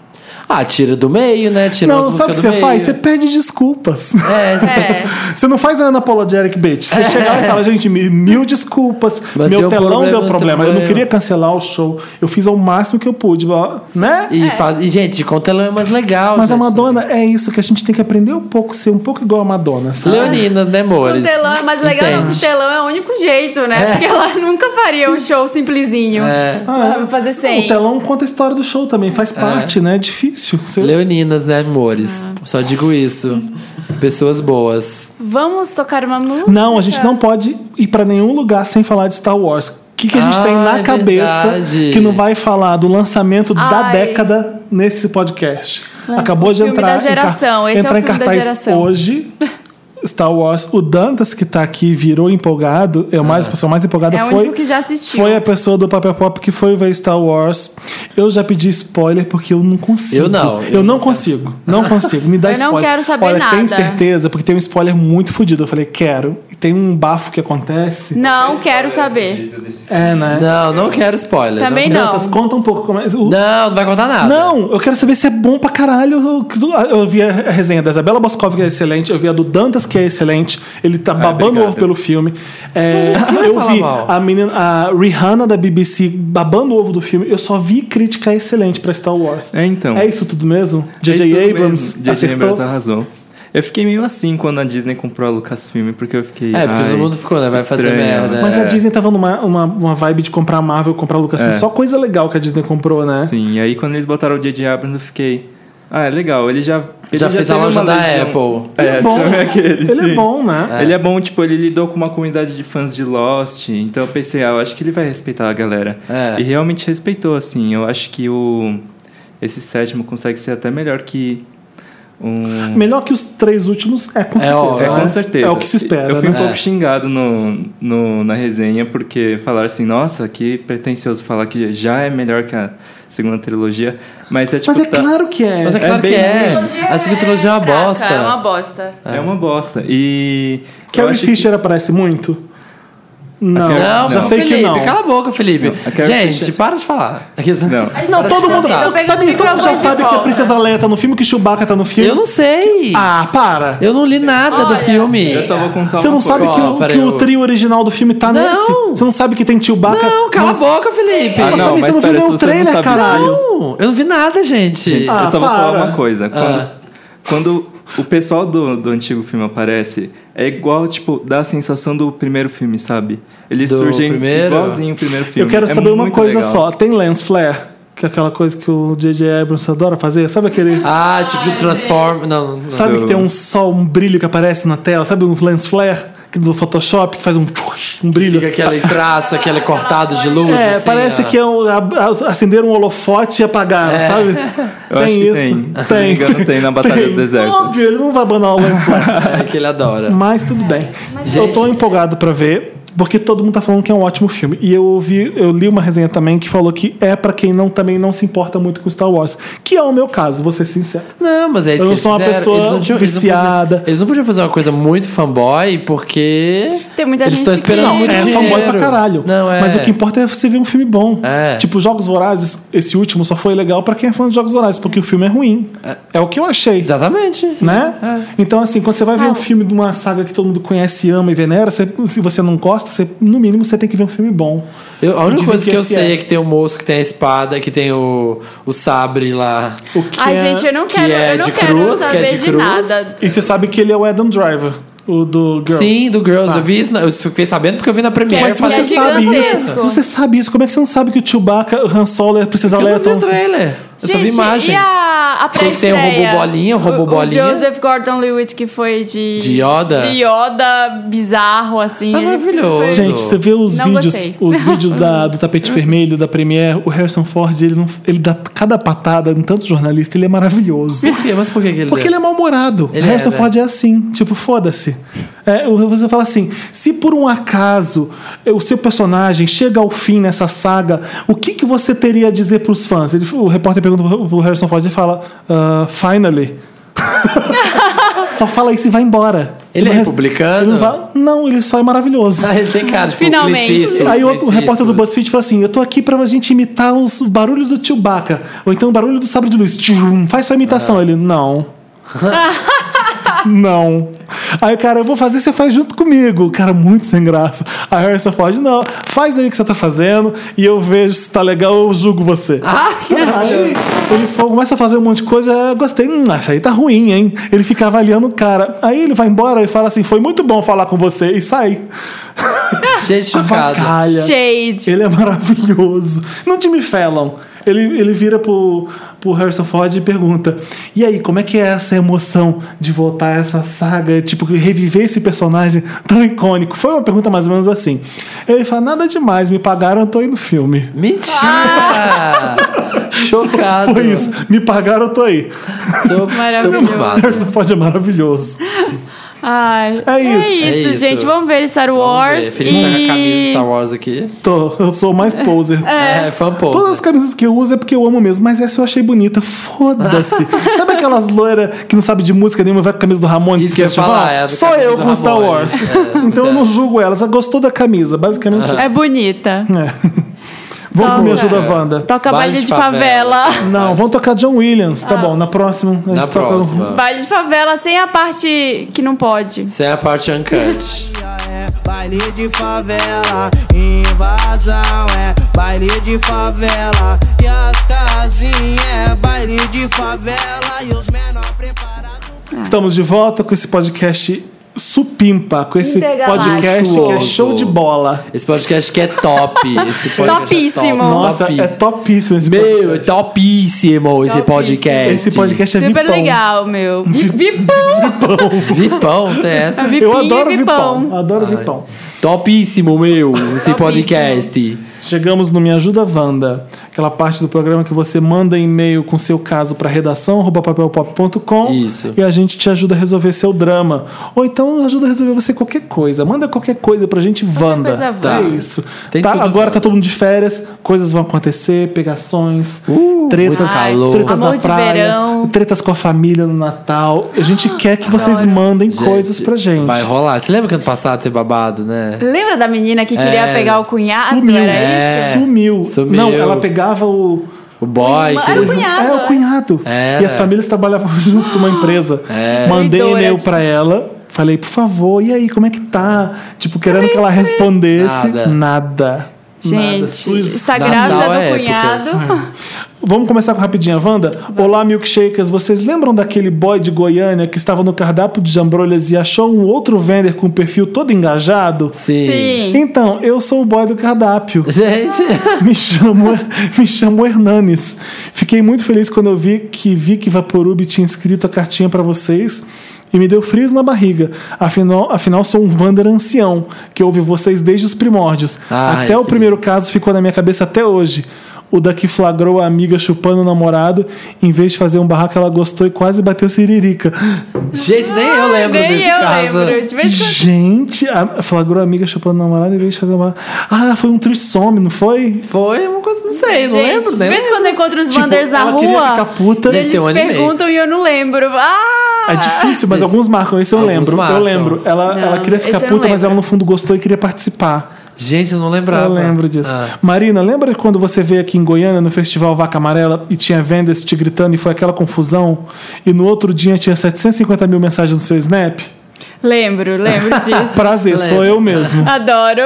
[SPEAKER 3] Ah, tira do meio, né? Tira
[SPEAKER 1] Não,
[SPEAKER 3] umas
[SPEAKER 1] sabe
[SPEAKER 3] músicas
[SPEAKER 1] o
[SPEAKER 3] do
[SPEAKER 1] que você
[SPEAKER 3] meio.
[SPEAKER 1] faz? Você pede desculpas.
[SPEAKER 3] É, você pensa,
[SPEAKER 2] É.
[SPEAKER 1] Você não faz a unapologetic bitch. Você chega lá e fala, gente, mi- mil desculpas.
[SPEAKER 3] Mas
[SPEAKER 1] meu
[SPEAKER 3] deu um
[SPEAKER 1] telão
[SPEAKER 3] problema,
[SPEAKER 1] deu
[SPEAKER 3] deu
[SPEAKER 1] problema. Eu não
[SPEAKER 3] problema."
[SPEAKER 1] queria cancelar o show. Eu fiz ao máximo que eu pude, blá, né?
[SPEAKER 3] E, faz... e, gente, com telão é mais legal.
[SPEAKER 1] Mas a
[SPEAKER 3] gente.
[SPEAKER 1] Madonna
[SPEAKER 3] né?
[SPEAKER 1] é isso que a gente tem que aprender um pouco, ser um pouco igual a Madonna, sabe?
[SPEAKER 3] Leonina, né,
[SPEAKER 2] Com
[SPEAKER 3] amores?
[SPEAKER 2] telão é mais legal, não. Com
[SPEAKER 3] Entende?
[SPEAKER 2] telão é o único jeito, né? Porque ela nunca faria um show simplesinho.
[SPEAKER 3] É.
[SPEAKER 1] Ah, é.
[SPEAKER 2] Vou fazer
[SPEAKER 1] O
[SPEAKER 2] sem.
[SPEAKER 1] telão conta a história do show também, faz parte, né? É difícil. Você-
[SPEAKER 3] Leoninas, né, amores?
[SPEAKER 2] Ah.
[SPEAKER 3] Só digo isso. Pessoas boas.
[SPEAKER 2] Vamos tocar uma música?
[SPEAKER 1] Não, a
[SPEAKER 2] É.
[SPEAKER 1] gente não pode ir pra nenhum lugar sem falar de Star Wars. O que, que a gente
[SPEAKER 3] Ah,
[SPEAKER 1] tem na
[SPEAKER 3] é
[SPEAKER 1] cabeça
[SPEAKER 3] verdade.
[SPEAKER 1] que não vai falar do lançamento da
[SPEAKER 2] Ai.
[SPEAKER 1] década nesse podcast?
[SPEAKER 2] Lan-
[SPEAKER 1] Acabou
[SPEAKER 2] o
[SPEAKER 1] de
[SPEAKER 2] filme
[SPEAKER 1] entrar,
[SPEAKER 2] da geração.
[SPEAKER 1] em,
[SPEAKER 2] Esse é
[SPEAKER 1] car-
[SPEAKER 2] o
[SPEAKER 1] entrar em
[SPEAKER 2] filme da
[SPEAKER 1] cartaz
[SPEAKER 2] geração.
[SPEAKER 1] hoje. Star Wars, o Dantas que tá aqui virou empolgado, é o mais, a pessoa mais empolgada
[SPEAKER 2] É o
[SPEAKER 1] foi
[SPEAKER 2] único que já assistiu.
[SPEAKER 1] foi a pessoa do Papel Pop que foi ver Star Wars. Eu já pedi spoiler porque eu não consigo.
[SPEAKER 3] Eu não,
[SPEAKER 1] Eu,
[SPEAKER 3] eu
[SPEAKER 1] não consigo. Não consigo. Me dá
[SPEAKER 2] Eu não
[SPEAKER 1] spoiler.
[SPEAKER 2] quero saber
[SPEAKER 1] Olha, tem
[SPEAKER 2] nada.
[SPEAKER 1] certeza, porque tem um spoiler muito fodido. Eu falei, quero. E tem um bafo que acontece.
[SPEAKER 2] Não quero saber.
[SPEAKER 1] É, né?
[SPEAKER 3] Não, não quero spoiler.
[SPEAKER 2] Também
[SPEAKER 3] não.
[SPEAKER 1] Dantas, conta um pouco como é. o-
[SPEAKER 3] Não, não vai contar nada.
[SPEAKER 1] Não, eu quero saber se é bom pra caralho. Eu, eu- eu vi a resenha da Isabela Boscov, que é excelente. Eu vi a do Dantas, que é excelente. Ele tá babando
[SPEAKER 5] Ah, obrigado.
[SPEAKER 1] ovo pelo filme. É, eu
[SPEAKER 3] falar
[SPEAKER 1] vi
[SPEAKER 3] mal?
[SPEAKER 1] a, menina, a Rihanna da BBC babando ovo do filme. Eu só vi crítica excelente pra Star Wars.
[SPEAKER 5] É, então.
[SPEAKER 1] É isso tudo mesmo?
[SPEAKER 5] É isso
[SPEAKER 1] J.J.
[SPEAKER 5] mesmo.
[SPEAKER 1] Abrams
[SPEAKER 5] J.J.
[SPEAKER 1] acertou?
[SPEAKER 5] Abrams arrasou. Eu fiquei meio assim quando a Disney comprou a Lucasfilm, porque eu fiquei.
[SPEAKER 3] É, porque
[SPEAKER 5] "Ai,
[SPEAKER 3] todo mundo ficou, né? Vai fazer
[SPEAKER 5] estranho."
[SPEAKER 3] merda.
[SPEAKER 1] Mas a
[SPEAKER 3] É.
[SPEAKER 1] Disney tava numa uma, uma vibe de comprar a Marvel, comprar a Lucasfilm.
[SPEAKER 5] É.
[SPEAKER 1] Só coisa legal que a Disney comprou, né?
[SPEAKER 5] Sim, e aí quando eles botaram o J.J. Abrams, eu fiquei. Ah, é legal, ele já. Ele
[SPEAKER 3] Já fez a
[SPEAKER 5] teve
[SPEAKER 3] loja
[SPEAKER 5] uma
[SPEAKER 3] da
[SPEAKER 5] legião-
[SPEAKER 3] Apple.
[SPEAKER 1] Ele é, bom.
[SPEAKER 5] aquele,
[SPEAKER 1] ele é
[SPEAKER 5] sim.
[SPEAKER 1] bom, né?
[SPEAKER 5] Ele é bom, tipo, ele lidou com uma comunidade de fãs de Lost, então eu pensei, ah, eu acho que ele vai respeitar a galera.
[SPEAKER 3] É.
[SPEAKER 5] E realmente respeitou, assim. Eu acho que o. Esse sétimo consegue ser até melhor que. Um...
[SPEAKER 1] Melhor que os três últimos é com certeza.
[SPEAKER 3] óbvio,
[SPEAKER 5] É,
[SPEAKER 1] né?
[SPEAKER 5] com certeza.
[SPEAKER 1] É o que se espera.
[SPEAKER 5] Eu fui
[SPEAKER 1] né?
[SPEAKER 5] um pouco
[SPEAKER 3] É.
[SPEAKER 5] xingado no, no- na resenha, porque falaram assim, nossa, que pretencioso falar que já é melhor que a segunda trilogia. Mas é tipo.
[SPEAKER 1] Mas é
[SPEAKER 5] tá-
[SPEAKER 1] claro que é.
[SPEAKER 3] Mas é claro
[SPEAKER 5] bem-
[SPEAKER 3] que é. A segunda trilogia é uma
[SPEAKER 2] fraca,
[SPEAKER 3] bosta.
[SPEAKER 2] É uma bosta.
[SPEAKER 5] É uma bosta. E. eu
[SPEAKER 1] Carrie
[SPEAKER 5] acho que-
[SPEAKER 1] Fisher aparece muito? Não,
[SPEAKER 5] Carrie-
[SPEAKER 3] Não, não,
[SPEAKER 1] já sei
[SPEAKER 3] Felipe,
[SPEAKER 1] que não.
[SPEAKER 3] cala a boca, Felipe.
[SPEAKER 5] a Carrie
[SPEAKER 3] gente,
[SPEAKER 5] Fisher-
[SPEAKER 3] para de falar.
[SPEAKER 5] Não.
[SPEAKER 1] Não, todo mundo,
[SPEAKER 2] Tá. Tô pegando
[SPEAKER 1] sabe, todo mundo já
[SPEAKER 2] microfone de
[SPEAKER 3] é
[SPEAKER 1] sabe que a
[SPEAKER 2] volta.
[SPEAKER 1] Princesa Leia tá no filme, que Chewbacca tá no filme.
[SPEAKER 3] um Eu não sei.
[SPEAKER 1] Ah, para.
[SPEAKER 3] Eu não li nada do
[SPEAKER 2] Olha,
[SPEAKER 3] filme.
[SPEAKER 5] Eu só vou contar
[SPEAKER 1] Você
[SPEAKER 5] uma
[SPEAKER 1] não
[SPEAKER 5] coisa.
[SPEAKER 1] sabe que,
[SPEAKER 3] Ó,
[SPEAKER 1] o,
[SPEAKER 3] peraí,
[SPEAKER 1] que o
[SPEAKER 3] eu-
[SPEAKER 1] trio original do filme tá
[SPEAKER 3] Não.
[SPEAKER 1] nesse? Você não sabe que tem Chewbacca?
[SPEAKER 3] Não, cala
[SPEAKER 1] Nossa,
[SPEAKER 3] a boca, Felipe.
[SPEAKER 5] Ah,
[SPEAKER 1] Nossa,
[SPEAKER 5] não,
[SPEAKER 1] mas você
[SPEAKER 5] mas
[SPEAKER 1] não viu
[SPEAKER 5] pera,
[SPEAKER 1] nenhum
[SPEAKER 5] se você não
[SPEAKER 1] trailer,
[SPEAKER 5] sabia
[SPEAKER 1] caralho.
[SPEAKER 3] Não, eu não vi nada, gente.
[SPEAKER 1] Ah,
[SPEAKER 5] eu só vou
[SPEAKER 1] para.
[SPEAKER 5] falar uma coisa. Quando,
[SPEAKER 3] Ah.
[SPEAKER 5] quando o pessoal do, do antigo filme aparece, é igual, tipo, dá a sensação do primeiro filme, sabe? Eles
[SPEAKER 3] Do
[SPEAKER 5] surgem
[SPEAKER 3] primeiro?
[SPEAKER 5] igualzinho o primeiro filme.
[SPEAKER 1] Eu quero
[SPEAKER 5] É
[SPEAKER 1] saber uma
[SPEAKER 5] muito
[SPEAKER 1] coisa
[SPEAKER 5] legal.
[SPEAKER 1] só. Tem lens flare, que é aquela coisa que o J.J. Abrams adora fazer. Sabe aquele...
[SPEAKER 3] Ah, tipo, Transform. Não, não.
[SPEAKER 1] sabe que tem um sol, um brilho que aparece na tela? Sabe um lens flare que- do Photoshop que faz um, um brilho?
[SPEAKER 3] Fica aquele traço, aquele cortado de luz.
[SPEAKER 1] É,
[SPEAKER 3] assim,
[SPEAKER 1] parece
[SPEAKER 3] ó.
[SPEAKER 1] que é um- a- a- acenderam um holofote e apagaram, sabe?
[SPEAKER 5] É. Eu acho que tem. Se não me engano, tem na Batalha do Deserto.
[SPEAKER 1] Óbvio, ele não vai abandonar o Lance Flair.
[SPEAKER 3] É que ele adora.
[SPEAKER 1] Mas tudo bem. eu
[SPEAKER 3] Gente-
[SPEAKER 1] tô empolgado pra ver, porque todo mundo tá falando que é um ótimo filme. E eu ouvi, eu li uma resenha também que falou que é pra quem não também não se importa muito com Star Wars. Que é o meu caso, vou ser sincero.
[SPEAKER 3] Não, mas é isso que
[SPEAKER 1] Eu não
[SPEAKER 3] eles
[SPEAKER 1] sou uma
[SPEAKER 3] fizeram.
[SPEAKER 1] pessoa
[SPEAKER 3] eles não tinham, eles não podiam-
[SPEAKER 1] viciada.
[SPEAKER 3] Eles não podiam fazer uma coisa muito fanboy, porque...
[SPEAKER 2] Tem muita
[SPEAKER 3] eles
[SPEAKER 2] gente
[SPEAKER 3] estão esperando
[SPEAKER 2] que-
[SPEAKER 3] muito
[SPEAKER 1] é
[SPEAKER 3] dinheiro.
[SPEAKER 1] fanboy pra caralho.
[SPEAKER 3] Não, é.
[SPEAKER 1] Mas o que importa é você ver um filme bom.
[SPEAKER 3] É.
[SPEAKER 1] Tipo, Jogos Vorazes, esse último só foi legal pra quem é fã de Jogos Vorazes, porque o filme é ruim. É, o que eu achei.
[SPEAKER 3] Exatamente. É.
[SPEAKER 1] né?
[SPEAKER 2] É.
[SPEAKER 1] Então, assim, quando você vai
[SPEAKER 2] Ah.
[SPEAKER 1] ver um filme de uma saga que todo mundo conhece, ama e venera, você- se você não gosta, você- no mínimo você tem que ver um filme bom.
[SPEAKER 3] Eu- a única
[SPEAKER 1] Dizem
[SPEAKER 3] coisa que,
[SPEAKER 1] que
[SPEAKER 3] eu
[SPEAKER 1] esse
[SPEAKER 3] sei
[SPEAKER 1] é.
[SPEAKER 3] é. que tem o moço que tem a espada, que tem o, o sabre lá.
[SPEAKER 1] O que
[SPEAKER 2] Ai,
[SPEAKER 1] é-
[SPEAKER 2] gente, eu não
[SPEAKER 3] que
[SPEAKER 2] quero,
[SPEAKER 3] é
[SPEAKER 2] eu não
[SPEAKER 3] de
[SPEAKER 2] quero
[SPEAKER 3] cruz, que é
[SPEAKER 2] saber
[SPEAKER 3] de
[SPEAKER 2] de,
[SPEAKER 3] cruz.
[SPEAKER 2] nada.
[SPEAKER 1] E você sabe que ele é o Adam Driver, o do Girls.
[SPEAKER 3] Sim, do Girls.
[SPEAKER 1] Tá.
[SPEAKER 3] Eu vi isso, na- eu fiquei sabendo porque eu vi na Premiere.
[SPEAKER 1] Mas
[SPEAKER 3] eu falei,
[SPEAKER 1] você
[SPEAKER 2] é
[SPEAKER 1] sabe isso.
[SPEAKER 2] gigantesco.
[SPEAKER 1] Você sabe isso. Como é que você não sabe que o Chewbacca, o Han Solo e a Princesa
[SPEAKER 3] eu
[SPEAKER 1] Leia Então,
[SPEAKER 3] não vi o
[SPEAKER 1] estão...
[SPEAKER 3] trailer. Eu só vi
[SPEAKER 2] Gente, E
[SPEAKER 3] imagens.
[SPEAKER 2] a, a
[SPEAKER 3] Sei que tem o
[SPEAKER 2] pré-estreia?
[SPEAKER 3] robô bolinha, o robô bolinha.
[SPEAKER 2] O Joseph Gordon-Lewitt, que foi de...
[SPEAKER 3] De Yoda?
[SPEAKER 2] De Yoda bizarro, assim.
[SPEAKER 3] É
[SPEAKER 2] Ele
[SPEAKER 3] maravilhoso.
[SPEAKER 2] foi-
[SPEAKER 1] Gente, você vê os
[SPEAKER 2] Não
[SPEAKER 1] vídeos,
[SPEAKER 2] gostei.
[SPEAKER 1] os vídeos da- do tapete vermelho, da Premiere, o Harrison Ford, ele, não, ele dá cada patada em tanto jornalista, ele é maravilhoso.
[SPEAKER 3] Por quê? Mas por que, que ele
[SPEAKER 1] Porque ele é mal-humorado.
[SPEAKER 3] Ele
[SPEAKER 1] Harrison
[SPEAKER 3] é, né?
[SPEAKER 1] Ford é assim. Tipo, foda-se. É, o- você fala assim: se por um acaso eh, o seu personagem chega ao fim nessa saga, o que, que você teria a dizer pros fãs? Ele, o repórter pergunta pro pro Harrison Ford e fala: "Ah, finally. Só fala isso e vai embora.
[SPEAKER 3] Ele é
[SPEAKER 1] não-
[SPEAKER 3] republicano?
[SPEAKER 1] Ele não, vai- não, ele só é maravilhoso.
[SPEAKER 3] Ah, ele tem cara, tipo,
[SPEAKER 2] Finalmente.
[SPEAKER 3] Clint Eastwood,
[SPEAKER 1] Aí o,
[SPEAKER 3] Clint
[SPEAKER 1] o repórter do
[SPEAKER 3] Eastwood.
[SPEAKER 1] BuzzFeed falou assim: Eu tô aqui pra gente imitar os barulhos do Chewbacca. Ou então o barulho do sabre de luz. Tchum, faz sua imitação.
[SPEAKER 3] Ah.
[SPEAKER 1] Ele, não. não. Aí o cara, eu vou fazer, você faz junto comigo. O Cara, muito sem graça. Aí a Harrison Ford, não, faz aí o que você tá fazendo e eu vejo se tá legal, eu julgo você.
[SPEAKER 3] Ah, que
[SPEAKER 1] Aí
[SPEAKER 3] maravilhoso.
[SPEAKER 1] ele foi- começa a fazer um monte de coisa, eu gostei, hum, essa aí tá ruim, hein? Ele fica avaliando o cara. Aí ele vai embora e fala assim: foi muito bom falar com você, e sai.
[SPEAKER 3] Gente, chocado.
[SPEAKER 1] Avacalha.
[SPEAKER 2] Shade.
[SPEAKER 1] Ele é maravilhoso. Não Jimmy Fallon. Ele, ele vira pro, pro Harrison Ford e pergunta: E aí, como é que é essa emoção de voltar a essa saga? Tipo, reviver esse personagem tão icônico? Foi uma pergunta mais ou menos assim. Ele fala: Nada demais, me pagaram, eu tô aí no filme.
[SPEAKER 3] Mentira! Chocado.
[SPEAKER 1] Foi isso, me pagaram, eu tô aí.
[SPEAKER 3] Tô,
[SPEAKER 2] Maravilhoso.
[SPEAKER 3] tô
[SPEAKER 1] O
[SPEAKER 3] pasmo.
[SPEAKER 1] Harrison Ford é maravilhoso.
[SPEAKER 2] Ai.
[SPEAKER 1] É isso.
[SPEAKER 2] É isso,
[SPEAKER 3] É isso.
[SPEAKER 2] gente. Vamos ver Star Wars.
[SPEAKER 3] Vamos ver. Felipe tá com a camisa
[SPEAKER 2] e...
[SPEAKER 3] Star Wars aqui.
[SPEAKER 1] Tô, eu sou mais poser.
[SPEAKER 3] É, fã pose.
[SPEAKER 1] Todas as camisas que eu uso é porque eu amo mesmo, mas essa eu achei bonita. Foda-se. sabe aquelas loiras que não sabe de música nenhuma, vai com a camisa do Ramones
[SPEAKER 3] Isso
[SPEAKER 1] pro
[SPEAKER 3] que eu ia
[SPEAKER 1] festival?
[SPEAKER 3] falar, é a do
[SPEAKER 1] "Ah, Só
[SPEAKER 3] camisa
[SPEAKER 1] eu
[SPEAKER 3] do
[SPEAKER 1] com Star
[SPEAKER 3] Ramones.
[SPEAKER 1] Wars.
[SPEAKER 3] É,
[SPEAKER 1] então eu não
[SPEAKER 3] certo.
[SPEAKER 1] julgo ela, ela gostou da camisa, basicamente. isso.
[SPEAKER 2] É bonita.
[SPEAKER 1] Vamos
[SPEAKER 3] Tá
[SPEAKER 1] pro Me
[SPEAKER 2] Toca.
[SPEAKER 1] Ajuda Wanda.
[SPEAKER 2] Toca baile, de favela.
[SPEAKER 1] Não, vamos tocar John Williams.
[SPEAKER 2] Ah.
[SPEAKER 1] Tá bom, na próxima. a gente
[SPEAKER 3] Na
[SPEAKER 1] toca- um-
[SPEAKER 3] próxima.
[SPEAKER 2] Baile de favela sem a parte que não pode.
[SPEAKER 3] Sem a parte uncut.
[SPEAKER 6] é baile de favela, invasão é baile de favela, e as casinhas é baile de favela, e os menor preparados.
[SPEAKER 2] É.
[SPEAKER 1] Estamos de volta com esse podcast supimpa, com esse
[SPEAKER 2] Intergaláctico.
[SPEAKER 1] podcast que é show de bola.
[SPEAKER 3] Esse podcast que é top. Esse podcast É top,
[SPEAKER 2] Topíssimo.
[SPEAKER 1] Nossa,
[SPEAKER 3] topíssimo.
[SPEAKER 1] é topíssimo esse
[SPEAKER 3] Meu, é
[SPEAKER 1] podcast.
[SPEAKER 3] topíssimo esse
[SPEAKER 2] Topíssimo.
[SPEAKER 3] podcast.
[SPEAKER 1] Esse podcast é
[SPEAKER 2] Super
[SPEAKER 1] vipão.
[SPEAKER 2] legal, meu. Vi- Vipão!
[SPEAKER 3] Vipão,
[SPEAKER 2] É
[SPEAKER 3] tem essa.
[SPEAKER 2] Vipinha
[SPEAKER 1] Eu adoro
[SPEAKER 2] e
[SPEAKER 1] Vipão.
[SPEAKER 2] vipão.
[SPEAKER 1] Adoro Vipão.
[SPEAKER 3] Topíssimo, meu, esse
[SPEAKER 2] Topíssimo.
[SPEAKER 3] podcast.
[SPEAKER 1] Chegamos no Me Ajuda Wanda, aquela parte do programa que você manda e-mail com seu caso para redação arroba papelpop.com
[SPEAKER 3] Isso.
[SPEAKER 1] e a gente te ajuda a resolver seu drama. Ou então ajuda a resolver você qualquer coisa. Manda qualquer coisa pra gente, Wanda.
[SPEAKER 2] coisa, Wanda.
[SPEAKER 1] É isso.
[SPEAKER 3] Tem
[SPEAKER 1] Tá,
[SPEAKER 3] tudo,
[SPEAKER 1] agora
[SPEAKER 3] Wanda.
[SPEAKER 1] tá todo mundo de férias, coisas vão acontecer, pegações, tretas,
[SPEAKER 3] Uh, muito calor.
[SPEAKER 1] tretas
[SPEAKER 2] Amor
[SPEAKER 1] na
[SPEAKER 2] de
[SPEAKER 1] praia,
[SPEAKER 2] verão.
[SPEAKER 1] tretas com a família no Natal. A gente quer que vocês mandem coisas pra gente.
[SPEAKER 3] Vai rolar. Você lembra que ano passado teve babado, né?
[SPEAKER 2] Lembra da menina que queria
[SPEAKER 3] É.
[SPEAKER 2] pegar o cunhado?
[SPEAKER 1] Sumiu.
[SPEAKER 2] Era isso?
[SPEAKER 3] isso?
[SPEAKER 1] Sumiu.
[SPEAKER 3] É, Sumiu.
[SPEAKER 1] Não, ela pegava o.
[SPEAKER 3] O boy.
[SPEAKER 2] Era
[SPEAKER 3] que-
[SPEAKER 2] o cunhado, Ah,
[SPEAKER 1] É, o
[SPEAKER 2] é.
[SPEAKER 1] cunhado.
[SPEAKER 3] Era.
[SPEAKER 1] E as famílias trabalhavam juntos numa empresa. Mandei
[SPEAKER 2] Distribuidora
[SPEAKER 1] e-mail
[SPEAKER 2] de-
[SPEAKER 1] pra ela. Falei, por favor, e aí, como é que tá? Tipo, querendo que ela respondesse.
[SPEAKER 3] Nada.
[SPEAKER 1] Nada. Nada.
[SPEAKER 2] Gente,
[SPEAKER 1] Sui-
[SPEAKER 2] está
[SPEAKER 3] Natal
[SPEAKER 2] grávida do
[SPEAKER 3] é
[SPEAKER 2] cunhado.
[SPEAKER 1] Vamos começar com rapidinho, Wanda? Olá, milkshakers. Vocês lembram daquele boy de Goiânia que estava no cardápio de jambrolhas e achou um outro vender com o perfil todo engajado?
[SPEAKER 3] Sim.
[SPEAKER 2] Sim.
[SPEAKER 1] Então, eu sou o boy do cardápio.
[SPEAKER 3] Gente,
[SPEAKER 1] Me chamo, me chamo Hernanes. Fiquei muito feliz quando eu vi que Vicky Vaporub tinha escrito a cartinha pra vocês e me deu friso na barriga. Afinal, afinal sou um Wander ancião, que ouve vocês desde os primórdios.
[SPEAKER 3] Ai,
[SPEAKER 1] até o
[SPEAKER 3] que
[SPEAKER 1] primeiro caso ficou na minha cabeça até hoje. O da que flagrou a amiga chupando o namorado, em vez de fazer um barraco, ela gostou e quase bateu siririca.
[SPEAKER 3] gente, nem eu lembro
[SPEAKER 2] Nem
[SPEAKER 3] desse
[SPEAKER 2] eu tipo-
[SPEAKER 3] caso.
[SPEAKER 2] lembro. De vez em quando-
[SPEAKER 1] Gente, a- flagrou a amiga chupando o namorado em vez de fazer um barraco. Ah, foi um trissome, não foi?
[SPEAKER 3] Foi uma coisa, não sei, não
[SPEAKER 2] Gente,
[SPEAKER 3] lembro,
[SPEAKER 2] de
[SPEAKER 3] né?
[SPEAKER 2] vez em quando eu encontro os
[SPEAKER 1] Tipo,
[SPEAKER 2] Wanders na
[SPEAKER 1] ela queria
[SPEAKER 2] rua,
[SPEAKER 1] ficar puta.
[SPEAKER 3] Gente,
[SPEAKER 2] eles
[SPEAKER 3] tem um ano e meio.
[SPEAKER 2] perguntam e eu não lembro. Ah!
[SPEAKER 1] É difícil, mas
[SPEAKER 3] Vocês-
[SPEAKER 1] alguns marcam. Esse eu
[SPEAKER 3] Alguns
[SPEAKER 1] lembro.
[SPEAKER 3] marcam.
[SPEAKER 1] Eu lembro. Ela,
[SPEAKER 2] Não,
[SPEAKER 1] ela queria
[SPEAKER 2] esse
[SPEAKER 1] ficar
[SPEAKER 2] eu não
[SPEAKER 1] puta, mas
[SPEAKER 2] lembro.
[SPEAKER 1] ela no fundo gostou e queria participar.
[SPEAKER 3] Gente, eu não lembrava.
[SPEAKER 1] Eu lembro disso.
[SPEAKER 3] Ah.
[SPEAKER 1] Marina, lembra quando você veio aqui em Goiânia no festival Vaca Amarela e tinha vendas te gritando e foi aquela confusão? E no outro dia tinha 750 mil mensagens no seu Snap?
[SPEAKER 2] Lembro, lembro disso.
[SPEAKER 1] Prazer, sou
[SPEAKER 3] Lembro.
[SPEAKER 1] eu mesmo.
[SPEAKER 2] Adoro.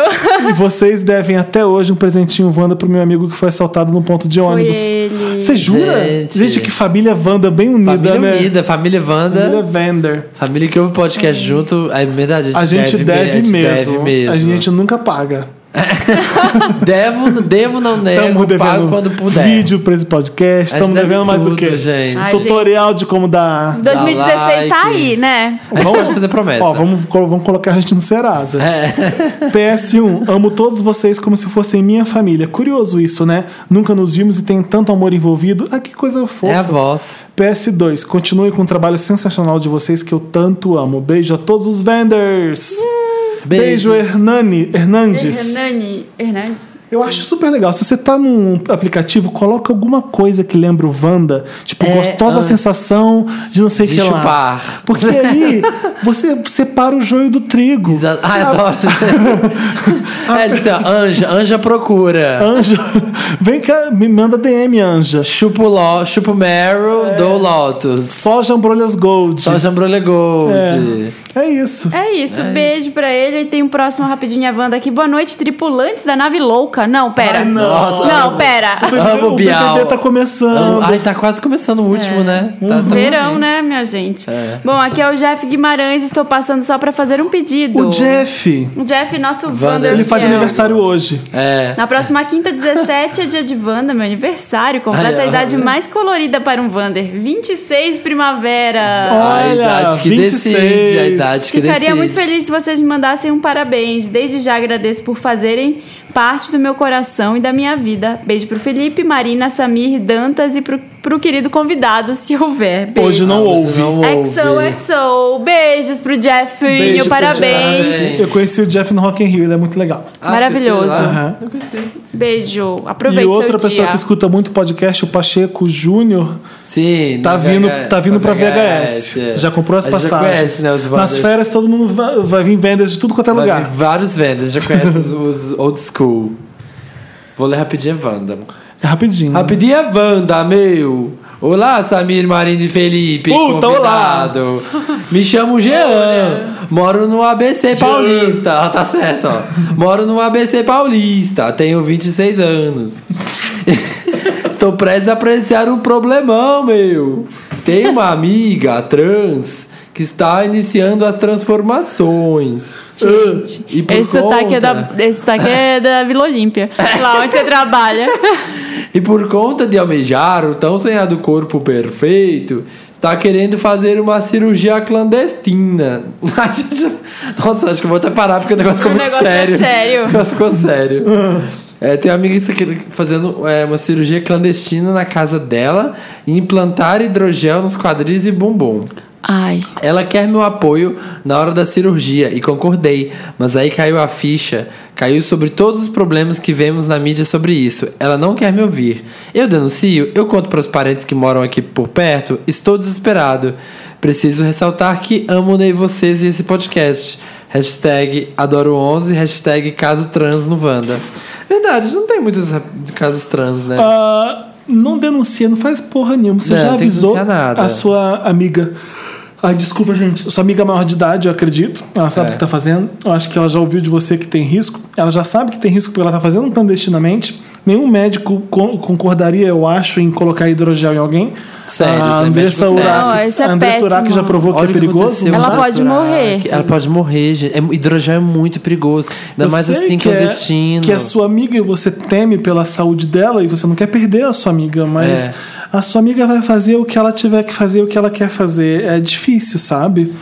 [SPEAKER 1] E vocês devem até hoje um presentinho Wanda pro meu amigo que foi assaltado no ponto de ônibus.
[SPEAKER 2] ele.
[SPEAKER 1] Você jura?
[SPEAKER 3] Gente.
[SPEAKER 1] Gente. que família Wanda bem unida,
[SPEAKER 3] Família
[SPEAKER 1] né?
[SPEAKER 3] Unida, Família Wanda.
[SPEAKER 1] Família
[SPEAKER 3] Família,
[SPEAKER 1] Vander.
[SPEAKER 3] que ouve podcast junto. É verdade,
[SPEAKER 1] A gente deve,
[SPEAKER 3] a gente
[SPEAKER 1] mesmo.
[SPEAKER 3] deve mesmo.
[SPEAKER 1] A gente nunca paga.
[SPEAKER 3] Devo, devo É, não
[SPEAKER 1] Estamos
[SPEAKER 3] nego, pago
[SPEAKER 1] devendo
[SPEAKER 3] quando puder.
[SPEAKER 1] vídeo pra esse podcast.
[SPEAKER 3] A gente
[SPEAKER 1] Estamos
[SPEAKER 3] deve
[SPEAKER 1] devendo mais
[SPEAKER 3] tudo,
[SPEAKER 1] o quê?
[SPEAKER 3] gente.
[SPEAKER 2] Ai,
[SPEAKER 1] Tutorial de como dar.
[SPEAKER 2] 2016 tá
[SPEAKER 3] like.
[SPEAKER 2] aí, né?
[SPEAKER 3] A gente pode fazer promessa.
[SPEAKER 1] Ó, vamos, co- vamos colocar a gente no Serasa.
[SPEAKER 3] É.
[SPEAKER 1] PS1, amo todos vocês como se fossem minha família. Curioso isso, né? Nunca nos vimos e tem tanto amor envolvido. Ah, que coisa fofa.
[SPEAKER 3] É a voz.
[SPEAKER 1] PS2, continue com o trabalho sensacional de vocês que eu tanto amo. Beijo a todos os vendors.
[SPEAKER 3] Beijos.
[SPEAKER 1] Beijo, Hernani, Hernandes.
[SPEAKER 2] Hernani. Hernandes?
[SPEAKER 1] Eu acho super legal. Se você tá num aplicativo, coloca alguma coisa que lembra o Wanda. Tipo,
[SPEAKER 3] É,
[SPEAKER 1] gostosa
[SPEAKER 3] ah.
[SPEAKER 1] sensação de não sei o
[SPEAKER 3] De
[SPEAKER 1] que lá.
[SPEAKER 3] chupar.
[SPEAKER 1] Porque aí você separa o joio do trigo.
[SPEAKER 3] Exa- Ai,
[SPEAKER 1] Ah.
[SPEAKER 3] adoro. é, tipo assim, ó, anja, anja procura.
[SPEAKER 1] Anjo, vem cá, me manda DM, Anja.
[SPEAKER 3] Chupa o lo, chupa o Meryl,
[SPEAKER 1] É.
[SPEAKER 3] dou Lotus.
[SPEAKER 1] Só jambrolhas gold.
[SPEAKER 3] Só jambrolha gold.
[SPEAKER 1] é. é isso.
[SPEAKER 2] É isso, beijo pra ele. E tem um próximo rapidinho a Wanda aqui. Boa noite, tripulantes da nave louca. Não, pera.
[SPEAKER 1] Ai, nossa.
[SPEAKER 2] não, pera.
[SPEAKER 3] Amo
[SPEAKER 1] o
[SPEAKER 3] Bial.
[SPEAKER 1] BBB tá começando.
[SPEAKER 3] Amo- Ai, tá quase começando o
[SPEAKER 1] É.
[SPEAKER 3] último, né? Tá, tá
[SPEAKER 2] Verão, né, minha gente?
[SPEAKER 3] É.
[SPEAKER 2] Bom, aqui é o Jeff Guimarães. Estou passando só pra fazer um pedido.
[SPEAKER 1] O Jeff,
[SPEAKER 2] O Jeff, nosso
[SPEAKER 3] Wanda,
[SPEAKER 2] Wanda.
[SPEAKER 3] ele
[SPEAKER 1] ele faz
[SPEAKER 2] Michel.
[SPEAKER 1] aniversário hoje.
[SPEAKER 3] É.
[SPEAKER 2] Na próxima quinta, 17, é dia de Wanda, meu aniversário. Completa
[SPEAKER 3] Ai,
[SPEAKER 2] a
[SPEAKER 3] ai,
[SPEAKER 2] idade
[SPEAKER 3] ai.
[SPEAKER 2] mais colorida para um Wander. 26 primavera.
[SPEAKER 1] Olha,
[SPEAKER 3] a idade que
[SPEAKER 1] 26.
[SPEAKER 3] decide, a idade que
[SPEAKER 2] Ficaria
[SPEAKER 3] decide.
[SPEAKER 2] muito feliz se vocês me mandassem um parabéns. Desde já agradeço por fazerem parte do meu coração e da minha vida. Beijo pro Felipe, Marina, Samir, Dantas e pro, pro querido convidado, se houver. Beijo.
[SPEAKER 3] Ah,
[SPEAKER 1] Hoje não houve.
[SPEAKER 2] XO, XO. Beijos pro Jeffinho,
[SPEAKER 3] Beijo pro
[SPEAKER 2] parabéns.
[SPEAKER 3] Jeff. Sim.
[SPEAKER 1] Eu conheci o Jeff no Rock in Rio, ele é muito legal.
[SPEAKER 2] Maravilhoso.
[SPEAKER 3] Ah.
[SPEAKER 1] Aham.
[SPEAKER 2] Beijo. Aproveite
[SPEAKER 1] e outra
[SPEAKER 2] seu
[SPEAKER 1] pessoa
[SPEAKER 2] dia.
[SPEAKER 1] que escuta muito podcast, o Pacheco Júnior,
[SPEAKER 3] Sim,
[SPEAKER 1] tá
[SPEAKER 3] na
[SPEAKER 1] vindo,
[SPEAKER 3] VH
[SPEAKER 1] tá vindo pra VHS.
[SPEAKER 3] VHS, é.
[SPEAKER 1] Já comprou as
[SPEAKER 3] A gente já
[SPEAKER 1] passagens.
[SPEAKER 3] conhece, né, os
[SPEAKER 1] Nas
[SPEAKER 3] Wanders.
[SPEAKER 1] férias todo mundo vai, vai vir vendas de tudo quanto é
[SPEAKER 3] Vai
[SPEAKER 1] lugar.
[SPEAKER 3] vir Vários vendas, já conhece os, os old school. Vou ler rapidinho a Wanda.
[SPEAKER 1] É rapidinho.
[SPEAKER 3] Rapidinho a Wanda, meu. Olá, Samir, Marina e Felipe.
[SPEAKER 1] Puta, olá.
[SPEAKER 3] convidado. Me chamo Jean. Moro no ABC Paulista. Ah, tá certo, ó. Moro no ABC Paulista. Tenho 26 anos. Estou prestes a presenciar um problemão, meu. Tenho uma amiga trans que está iniciando as transformações. Gente, e por
[SPEAKER 2] Ah. Esse sotaque, é
[SPEAKER 3] conta-
[SPEAKER 2] da, esse sotaque é da Vila Olímpia, lá onde você trabalha.
[SPEAKER 3] E por conta de almejar o tão sonhado corpo perfeito, está querendo fazer uma cirurgia clandestina. A gente- Nossa, acho que eu vou até parar porque o negócio ficou
[SPEAKER 2] O
[SPEAKER 3] muito
[SPEAKER 2] negócio é
[SPEAKER 3] sério.
[SPEAKER 2] sério.
[SPEAKER 3] O negócio ficou sério. É, tem uma amiga que está querendo- fazendo é, uma cirurgia clandestina na casa dela e implantar hidrogel nos quadris e bumbum.
[SPEAKER 2] Ai.
[SPEAKER 3] Ela quer meu apoio na hora da cirurgia e concordei, mas aí caiu a ficha, caiu sobre todos os problemas que vemos na mídia sobre isso. Ela não quer me ouvir. Eu denuncio, eu conto para os parentes que moram aqui por perto, estou desesperado. Preciso ressaltar que amo nem vocês e esse podcast. Hashtag adoro11, hashtag caso trans no Wanda. Verdade, não tem muitos casos trans, né?
[SPEAKER 1] Ah, não denuncia, não faz porra nenhuma. Você
[SPEAKER 3] Não,
[SPEAKER 1] já
[SPEAKER 3] tem que
[SPEAKER 1] avisou
[SPEAKER 3] denunciar nada.
[SPEAKER 1] a sua amiga. Ai, desculpa, gente. Sua amiga maior de idade, eu acredito. Ela sabe
[SPEAKER 3] É.
[SPEAKER 1] o que tá fazendo. Eu acho que ela já ouviu de você que tem risco. Ela já sabe que tem risco porque ela tá fazendo clandestinamente. Nenhum médico con- concordaria, eu acho, em colocar hidrogel em alguém.
[SPEAKER 3] Sérios,
[SPEAKER 1] a
[SPEAKER 3] né?
[SPEAKER 1] Andressa
[SPEAKER 3] Médicos
[SPEAKER 1] Urach,
[SPEAKER 2] sérios. Não, isso é
[SPEAKER 1] a Andressa
[SPEAKER 2] péssimo.
[SPEAKER 1] Urach já provou
[SPEAKER 3] Olha
[SPEAKER 1] que é
[SPEAKER 3] o
[SPEAKER 1] perigoso.
[SPEAKER 3] aconteceu,
[SPEAKER 2] Ela
[SPEAKER 3] já.
[SPEAKER 2] pode morrer.
[SPEAKER 3] Ela pode morrer, gente. É, hidrogel é muito perigoso. Ainda
[SPEAKER 1] Eu
[SPEAKER 3] mais
[SPEAKER 1] sei
[SPEAKER 3] assim,
[SPEAKER 1] que é-
[SPEAKER 3] clandestino.
[SPEAKER 1] que é sua amiga e você teme pela saúde dela e você não quer perder a sua amiga, mas
[SPEAKER 3] É.
[SPEAKER 1] a sua amiga vai fazer o que ela tiver que fazer, o que ela quer fazer. É difícil, sabe?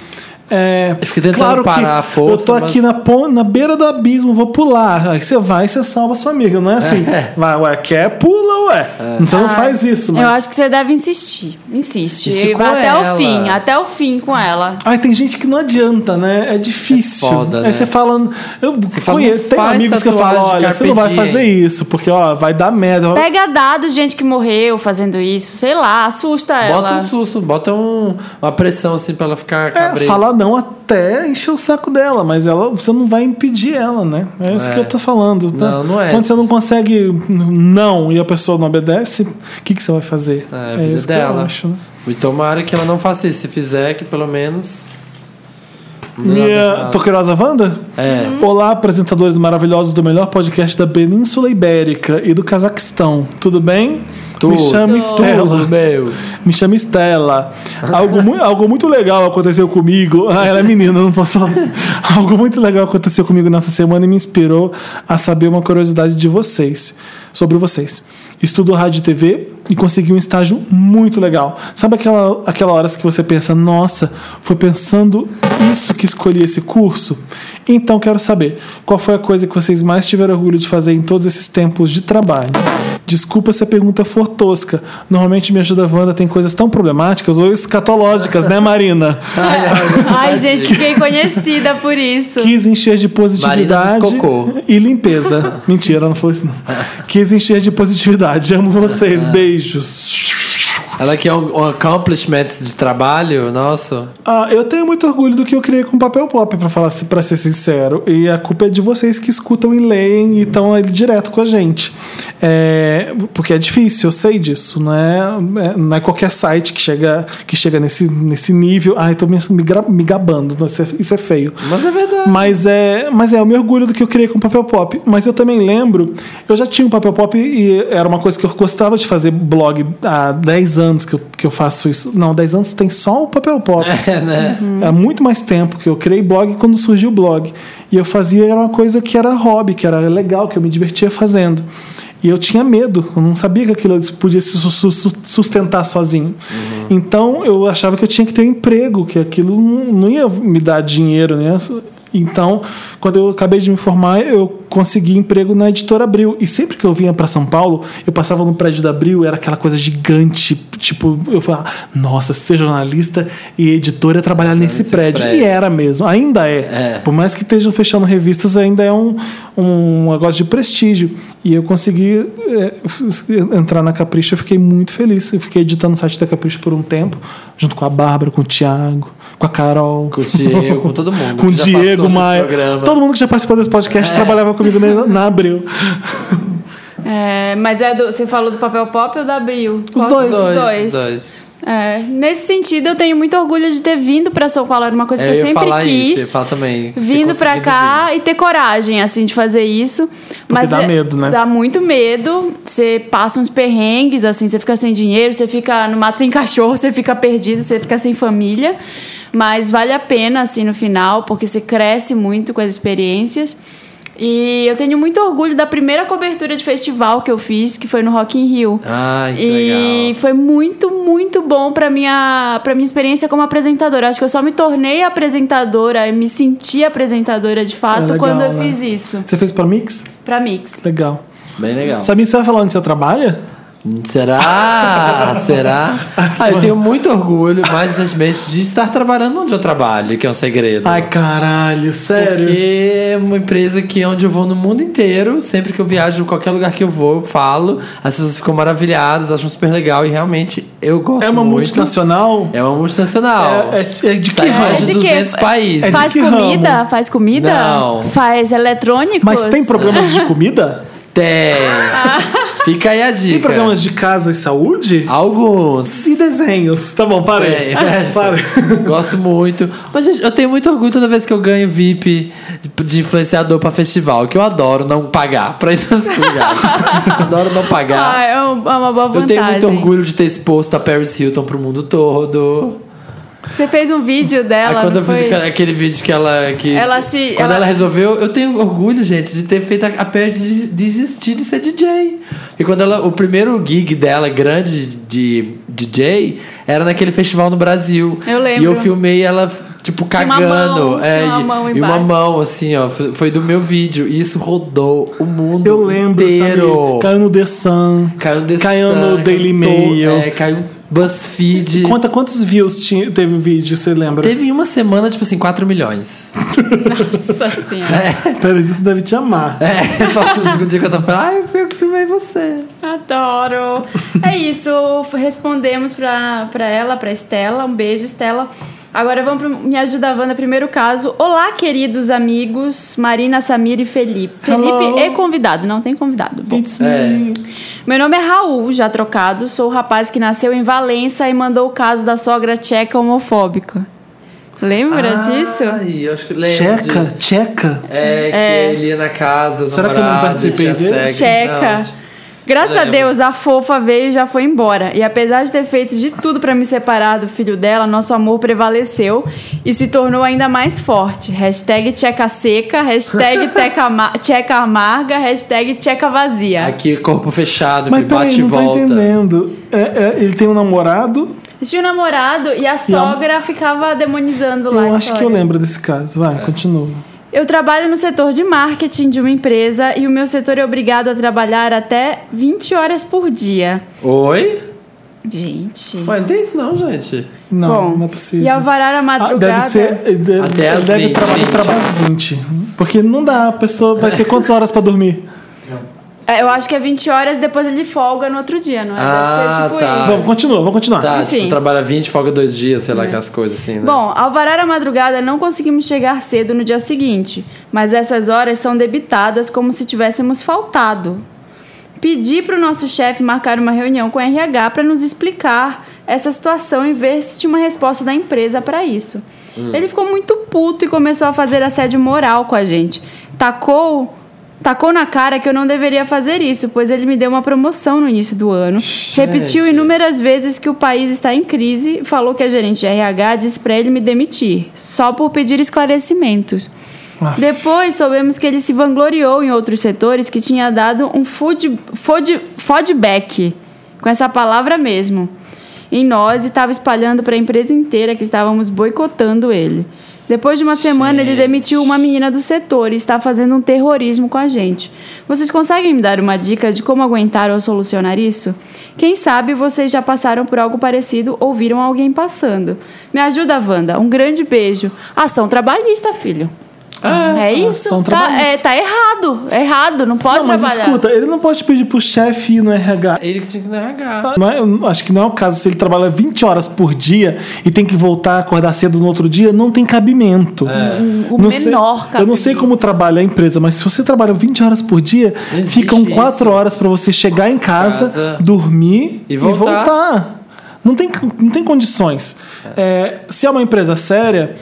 [SPEAKER 1] É,
[SPEAKER 3] Eu fiquei tentando
[SPEAKER 1] claro que
[SPEAKER 3] parar a força,
[SPEAKER 1] eu tô aqui
[SPEAKER 3] mas-
[SPEAKER 1] na, pon- na beira do abismo, vou pular. Aí você vai e você salva a sua amiga, não é assim?
[SPEAKER 3] É.
[SPEAKER 1] Vai, ué, quer, pula, ué. Você não
[SPEAKER 2] Ai,
[SPEAKER 1] faz isso, mas.
[SPEAKER 2] Ah, Eu acho que você deve insistir. Insiste.
[SPEAKER 3] Insiste
[SPEAKER 2] E
[SPEAKER 3] com
[SPEAKER 2] vai até
[SPEAKER 3] ela.
[SPEAKER 2] o fim, até o fim com ela.
[SPEAKER 1] Ai, tem gente que não adianta, né? É difícil.
[SPEAKER 3] É foda,
[SPEAKER 1] Aí
[SPEAKER 3] né?
[SPEAKER 1] você falando. Eu
[SPEAKER 3] fala,
[SPEAKER 1] conheço,
[SPEAKER 3] não
[SPEAKER 1] tem
[SPEAKER 3] faz
[SPEAKER 1] amigos que eu falo,
[SPEAKER 3] tatuagem de
[SPEAKER 1] olha, você não vai
[SPEAKER 3] carpe diem.
[SPEAKER 1] fazer isso, porque ó, vai dar merda. Eu falo,
[SPEAKER 2] Pega dado, gente que morreu fazendo isso, sei lá, assusta ela.
[SPEAKER 3] Bota um susto, bota um- uma pressão assim pra ela ficar
[SPEAKER 1] É,
[SPEAKER 3] cabreza.
[SPEAKER 1] falar não até encher o saco dela, mas ela, você não vai impedir ela, né? É isso
[SPEAKER 3] É.
[SPEAKER 1] que eu tô falando. né?
[SPEAKER 3] Não, não é.
[SPEAKER 1] Quando você não consegue não e a pessoa não obedece, o que, que você vai fazer?
[SPEAKER 3] É, a vida
[SPEAKER 1] isso que eu
[SPEAKER 3] dela.
[SPEAKER 1] acho, né?
[SPEAKER 3] E tomara que ela não faça isso. Se fizer, que pelo menos.
[SPEAKER 1] Minha Toqueirosa Wanda?
[SPEAKER 3] É.
[SPEAKER 1] Olá, apresentadores maravilhosos do melhor podcast da Península Ibérica e do Cazaquistão. Tudo bem? Me chamo Estela.
[SPEAKER 3] Tudo, meu.
[SPEAKER 1] Me chama Estela. Algo, mu- algo muito legal aconteceu comigo. Ah, ela é menina, não posso falar. Algo muito legal aconteceu comigo nessa semana e me inspirou a saber uma curiosidade de vocês, sobre vocês. Estudo rádio e TV e consegui um estágio muito legal. Sabe aquela, aquela hora que você pensa, nossa, foi pensando isso que escolhi esse curso? Então quero saber, qual foi a coisa que vocês mais tiveram orgulho de fazer em todos esses tempos de trabalho? Desculpa se a pergunta for tosca. Normalmente me ajuda Wanda tem coisas tão problemáticas ou escatológicas, né, Marina?
[SPEAKER 2] É. Ai, gente, fiquei conhecida por isso.
[SPEAKER 1] Quis encher de
[SPEAKER 3] Marina
[SPEAKER 1] positividade
[SPEAKER 3] dos cocô.
[SPEAKER 1] e limpeza. Mentira, ela não falou isso não. Quis encher de positividade. Amo vocês. Beijos.
[SPEAKER 3] Ela quer um, um accomplishment de trabalho nosso.
[SPEAKER 1] Ah, eu tenho muito orgulho do que eu criei com papel pop, pra falar, para ser sincero. E a culpa é de vocês que escutam e leem e estão ali direto com a gente. É, porque é difícil, eu sei disso, não é, é- não é qualquer site que chega, que chega nesse, nesse nível. Ai, tô me, me, gra- me gabando, não, isso é, isso é feio.
[SPEAKER 3] Mas é verdade.
[SPEAKER 1] Mas é, mas é, eu me orgulho do que eu criei com o papel pop. Mas eu também lembro, eu já tinha um papel pop e era uma coisa que eu gostava de fazer blog há 10 anos que eu, que eu faço isso. Não, 10 anos tem só o papel pop.
[SPEAKER 3] É, né?
[SPEAKER 1] Há muito mais tempo que eu criei blog quando surgiu o blog. E eu fazia era uma coisa que era hobby, que era legal, que eu me divertia fazendo. E eu tinha medo, eu não sabia que aquilo podia se su- su- su- sustentar sozinho. Então eu achava que eu tinha que ter um emprego, que aquilo não não ia me dar dinheiro, né? Então, quando eu acabei de me formar, eu consegui emprego na editora Abril. E sempre que eu vinha para São Paulo, eu passava no prédio da Abril, era aquela coisa gigante. Tipo, eu falava, nossa, ser jornalista e editora é trabalhar nesse prédio.
[SPEAKER 3] prédio.
[SPEAKER 1] E era mesmo, ainda é.
[SPEAKER 3] É.
[SPEAKER 1] Por mais que estejam fechando revistas, ainda é um, um negócio de prestígio. E eu consegui é, f- entrar na Capricho, eu fiquei muito feliz. Eu fiquei editando o site da Capricho por um tempo, junto com a Bárbara, com o Thiago, com a Carol
[SPEAKER 3] Com o Diego, com todo mundo.
[SPEAKER 1] com
[SPEAKER 3] que já passou
[SPEAKER 1] Diego
[SPEAKER 3] nesse
[SPEAKER 1] Maia.
[SPEAKER 3] programa. É.
[SPEAKER 1] Todo mundo que já participou desse podcast trabalhava comigo na, na Abril.
[SPEAKER 2] É, mas é do- você falou do papel pop ou da Abril? Qual
[SPEAKER 1] dois.
[SPEAKER 2] dos
[SPEAKER 3] Dois,
[SPEAKER 2] dois?
[SPEAKER 3] dois.
[SPEAKER 2] É, nesse sentido, eu tenho muito orgulho de ter vindo pra São Paulo. Era uma coisa
[SPEAKER 3] É,
[SPEAKER 2] que eu
[SPEAKER 3] eu ia
[SPEAKER 2] sempre
[SPEAKER 3] falar
[SPEAKER 2] quis.
[SPEAKER 3] isso, eu ia falar também. Ter
[SPEAKER 2] Vindo pra
[SPEAKER 3] conseguido
[SPEAKER 2] cá e ter coragem, assim, de fazer isso. mas
[SPEAKER 1] dá
[SPEAKER 2] é-
[SPEAKER 1] medo, né?
[SPEAKER 2] Dá muito medo. Você passa uns perrengues, assim, você fica sem dinheiro, você fica no mato sem cachorro, você fica perdido, você fica sem família. Mas vale a pena, assim, no final, porque você cresce muito com as experiências. E eu tenho muito orgulho da primeira cobertura de festival que eu fiz, que foi no Rock in Rio.
[SPEAKER 3] Ai, que
[SPEAKER 2] e
[SPEAKER 3] legal.
[SPEAKER 2] foi muito, muito bom pra minha, pra minha experiência como apresentadora. Acho que eu só me tornei apresentadora e me senti apresentadora de fato
[SPEAKER 1] É legal,
[SPEAKER 2] Ah, quando eu
[SPEAKER 1] né?
[SPEAKER 2] fiz isso
[SPEAKER 1] Você fez pra Mix?
[SPEAKER 2] pra Mix.
[SPEAKER 1] Legal.
[SPEAKER 3] Bem legal.
[SPEAKER 1] Samir, você vai falar onde você trabalha?
[SPEAKER 3] Será? Será? Ah, eu tenho muito orgulho, mais recentemente, de estar trabalhando onde eu trabalho, que é um segredo.
[SPEAKER 2] Ah,
[SPEAKER 1] Ai, caralho, sério.
[SPEAKER 3] Porque é uma empresa que é onde eu vou no mundo inteiro. Sempre que eu viajo, qualquer lugar que eu vou, eu falo. As pessoas ficam maravilhadas, acham super legal. E realmente, eu gosto muito.
[SPEAKER 1] É uma multinacional?
[SPEAKER 3] É uma multinacional.
[SPEAKER 1] É, é- é de que
[SPEAKER 3] Tá em
[SPEAKER 1] ramo?
[SPEAKER 3] mais
[SPEAKER 2] É
[SPEAKER 3] de
[SPEAKER 2] de quê?
[SPEAKER 3] 200 países.
[SPEAKER 1] É de
[SPEAKER 2] Faz
[SPEAKER 1] que ramo?
[SPEAKER 2] comida? Faz comida?
[SPEAKER 3] Não.
[SPEAKER 2] Faz eletrônicos?
[SPEAKER 1] Mas tem programas de comida?
[SPEAKER 3] Tem. Fica aí a dica. Ah.
[SPEAKER 1] Tem programas de casa e saúde?
[SPEAKER 3] Alguns.
[SPEAKER 1] E desenhos. Tá bom, para aí.
[SPEAKER 3] É, é,
[SPEAKER 1] Para.
[SPEAKER 3] Gosto muito. Mas, gente, eu tenho muito orgulho toda vez que eu ganho VIP de influenciador pra festival, que eu adoro não pagar pra ir nos lugares. adoro não pagar.
[SPEAKER 2] Ah, é um- é uma boa
[SPEAKER 3] eu
[SPEAKER 2] vantagem.
[SPEAKER 3] tenho muito orgulho de ter exposto a Paris Hilton pro mundo todo.
[SPEAKER 2] Você fez um vídeo
[SPEAKER 3] Aí
[SPEAKER 2] dela,
[SPEAKER 3] quando
[SPEAKER 2] não
[SPEAKER 3] eu fiz
[SPEAKER 2] foi?
[SPEAKER 3] aqua- aquele vídeo que ela. Que,
[SPEAKER 2] Ela se-
[SPEAKER 3] Quando ela...
[SPEAKER 2] ela-
[SPEAKER 3] resolveu, eu tenho orgulho, gente, de ter feito a, a Paris des- desistir de ser DJ. E quando ela. O primeiro gig dela, grande de DJ, era naquele festival no Brasil.
[SPEAKER 2] Eu lembro.
[SPEAKER 3] E eu filmei ela. Tipo,
[SPEAKER 2] Tinha uma
[SPEAKER 3] cagando.
[SPEAKER 2] mão,
[SPEAKER 3] é,
[SPEAKER 2] tinha uma
[SPEAKER 3] e-
[SPEAKER 2] mão
[SPEAKER 3] e uma
[SPEAKER 2] embaixo.
[SPEAKER 3] mão, assim, ó. f- Foi do meu vídeo. E isso rodou o mundo
[SPEAKER 1] Eu lembro,
[SPEAKER 3] inteiro.
[SPEAKER 1] Samir. Caiu no The Sun.
[SPEAKER 3] Caiu no The
[SPEAKER 1] Caiu
[SPEAKER 3] Sun,
[SPEAKER 1] no Daily
[SPEAKER 3] to-
[SPEAKER 1] Mail.
[SPEAKER 3] É, caiu no BuzzFeed.
[SPEAKER 1] Conta quantos views tinha- teve o vídeo, você lembra?
[SPEAKER 3] Teve em uma semana, tipo assim, 4 milhões.
[SPEAKER 2] Nossa senhora.
[SPEAKER 1] É, Peraí, isso deve te amar.
[SPEAKER 3] É, só o dia que eu tô falando, ai, fui eu que filmei você.
[SPEAKER 2] Adoro! É isso, respondemos pra, pra ela, pra Estela. Um beijo, Estela. Agora vamos pro Me Ajuda Wanda, primeiro caso. Olá, queridos amigos, Marina, Samir e Felipe.
[SPEAKER 1] Hello.
[SPEAKER 2] Felipe é convidado, não tem convidado. Bom.
[SPEAKER 1] It's me.
[SPEAKER 2] Meu nome é Raul, já trocado. Sou o rapaz que nasceu em Valença e mandou o caso da sogra tcheca homofóbica.
[SPEAKER 3] Ah,
[SPEAKER 2] Lembra disso?
[SPEAKER 3] Ai, eu acho que lembro
[SPEAKER 1] Tcheca,
[SPEAKER 3] disso.
[SPEAKER 1] tcheca.
[SPEAKER 3] É, que
[SPEAKER 2] É.
[SPEAKER 3] ele ia na casa do
[SPEAKER 1] Será que eu não
[SPEAKER 3] namorado,
[SPEAKER 1] participei
[SPEAKER 3] tinha
[SPEAKER 1] dele?
[SPEAKER 3] sexo.
[SPEAKER 2] Checa.
[SPEAKER 3] Não. tipo,
[SPEAKER 2] Graças a
[SPEAKER 3] Lembro.
[SPEAKER 2] Deus, a fofa veio e já foi embora. E apesar de ter feito de tudo pra me separar do filho dela, nosso amor prevaleceu e se tornou ainda mais forte. Hashtag tcheca seca, hashtag teca ama- tcheca amarga, hashtag tcheca vazia.
[SPEAKER 3] Aqui, corpo fechado,
[SPEAKER 1] Mas
[SPEAKER 3] que É, bate
[SPEAKER 1] peraí,
[SPEAKER 3] e
[SPEAKER 1] não tô
[SPEAKER 3] volta.
[SPEAKER 1] entendendo. É, é, ele tem um namorado?
[SPEAKER 2] Tinha um namorado e a sogra ficava demonizando lá.
[SPEAKER 1] eu
[SPEAKER 2] a
[SPEAKER 1] acho que eu
[SPEAKER 2] história.
[SPEAKER 3] É.
[SPEAKER 1] lembro desse caso. Vai, continua.
[SPEAKER 2] Eu trabalho no setor de marketing de uma empresa e o meu setor é obrigado a trabalhar até 20 horas por dia.
[SPEAKER 3] Oi?
[SPEAKER 2] Gente.
[SPEAKER 3] Ué, não tem isso não, gente.
[SPEAKER 1] Não,
[SPEAKER 2] Bom,
[SPEAKER 1] não é possível.
[SPEAKER 2] E ao varar a
[SPEAKER 1] Ah,
[SPEAKER 2] madrugada.
[SPEAKER 1] deve ser. eh, de-
[SPEAKER 3] Até às
[SPEAKER 1] deve
[SPEAKER 3] 20,
[SPEAKER 1] trabalhar
[SPEAKER 3] gente.
[SPEAKER 1] para as 20. Porque não dá, a pessoa vai ter quantas horas para dormir?
[SPEAKER 2] É, Eu acho que é 20 horas depois ele folga no outro dia, não é?
[SPEAKER 3] Ah,
[SPEAKER 2] deve ser tipo
[SPEAKER 3] tá.
[SPEAKER 2] isso.
[SPEAKER 1] Vamos, continua, vamos continuar.
[SPEAKER 3] Tá,
[SPEAKER 2] Enfim. É.
[SPEAKER 3] tipo, trabalha 20, folga dois dias, sei lá, aquelas coisas assim, né?
[SPEAKER 2] Bom, ao varar a madrugada, não conseguimos chegar cedo no dia seguinte, mas essas horas são debitadas como se tivéssemos faltado. Pedi para o nosso chefe marcar uma reunião com a RH para nos explicar essa situação e ver se tinha uma resposta da empresa para isso. Ele ficou muito puto e começou a fazer assédio moral com a gente. Tacou, tacou na cara que eu não deveria fazer isso, pois ele me deu uma promoção no início do ano. Repetiu
[SPEAKER 3] Gente.
[SPEAKER 2] inúmeras inúmeras vezes que o país está em crise, falou que a gerente de RH disse para ele me demitir, só por pedir esclarecimentos.
[SPEAKER 1] Ah,
[SPEAKER 2] Depois soubemos que ele se vangloriou em outros setores que tinha dado um food, food, feedback, com essa palavra mesmo, em nós e estava espalhando para a empresa inteira que estávamos boicotando ele. Depois de uma semana, ele demitiu uma menina do setor e está fazendo um terrorismo com a gente. Vocês conseguem me dar uma dica de como aguentar ou solucionar isso? Quem sabe vocês já passaram por algo parecido ou viram alguém passando. Me ajuda, Wanda. Um grande beijo. Ação trabalhista, filho.
[SPEAKER 1] Ah,
[SPEAKER 2] é isso?
[SPEAKER 1] ação
[SPEAKER 2] Tá,
[SPEAKER 1] trabalhista.
[SPEAKER 2] é, tá errado. É errado. Não pode
[SPEAKER 1] Não, mas
[SPEAKER 2] trabalhar.
[SPEAKER 1] escuta, ele não pode pedir pro chefe ir no RH.
[SPEAKER 3] Ele que tinha que ir no RH.
[SPEAKER 1] Não é- eu acho que não é o caso se ele trabalha 20 horas por dia e tem que voltar a acordar cedo no outro dia, não tem cabimento.
[SPEAKER 3] É.
[SPEAKER 2] Hum, O
[SPEAKER 1] Não sei-
[SPEAKER 2] menor, cara.
[SPEAKER 1] Eu não sei como trabalha a empresa, mas se você trabalha 20 horas por dia,
[SPEAKER 3] Existe
[SPEAKER 1] ficam 4
[SPEAKER 3] isso.
[SPEAKER 1] horas pra você chegar em casa,
[SPEAKER 3] Casa.
[SPEAKER 1] dormir
[SPEAKER 3] E voltar.
[SPEAKER 1] Não tem, não tem condições. É, se é uma empresa séria,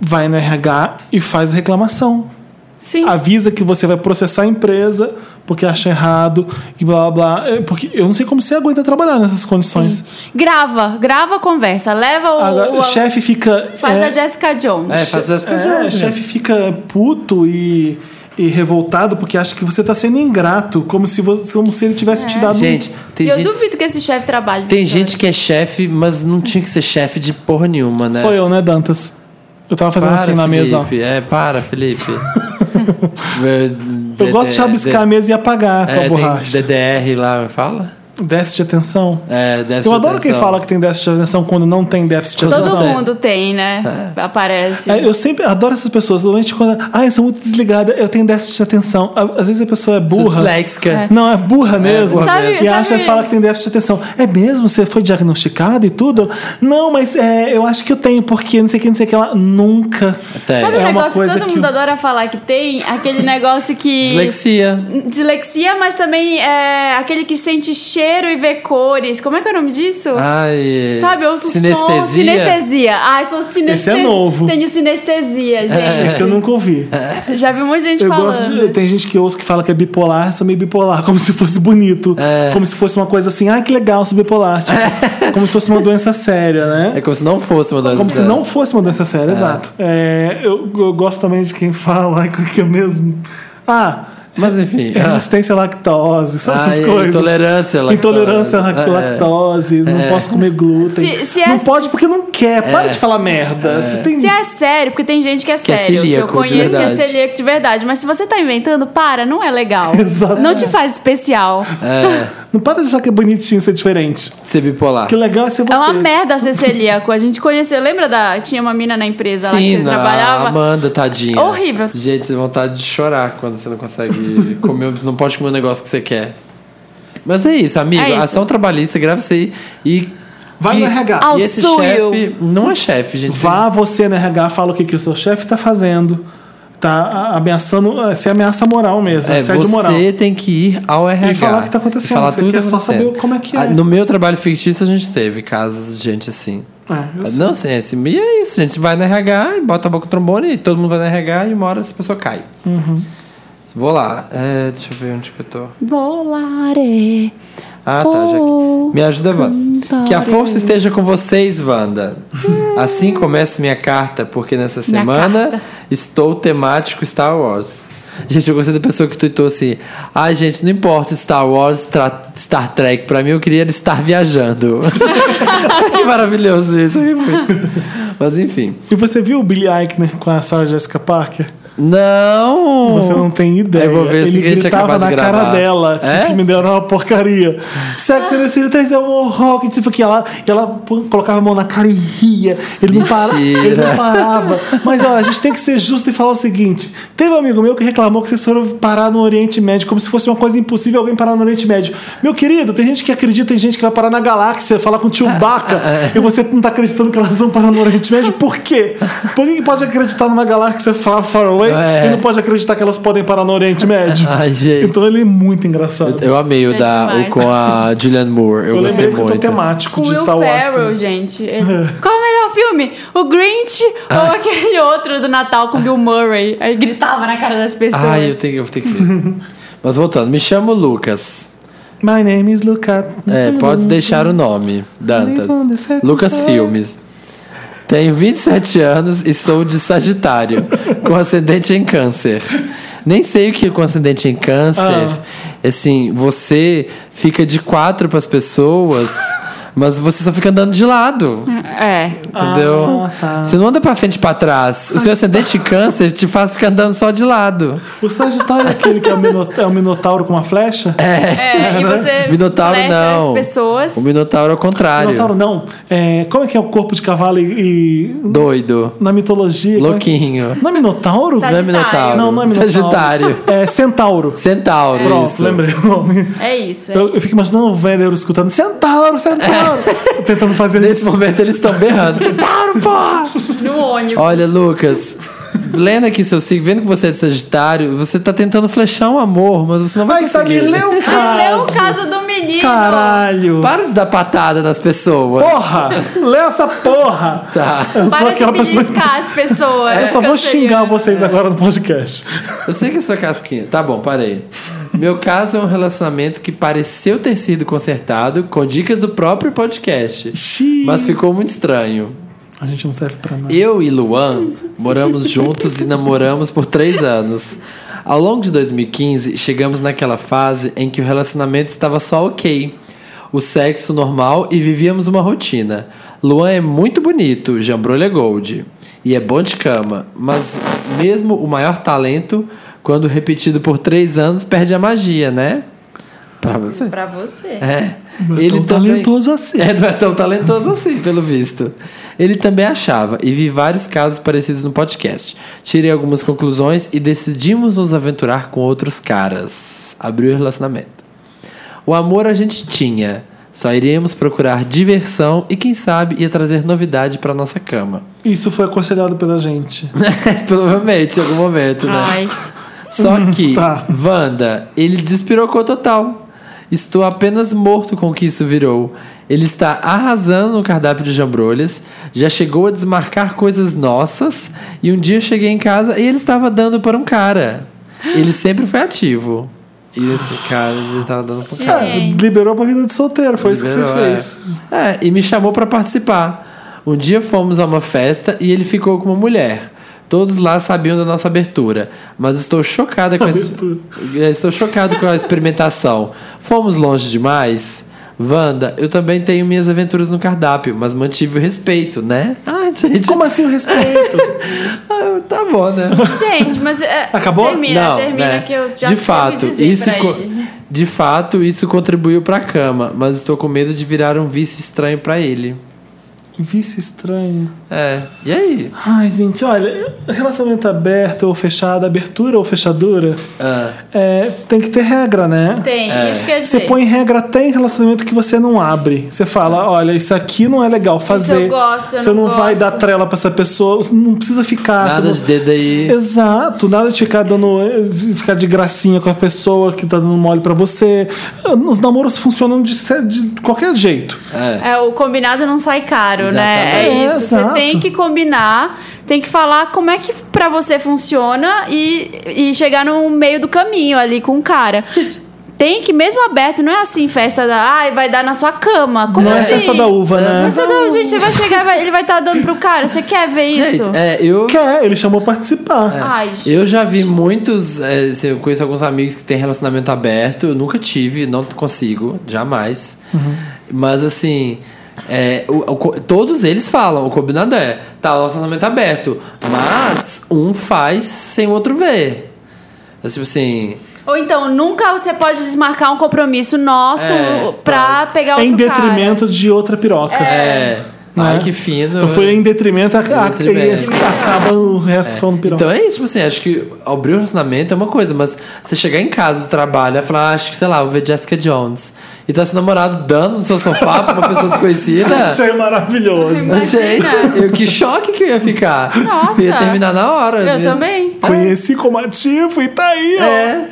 [SPEAKER 1] vai no RH e faz a reclamação.
[SPEAKER 2] Sim.
[SPEAKER 1] Avisa que você vai processar a empresa porque acha errado e blá blá blá. É, Porque eu não sei como você aguenta trabalhar nessas condições.
[SPEAKER 2] Grava, grava a conversa. Leva o.
[SPEAKER 1] Agora,
[SPEAKER 2] o-
[SPEAKER 1] o chefe fica.
[SPEAKER 2] Faz
[SPEAKER 1] é,
[SPEAKER 2] a Jessica Jones.
[SPEAKER 3] É, faz as coisas.
[SPEAKER 1] É, o
[SPEAKER 3] né?
[SPEAKER 1] chefe fica puto e, e revoltado porque acha que você tá sendo ingrato, como se, você, como se ele
[SPEAKER 2] É.
[SPEAKER 1] tivesse te dado. um-
[SPEAKER 3] Gente, né? tem
[SPEAKER 2] E eu
[SPEAKER 3] gente,
[SPEAKER 2] duvido que esse chefe trabalhe.
[SPEAKER 3] tem
[SPEAKER 2] 20
[SPEAKER 3] gente
[SPEAKER 2] horas.
[SPEAKER 3] que é chefe, mas não tinha que ser chefe de porra nenhuma, né?
[SPEAKER 1] Sou eu, né, Dantas? Eu tava fazendo assim na mesa. ó.
[SPEAKER 3] Felipe. É, para, Felipe.
[SPEAKER 1] Eu gosto de rabiscar a mesa e apagar
[SPEAKER 3] É,
[SPEAKER 1] com a borracha.
[SPEAKER 3] DDR lá, fala?
[SPEAKER 1] Déficit de atenção.
[SPEAKER 3] É, deve
[SPEAKER 1] Eu adoro quem fala que tem déficit de atenção quando não tem déficit de
[SPEAKER 3] Todo
[SPEAKER 1] atenção.
[SPEAKER 2] Todo
[SPEAKER 3] Não.
[SPEAKER 2] mundo tem, né? Aparece.
[SPEAKER 1] É, eu sempre adoro essas pessoas, somente quando. Ah, eu sou muito desligada, eu tenho déficit de atenção. À- Às vezes a pessoa é burra.
[SPEAKER 3] Disléxica.
[SPEAKER 1] Não, é burra mesmo.
[SPEAKER 3] burra
[SPEAKER 2] Sabe- mesmo.
[SPEAKER 1] e acha
[SPEAKER 2] sabe-
[SPEAKER 1] e fala que tem déficit de atenção. É mesmo? Você foi diagnosticado e tudo? Não, mas é, eu acho que eu tenho, porque não sei o que, não sei o que lá. Nunca.
[SPEAKER 3] Tem.
[SPEAKER 2] Sabe
[SPEAKER 1] é
[SPEAKER 2] o
[SPEAKER 1] uma
[SPEAKER 2] negócio que
[SPEAKER 1] coisa
[SPEAKER 2] todo
[SPEAKER 1] que-
[SPEAKER 2] mundo adora falar que tem? Aquele negócio que.
[SPEAKER 3] Dislexia.
[SPEAKER 2] Dislexia, mas também é aquele que sente cheiro e vê cores. Como é que é o nome disso?
[SPEAKER 3] Ai,
[SPEAKER 2] Sabe, eu ouço
[SPEAKER 3] Ah, sinestesia.
[SPEAKER 2] som. Sinestesia. Ah, sou
[SPEAKER 1] Esse
[SPEAKER 2] sinestesia.
[SPEAKER 1] é novo.
[SPEAKER 2] Tenho
[SPEAKER 3] É.
[SPEAKER 2] sinestesia, gente.
[SPEAKER 1] Esse eu nunca ouvi.
[SPEAKER 2] Já vi um monte de gente
[SPEAKER 1] Eu
[SPEAKER 2] falando.
[SPEAKER 1] gosto de- tem gente que ouça que fala que é bipolar, sou meio bipolar, como se fosse bonito.
[SPEAKER 3] É.
[SPEAKER 1] Como se fosse uma coisa assim, ah, que legal, sou bipolar. Tipo, Como se fosse uma doença séria, né?
[SPEAKER 3] É como se não fosse uma doença.
[SPEAKER 1] Como se não fosse uma doença séria, exato. É, eu, eu gosto também de quem fala que é mesmo. Ah,
[SPEAKER 3] Mas enfim.
[SPEAKER 1] É resistência à lactose, sabe
[SPEAKER 3] Ah,
[SPEAKER 1] essas
[SPEAKER 3] é
[SPEAKER 1] coisas?
[SPEAKER 3] intolerância à lactose.
[SPEAKER 1] Intolerância à lac-
[SPEAKER 3] É.
[SPEAKER 1] lactose, não posso comer glúten.
[SPEAKER 2] Se- se é
[SPEAKER 1] não
[SPEAKER 2] assim-
[SPEAKER 1] pode porque não quer. Para de falar merda. Você tem...
[SPEAKER 2] Se é sério, porque tem gente que é
[SPEAKER 3] é
[SPEAKER 2] sério.
[SPEAKER 3] celíaco,
[SPEAKER 2] eu
[SPEAKER 3] de
[SPEAKER 2] conheço que é
[SPEAKER 3] verdade.
[SPEAKER 2] celíaco de verdade. Mas se você tá inventando, para, não é legal.
[SPEAKER 1] Exatamente.
[SPEAKER 2] Não te faz especial.
[SPEAKER 1] Não para de achar que é bonitinho ser diferente.
[SPEAKER 3] é. Ser bipolar.
[SPEAKER 1] Que legal é ser você.
[SPEAKER 2] É uma merda ser celíaco. A gente conheceu, lembra da. Tinha uma mina na empresa lá que
[SPEAKER 3] Sim,
[SPEAKER 2] você
[SPEAKER 3] na-
[SPEAKER 2] trabalhava?
[SPEAKER 3] Amanda, tadinha.
[SPEAKER 2] Horrível.
[SPEAKER 3] Gente, dá vontade de chorar quando você não consegue comer, não pode comer o negócio que você quer. Mas é isso, amigo.
[SPEAKER 2] É isso.
[SPEAKER 3] Ação trabalhista, grava isso aí. E.
[SPEAKER 1] Vai
[SPEAKER 3] que-
[SPEAKER 1] no RH.
[SPEAKER 2] Ao
[SPEAKER 3] E esse
[SPEAKER 2] sul,
[SPEAKER 3] chefe não é chefe, gente.
[SPEAKER 1] Vá você no RH, fala o que, que o seu chefe tá fazendo. Tá a- ameaçando. Isso é ameaça moral mesmo, é,
[SPEAKER 3] É,
[SPEAKER 1] assédio
[SPEAKER 3] você
[SPEAKER 1] moral.
[SPEAKER 3] tem que ir ao RH.
[SPEAKER 1] falar o que tá acontecendo,
[SPEAKER 3] Falar
[SPEAKER 1] você
[SPEAKER 3] tudo
[SPEAKER 1] quer
[SPEAKER 3] que tá
[SPEAKER 1] só saber
[SPEAKER 3] acontecendo.
[SPEAKER 1] como é que é.
[SPEAKER 3] Ah, No meu trabalho fictício, a gente teve casos de gente assim.
[SPEAKER 1] É, eu sei.
[SPEAKER 3] Não, assim, assim, e é isso. A gente vai na RH, e bota a boca no trombone, e todo mundo vai na RH e uma hora essa pessoa cai.
[SPEAKER 2] Uhum.
[SPEAKER 3] Vou lá. É, deixa eu ver onde que eu tô.
[SPEAKER 2] Volare.
[SPEAKER 3] Ah, tá, já
[SPEAKER 2] Oh,
[SPEAKER 3] aqui. Me ajuda, Wanda.
[SPEAKER 2] cantarei.
[SPEAKER 3] Que a força esteja com vocês, Wanda. Assim começa minha carta, porque nessa
[SPEAKER 2] Hum. Minha
[SPEAKER 3] semana
[SPEAKER 2] carta.
[SPEAKER 3] estou temático Star Wars. Gente, eu gostei da pessoa que tuitou assim. Ai, gente, não importa Star Wars, tra- Star Trek. Pra mim, eu queria estar viajando. que maravilhoso isso. eu ri muito. Mas enfim.
[SPEAKER 1] E você viu o Billy Eichner com a Sarah Jessica Parker?
[SPEAKER 3] Não!
[SPEAKER 1] Você não tem ideia.
[SPEAKER 3] Eu vou ver se
[SPEAKER 1] Ele
[SPEAKER 3] a gente é
[SPEAKER 1] gritava
[SPEAKER 3] capaz de
[SPEAKER 1] na
[SPEAKER 3] gravar.
[SPEAKER 1] cara dela que
[SPEAKER 3] É?
[SPEAKER 1] o filme dela era uma porcaria. Sexo and the City 3 é um horror, que tipo que ela, ela pô, colocava a mão na cara e ria. Ele não, para,
[SPEAKER 3] Mentira.
[SPEAKER 1] ele não parava. Mas olha, a gente tem que ser justo e falar o seguinte: teve um amigo meu que reclamou que vocês foram parar no Oriente Médio, como se fosse uma coisa impossível alguém parar no Oriente Médio. Meu querido, tem gente que acredita, tem gente que vai parar na galáxia, falar com o
[SPEAKER 3] Ah,
[SPEAKER 1] tio Baca, e você não tá acreditando que elas vão parar no Oriente Médio, por quê? Por que que pode acreditar numa galáxia far, far away?
[SPEAKER 3] É.
[SPEAKER 1] E não pode acreditar que elas podem parar no Oriente Médio.
[SPEAKER 3] Ai, gente.
[SPEAKER 1] Então ele é muito engraçado.
[SPEAKER 3] Eu amei o,
[SPEAKER 2] É
[SPEAKER 3] da, o
[SPEAKER 2] demais.
[SPEAKER 3] com a Julianne Moore. Eu,
[SPEAKER 1] Eu
[SPEAKER 3] gostei
[SPEAKER 1] lembrei porque eu tô
[SPEAKER 3] muito.
[SPEAKER 1] temático
[SPEAKER 2] O
[SPEAKER 1] de
[SPEAKER 2] Will
[SPEAKER 1] Star Wars.
[SPEAKER 2] Ferrell,
[SPEAKER 1] também.
[SPEAKER 2] gente. ele- Qual é o melhor filme? O Grinch ou
[SPEAKER 3] Ah.
[SPEAKER 2] aquele outro do Natal com Bill Murray? Aí gritava na cara das pessoas.
[SPEAKER 3] Ai, eu tenho, eu tenho que ver. Mas voltando, me chamo Lucas.
[SPEAKER 1] My name is Luca.
[SPEAKER 3] É, pode deixar o nome, Dantas. Lucas Filmes. Tenho 27 anos e sou de Sagitário, com ascendente em câncer. Nem sei o que é com ascendente em câncer.
[SPEAKER 1] Ah.
[SPEAKER 3] Assim, você fica de quatro pras pessoas, mas você só fica andando de lado.
[SPEAKER 2] É.
[SPEAKER 3] Entendeu?
[SPEAKER 1] Ah, tá.
[SPEAKER 3] Você não anda pra frente e pra trás. O seu ascendente em câncer te faz ficar andando só de lado.
[SPEAKER 1] O Sagitário é aquele que é o mino- é o Minotauro com uma flecha? É,
[SPEAKER 2] É, e você
[SPEAKER 3] Minotauro
[SPEAKER 2] flecha
[SPEAKER 3] não.
[SPEAKER 2] as pessoas.
[SPEAKER 3] O Minotauro é o contrário.
[SPEAKER 1] Minotauro não. É, como é que é o corpo de cavalo e. e-
[SPEAKER 3] Doido.
[SPEAKER 1] na mitologia? como é que-
[SPEAKER 3] Louquinho.
[SPEAKER 1] Não é Minotauro?
[SPEAKER 3] Não é Minotauro.
[SPEAKER 1] Não, não é Minotauro.
[SPEAKER 3] Sagitário.
[SPEAKER 1] É Centauro.
[SPEAKER 3] Centauro.
[SPEAKER 1] Pronto,
[SPEAKER 3] isso.
[SPEAKER 1] É lembrei o nome.
[SPEAKER 2] É isso. É.
[SPEAKER 1] Eu, eu fico imaginando o Vénero escutando Centauro, Centauro. Tentando fazer
[SPEAKER 3] É. Nesse
[SPEAKER 1] isso.
[SPEAKER 3] momento eles estão berrando. Centauro, porra!
[SPEAKER 2] No ônibus.
[SPEAKER 3] Olha, Lucas. Lendo aqui seu signo, vendo que você é de Sagitário, você tá tentando flechar um amor, mas você não vai
[SPEAKER 1] Vai,
[SPEAKER 3] conseguir.
[SPEAKER 1] Samir, lê um
[SPEAKER 2] Ah, leu
[SPEAKER 1] caso.
[SPEAKER 2] o caso do menino.
[SPEAKER 1] Caralho.
[SPEAKER 3] Para de dar patada nas pessoas.
[SPEAKER 1] Porra! Lê essa porra!
[SPEAKER 3] Tá.
[SPEAKER 1] Eu sou
[SPEAKER 2] Para de É,
[SPEAKER 1] aquela pessoa.
[SPEAKER 2] beliscar as pessoas.
[SPEAKER 1] Eu só vou
[SPEAKER 2] canceriana.
[SPEAKER 1] xingar vocês agora no podcast.
[SPEAKER 3] Eu sei que é sua casquinha. Tá bom, parei. Meu caso é um relacionamento que pareceu ter sido consertado com dicas do próprio podcast.
[SPEAKER 1] Xiii.
[SPEAKER 3] Mas ficou muito estranho.
[SPEAKER 1] A gente não serve pra nada.
[SPEAKER 3] Eu e Luan moramos juntos e namoramos por três anos. Ao longo de 2015, chegamos naquela fase em que o relacionamento estava só ok. O sexo normal e vivíamos uma rotina. Luan é muito bonito, jambrolha gold. E é bom de cama, mas mesmo o maior talento, quando repetido por três anos, perde a magia, né? Pra você.
[SPEAKER 2] Pra você.
[SPEAKER 3] É.
[SPEAKER 1] Não é
[SPEAKER 3] ele
[SPEAKER 1] tão
[SPEAKER 3] também...
[SPEAKER 1] talentoso assim.
[SPEAKER 3] É, não é tão talentoso assim, pelo visto. Ele também achava, e vi vários casos parecidos no podcast. Tirei algumas conclusões e decidimos nos aventurar com outros caras. Abriu o relacionamento. O amor a gente tinha. Só iríamos procurar diversão e, quem sabe, ia trazer novidade pra nossa cama.
[SPEAKER 1] Isso foi aconselhado pela gente.
[SPEAKER 3] Provavelmente, em algum momento, né?
[SPEAKER 2] Ai.
[SPEAKER 3] Só que,
[SPEAKER 1] Tá.
[SPEAKER 3] Wanda, ele despirocou total. Estou apenas morto com o que isso virou. Ele está arrasando no cardápio de jambrolhas, já chegou a desmarcar coisas nossas, e um dia eu cheguei em casa e ele estava dando para um cara. Ele sempre foi ativo. E esse cara ele estava dando para um cara.
[SPEAKER 1] É, liberou pra vida de solteiro, foi isso que você
[SPEAKER 3] Liberou, é.
[SPEAKER 1] fez.
[SPEAKER 3] É, e me chamou pra participar. Um dia fomos a uma festa e ele ficou com uma mulher. Todos lá sabiam da nossa abertura, mas estou chocada com a,
[SPEAKER 1] Abertura.
[SPEAKER 3] É, estou chocado com a experimentação. Fomos longe demais. Wanda, eu também tenho minhas aventuras no cardápio, mas mantive o respeito, né? Ah, gente,
[SPEAKER 1] Como assim o respeito?
[SPEAKER 3] ah, tá bom, né?
[SPEAKER 2] Gente, mas. é,
[SPEAKER 1] Acabou?
[SPEAKER 2] Termina,
[SPEAKER 3] Não,
[SPEAKER 2] termina
[SPEAKER 3] né?
[SPEAKER 2] que eu
[SPEAKER 3] de
[SPEAKER 2] já sei o que
[SPEAKER 3] fato,
[SPEAKER 2] dizer
[SPEAKER 3] isso
[SPEAKER 2] pra
[SPEAKER 3] co-
[SPEAKER 2] ele.
[SPEAKER 3] de fato isso contribuiu pra cama, mas estou com medo de virar um vício estranho pra ele.
[SPEAKER 1] Vício estranho.
[SPEAKER 3] É. E aí?
[SPEAKER 1] Ai, gente, olha, relacionamento aberto ou fechado, abertura ou fechadura,
[SPEAKER 3] Ah,
[SPEAKER 1] é, tem que ter regra, né?
[SPEAKER 2] Tem, isso quer dizer.
[SPEAKER 1] Você põe regra até em relacionamento que você não abre. Você fala, olha, isso aqui não é legal fazer.
[SPEAKER 2] eu gosto, eu
[SPEAKER 1] você
[SPEAKER 2] não
[SPEAKER 1] não, vai
[SPEAKER 2] gosto.
[SPEAKER 1] dar trela pra essa pessoa, você não precisa ficar.
[SPEAKER 3] Nada
[SPEAKER 1] você não-
[SPEAKER 3] de dedo aí.
[SPEAKER 1] Exato, nada de ficar dando. eh, ficar de gracinha com a pessoa que tá dando mole pra você. Os namoros funcionam de, ce- de qualquer jeito.
[SPEAKER 3] é.
[SPEAKER 2] É, o combinado não sai caro,
[SPEAKER 3] Exatamente.
[SPEAKER 2] né? É
[SPEAKER 1] É,
[SPEAKER 2] isso. Você
[SPEAKER 1] exato.
[SPEAKER 2] tem que combinar, tem que falar como é que pra você funciona e, e chegar no meio do caminho ali com o cara. Tem que, mesmo aberto, não é assim festa da. Ai, vai dar na sua cama. Como
[SPEAKER 1] não é
[SPEAKER 2] assim? é-
[SPEAKER 1] festa da uva, né?
[SPEAKER 2] Festa da uva, gente, você vai chegar, e vai- ele vai estar dando pro cara. Você quer ver
[SPEAKER 3] Gente,
[SPEAKER 2] isso?
[SPEAKER 3] é, eu,
[SPEAKER 1] Quer, ele chamou
[SPEAKER 3] É.
[SPEAKER 1] participar.
[SPEAKER 2] Ai, gente.
[SPEAKER 3] eu já vi muitos. é, assim, eu conheço alguns amigos que têm relacionamento aberto. Eu nunca tive, não consigo, jamais. Mas assim. É, o- o co- todos eles falam, o combinado é, tá, o nosso orçamento é aberto, mas um faz sem o outro ver. É tipo assim,
[SPEAKER 2] Ou então, nunca você pode desmarcar um compromisso nosso
[SPEAKER 3] É,
[SPEAKER 2] pra pegar Ah, outro
[SPEAKER 1] em
[SPEAKER 2] cara.
[SPEAKER 1] detrimento de outra piroca.
[SPEAKER 3] é. Ai,
[SPEAKER 1] Né?
[SPEAKER 3] que fino.
[SPEAKER 1] Eu fui em detrimento, a, a,
[SPEAKER 3] detrimento.
[SPEAKER 1] e acaba o resto falando piroca.
[SPEAKER 3] Então é isso, tipo assim, acho que abrir o relacionamento é uma coisa, mas você chegar em casa do trabalho e falar, ah, acho que, sei lá, vou ver Jessica Jones. E tá seu namorado dando no seu sofá pra uma pessoa desconhecida.
[SPEAKER 1] Achei maravilhoso.
[SPEAKER 2] Imagina.
[SPEAKER 3] Gente, eu, que choque que eu ia ficar.
[SPEAKER 2] Nossa.
[SPEAKER 3] Eu ia terminar na hora.
[SPEAKER 2] Eu
[SPEAKER 3] né?
[SPEAKER 2] também.
[SPEAKER 1] Conheci como ativo e tá aí, ó.
[SPEAKER 3] É.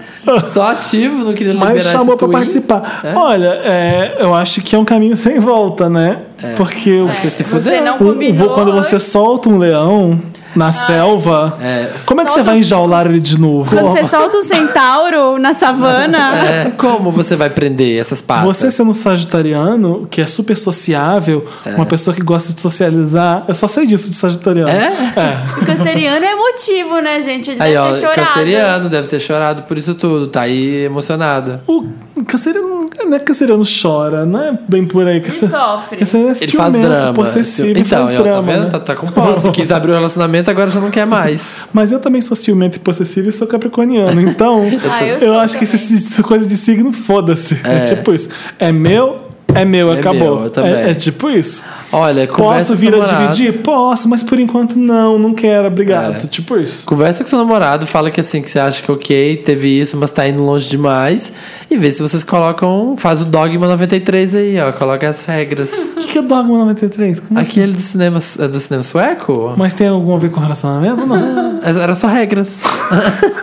[SPEAKER 3] Só ativo, não queria liberar
[SPEAKER 1] Mas chamou
[SPEAKER 3] esse
[SPEAKER 1] pra
[SPEAKER 3] twin.
[SPEAKER 1] participar. Olha, é, eu acho que é um caminho sem volta, né? Porque o-
[SPEAKER 3] É. Acho que se
[SPEAKER 2] Você
[SPEAKER 3] fudeu.
[SPEAKER 2] não
[SPEAKER 1] o-
[SPEAKER 2] combinou.
[SPEAKER 1] quando você
[SPEAKER 2] antes.
[SPEAKER 1] solta um leão na selva,
[SPEAKER 3] É.
[SPEAKER 1] como é que você
[SPEAKER 2] Solta- um
[SPEAKER 1] vai enjaular ele de novo?
[SPEAKER 2] Quando você solta um centauro na savana.
[SPEAKER 3] É, como você vai prender essas partes?
[SPEAKER 1] Você sendo um sagitariano, que é super sociável, uma pessoa que gosta de socializar, eu só sei disso de sagitariano.
[SPEAKER 3] É?
[SPEAKER 2] O canceriano é emotivo, né, gente? Ele
[SPEAKER 3] Aí,
[SPEAKER 2] deve
[SPEAKER 3] ó,
[SPEAKER 2] ter chorado.
[SPEAKER 3] canceriano deve ter chorado por isso tudo. Tá aí emocionado.
[SPEAKER 1] O canceriano, não é que canceriano chora, não é bem por aí. Ele
[SPEAKER 2] sofre.
[SPEAKER 1] Canceriano é
[SPEAKER 3] Ele faz
[SPEAKER 1] ciumento,
[SPEAKER 3] drama.
[SPEAKER 1] possessivo, ele
[SPEAKER 3] então,
[SPEAKER 1] faz
[SPEAKER 3] ó,
[SPEAKER 1] drama.
[SPEAKER 3] tá vendo?
[SPEAKER 1] né?
[SPEAKER 3] Tá, tá com posse. Quis abrir o relacionamento, agora já não quer mais.
[SPEAKER 1] Mas eu também sou ciumento e possessivo e sou capricorniano. Então,
[SPEAKER 2] Ah, eu
[SPEAKER 1] eu,
[SPEAKER 2] sou
[SPEAKER 1] acho que
[SPEAKER 2] também.
[SPEAKER 1] esse- essa coisa de signo, foda-se. É.
[SPEAKER 3] É.
[SPEAKER 1] tipo isso. É meu, é meu,
[SPEAKER 3] É
[SPEAKER 1] acabou.
[SPEAKER 3] meu, eu também.
[SPEAKER 1] é, é tipo isso.
[SPEAKER 3] Olha, conversa
[SPEAKER 1] Posso
[SPEAKER 3] com
[SPEAKER 1] vir
[SPEAKER 3] seu
[SPEAKER 1] a
[SPEAKER 3] namorado.
[SPEAKER 1] dividir? Posso, mas por enquanto não, não quero, obrigado.
[SPEAKER 3] É.
[SPEAKER 1] Tipo isso.
[SPEAKER 3] Conversa com seu namorado, fala que assim, que você acha que ok, teve isso, mas tá indo longe demais. E vê se vocês colocam. Faz o Dogma 93 aí, ó. Coloca as regras.
[SPEAKER 1] O que que é Dogma 93? Como assim?
[SPEAKER 3] Aquele do cinema, é do cinema sueco?
[SPEAKER 1] Mas tem algum a ver com relacionamento ou não?
[SPEAKER 3] Era só regras.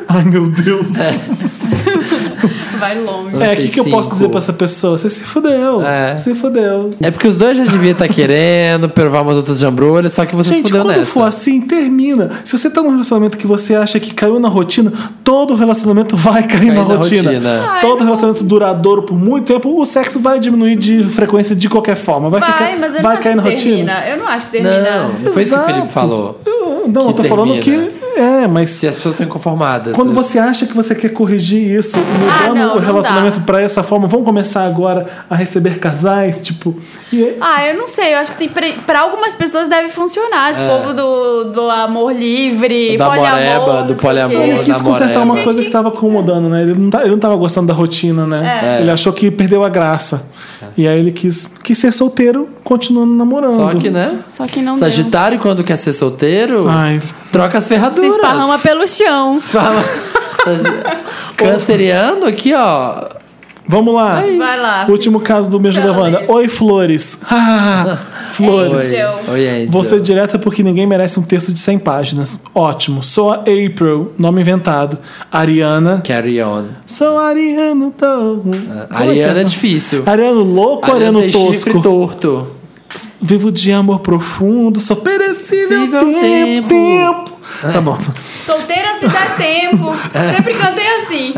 [SPEAKER 1] Ai, meu Deus.
[SPEAKER 3] É.
[SPEAKER 2] Vai longe.
[SPEAKER 1] É, o que, que eu posso
[SPEAKER 3] 95.
[SPEAKER 1] dizer pra essa pessoa? Você se fudeu.
[SPEAKER 3] É.
[SPEAKER 1] Se fudeu.
[SPEAKER 3] É porque os dois já deviam estar querendo provar umas outras jambrolhas, só que vocês
[SPEAKER 1] Gente,
[SPEAKER 3] fudeu
[SPEAKER 1] quando
[SPEAKER 3] nessa.
[SPEAKER 1] for assim, termina. Se você tá num relacionamento que você acha que caiu na rotina, todo relacionamento vai cair na,
[SPEAKER 3] na
[SPEAKER 1] rotina.
[SPEAKER 3] rotina.
[SPEAKER 2] Ai,
[SPEAKER 1] todo
[SPEAKER 2] não.
[SPEAKER 1] relacionamento duradouro por muito tempo, o sexo vai diminuir de frequência de qualquer forma. Vai,
[SPEAKER 2] Vai,
[SPEAKER 1] ficar,
[SPEAKER 2] mas eu não
[SPEAKER 1] vai
[SPEAKER 2] acho
[SPEAKER 1] cair na
[SPEAKER 2] que
[SPEAKER 1] rotina.
[SPEAKER 2] termina. Eu não acho que termina.
[SPEAKER 3] Não, não foi isso que o
[SPEAKER 1] Exato.
[SPEAKER 3] Felipe falou.
[SPEAKER 1] Eu- Não, eu tô
[SPEAKER 3] Que
[SPEAKER 1] falando
[SPEAKER 3] termina.
[SPEAKER 1] que. É, mas.
[SPEAKER 3] Se as pessoas estão inconformadas.
[SPEAKER 1] Quando
[SPEAKER 3] né?
[SPEAKER 1] você acha que você quer corrigir isso, mudando
[SPEAKER 2] Ah, não, não
[SPEAKER 1] o relacionamento
[SPEAKER 2] dá.
[SPEAKER 1] pra essa forma, vamos começar agora a receber casais, tipo. E é-
[SPEAKER 2] Ah, eu não sei. Eu acho que tem pre- pra algumas pessoas deve funcionar. Esse
[SPEAKER 3] É.
[SPEAKER 2] povo do, do amor livre,
[SPEAKER 3] Da
[SPEAKER 2] poliamor.
[SPEAKER 3] moreba, do
[SPEAKER 2] não sei o
[SPEAKER 3] poliamor.
[SPEAKER 2] quê.
[SPEAKER 1] Ele quis
[SPEAKER 3] namorando.
[SPEAKER 1] consertar uma
[SPEAKER 2] Gente,
[SPEAKER 1] coisa que tava incomodando, né? Ele não, tá, ele não tava gostando da rotina, né?
[SPEAKER 3] É.
[SPEAKER 1] Ele achou que perdeu a graça. E aí ele quis, quis ser solteiro, continuando namorando.
[SPEAKER 3] Só que, né?
[SPEAKER 2] Só que não deu.
[SPEAKER 3] Sagitário, quando quer ser solteiro,
[SPEAKER 1] Ai.
[SPEAKER 3] troca as ferraduras.
[SPEAKER 2] Se esparrama pelo chão.
[SPEAKER 3] Esparrama. Sagi- Canceriano aqui, ó.
[SPEAKER 1] Vamos lá.
[SPEAKER 2] Vai lá.
[SPEAKER 1] Último caso do Beijo da
[SPEAKER 2] Fala
[SPEAKER 1] Wanda.
[SPEAKER 2] aí.
[SPEAKER 1] Oi, Flores. Ah, Flores.
[SPEAKER 3] Oi,
[SPEAKER 2] Angel.
[SPEAKER 3] oi, Angel.
[SPEAKER 1] Vou ser direta porque ninguém merece um texto de 100 páginas. Ótimo. Sou a April, nome inventado. Ariana.
[SPEAKER 3] Carry on.
[SPEAKER 1] Sou Ariano Togo. Como que
[SPEAKER 3] Ariana é
[SPEAKER 1] essa-
[SPEAKER 3] difícil.
[SPEAKER 1] Ariano louco, Ariano,
[SPEAKER 3] Ariana tem chifre
[SPEAKER 1] tosco.
[SPEAKER 3] torto.
[SPEAKER 1] Vivo de amor profundo, sou perecível
[SPEAKER 3] Viva o tempo.
[SPEAKER 1] tempo. tempo. Tá bom.
[SPEAKER 2] Solteira se der tempo. Sempre cantei assim.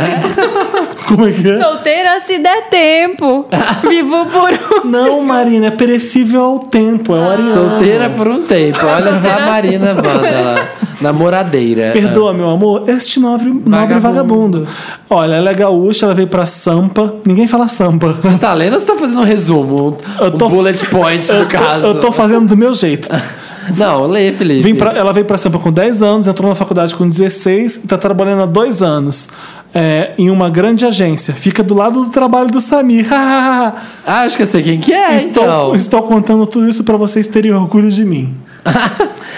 [SPEAKER 1] Como é que é?
[SPEAKER 2] Solteira se der tempo. Vivo por um.
[SPEAKER 1] Não, Marina, é perecível ao tempo. É o Ariano.
[SPEAKER 3] Solteira por um tempo. Olha só
[SPEAKER 2] Solteira-
[SPEAKER 3] a Marina Wanda lá. Namoradeira.
[SPEAKER 1] Perdoa, meu amor, este nobre nobre
[SPEAKER 3] Vagabundo.
[SPEAKER 1] vagabundo. Olha, ela é gaúcha, ela veio pra Sampa. Ninguém fala Sampa.
[SPEAKER 3] Você tá lendo ou você tá fazendo um resumo? Um,
[SPEAKER 1] Eu tô-
[SPEAKER 3] um bullet point do
[SPEAKER 1] Eu tô,
[SPEAKER 3] caso.
[SPEAKER 1] eu tô fazendo do meu jeito.
[SPEAKER 3] Não, lê, Felipe.
[SPEAKER 1] Vim pra- ela veio pra Sampa com 10 anos, entrou na faculdade com 16 e tá trabalhando há dois anos. é, em uma grande agência. Fica do lado do trabalho do Samir.
[SPEAKER 3] Ah, acho que eu sei quem que é,
[SPEAKER 1] estou,
[SPEAKER 3] então.
[SPEAKER 1] estou contando tudo isso pra vocês terem orgulho de mim.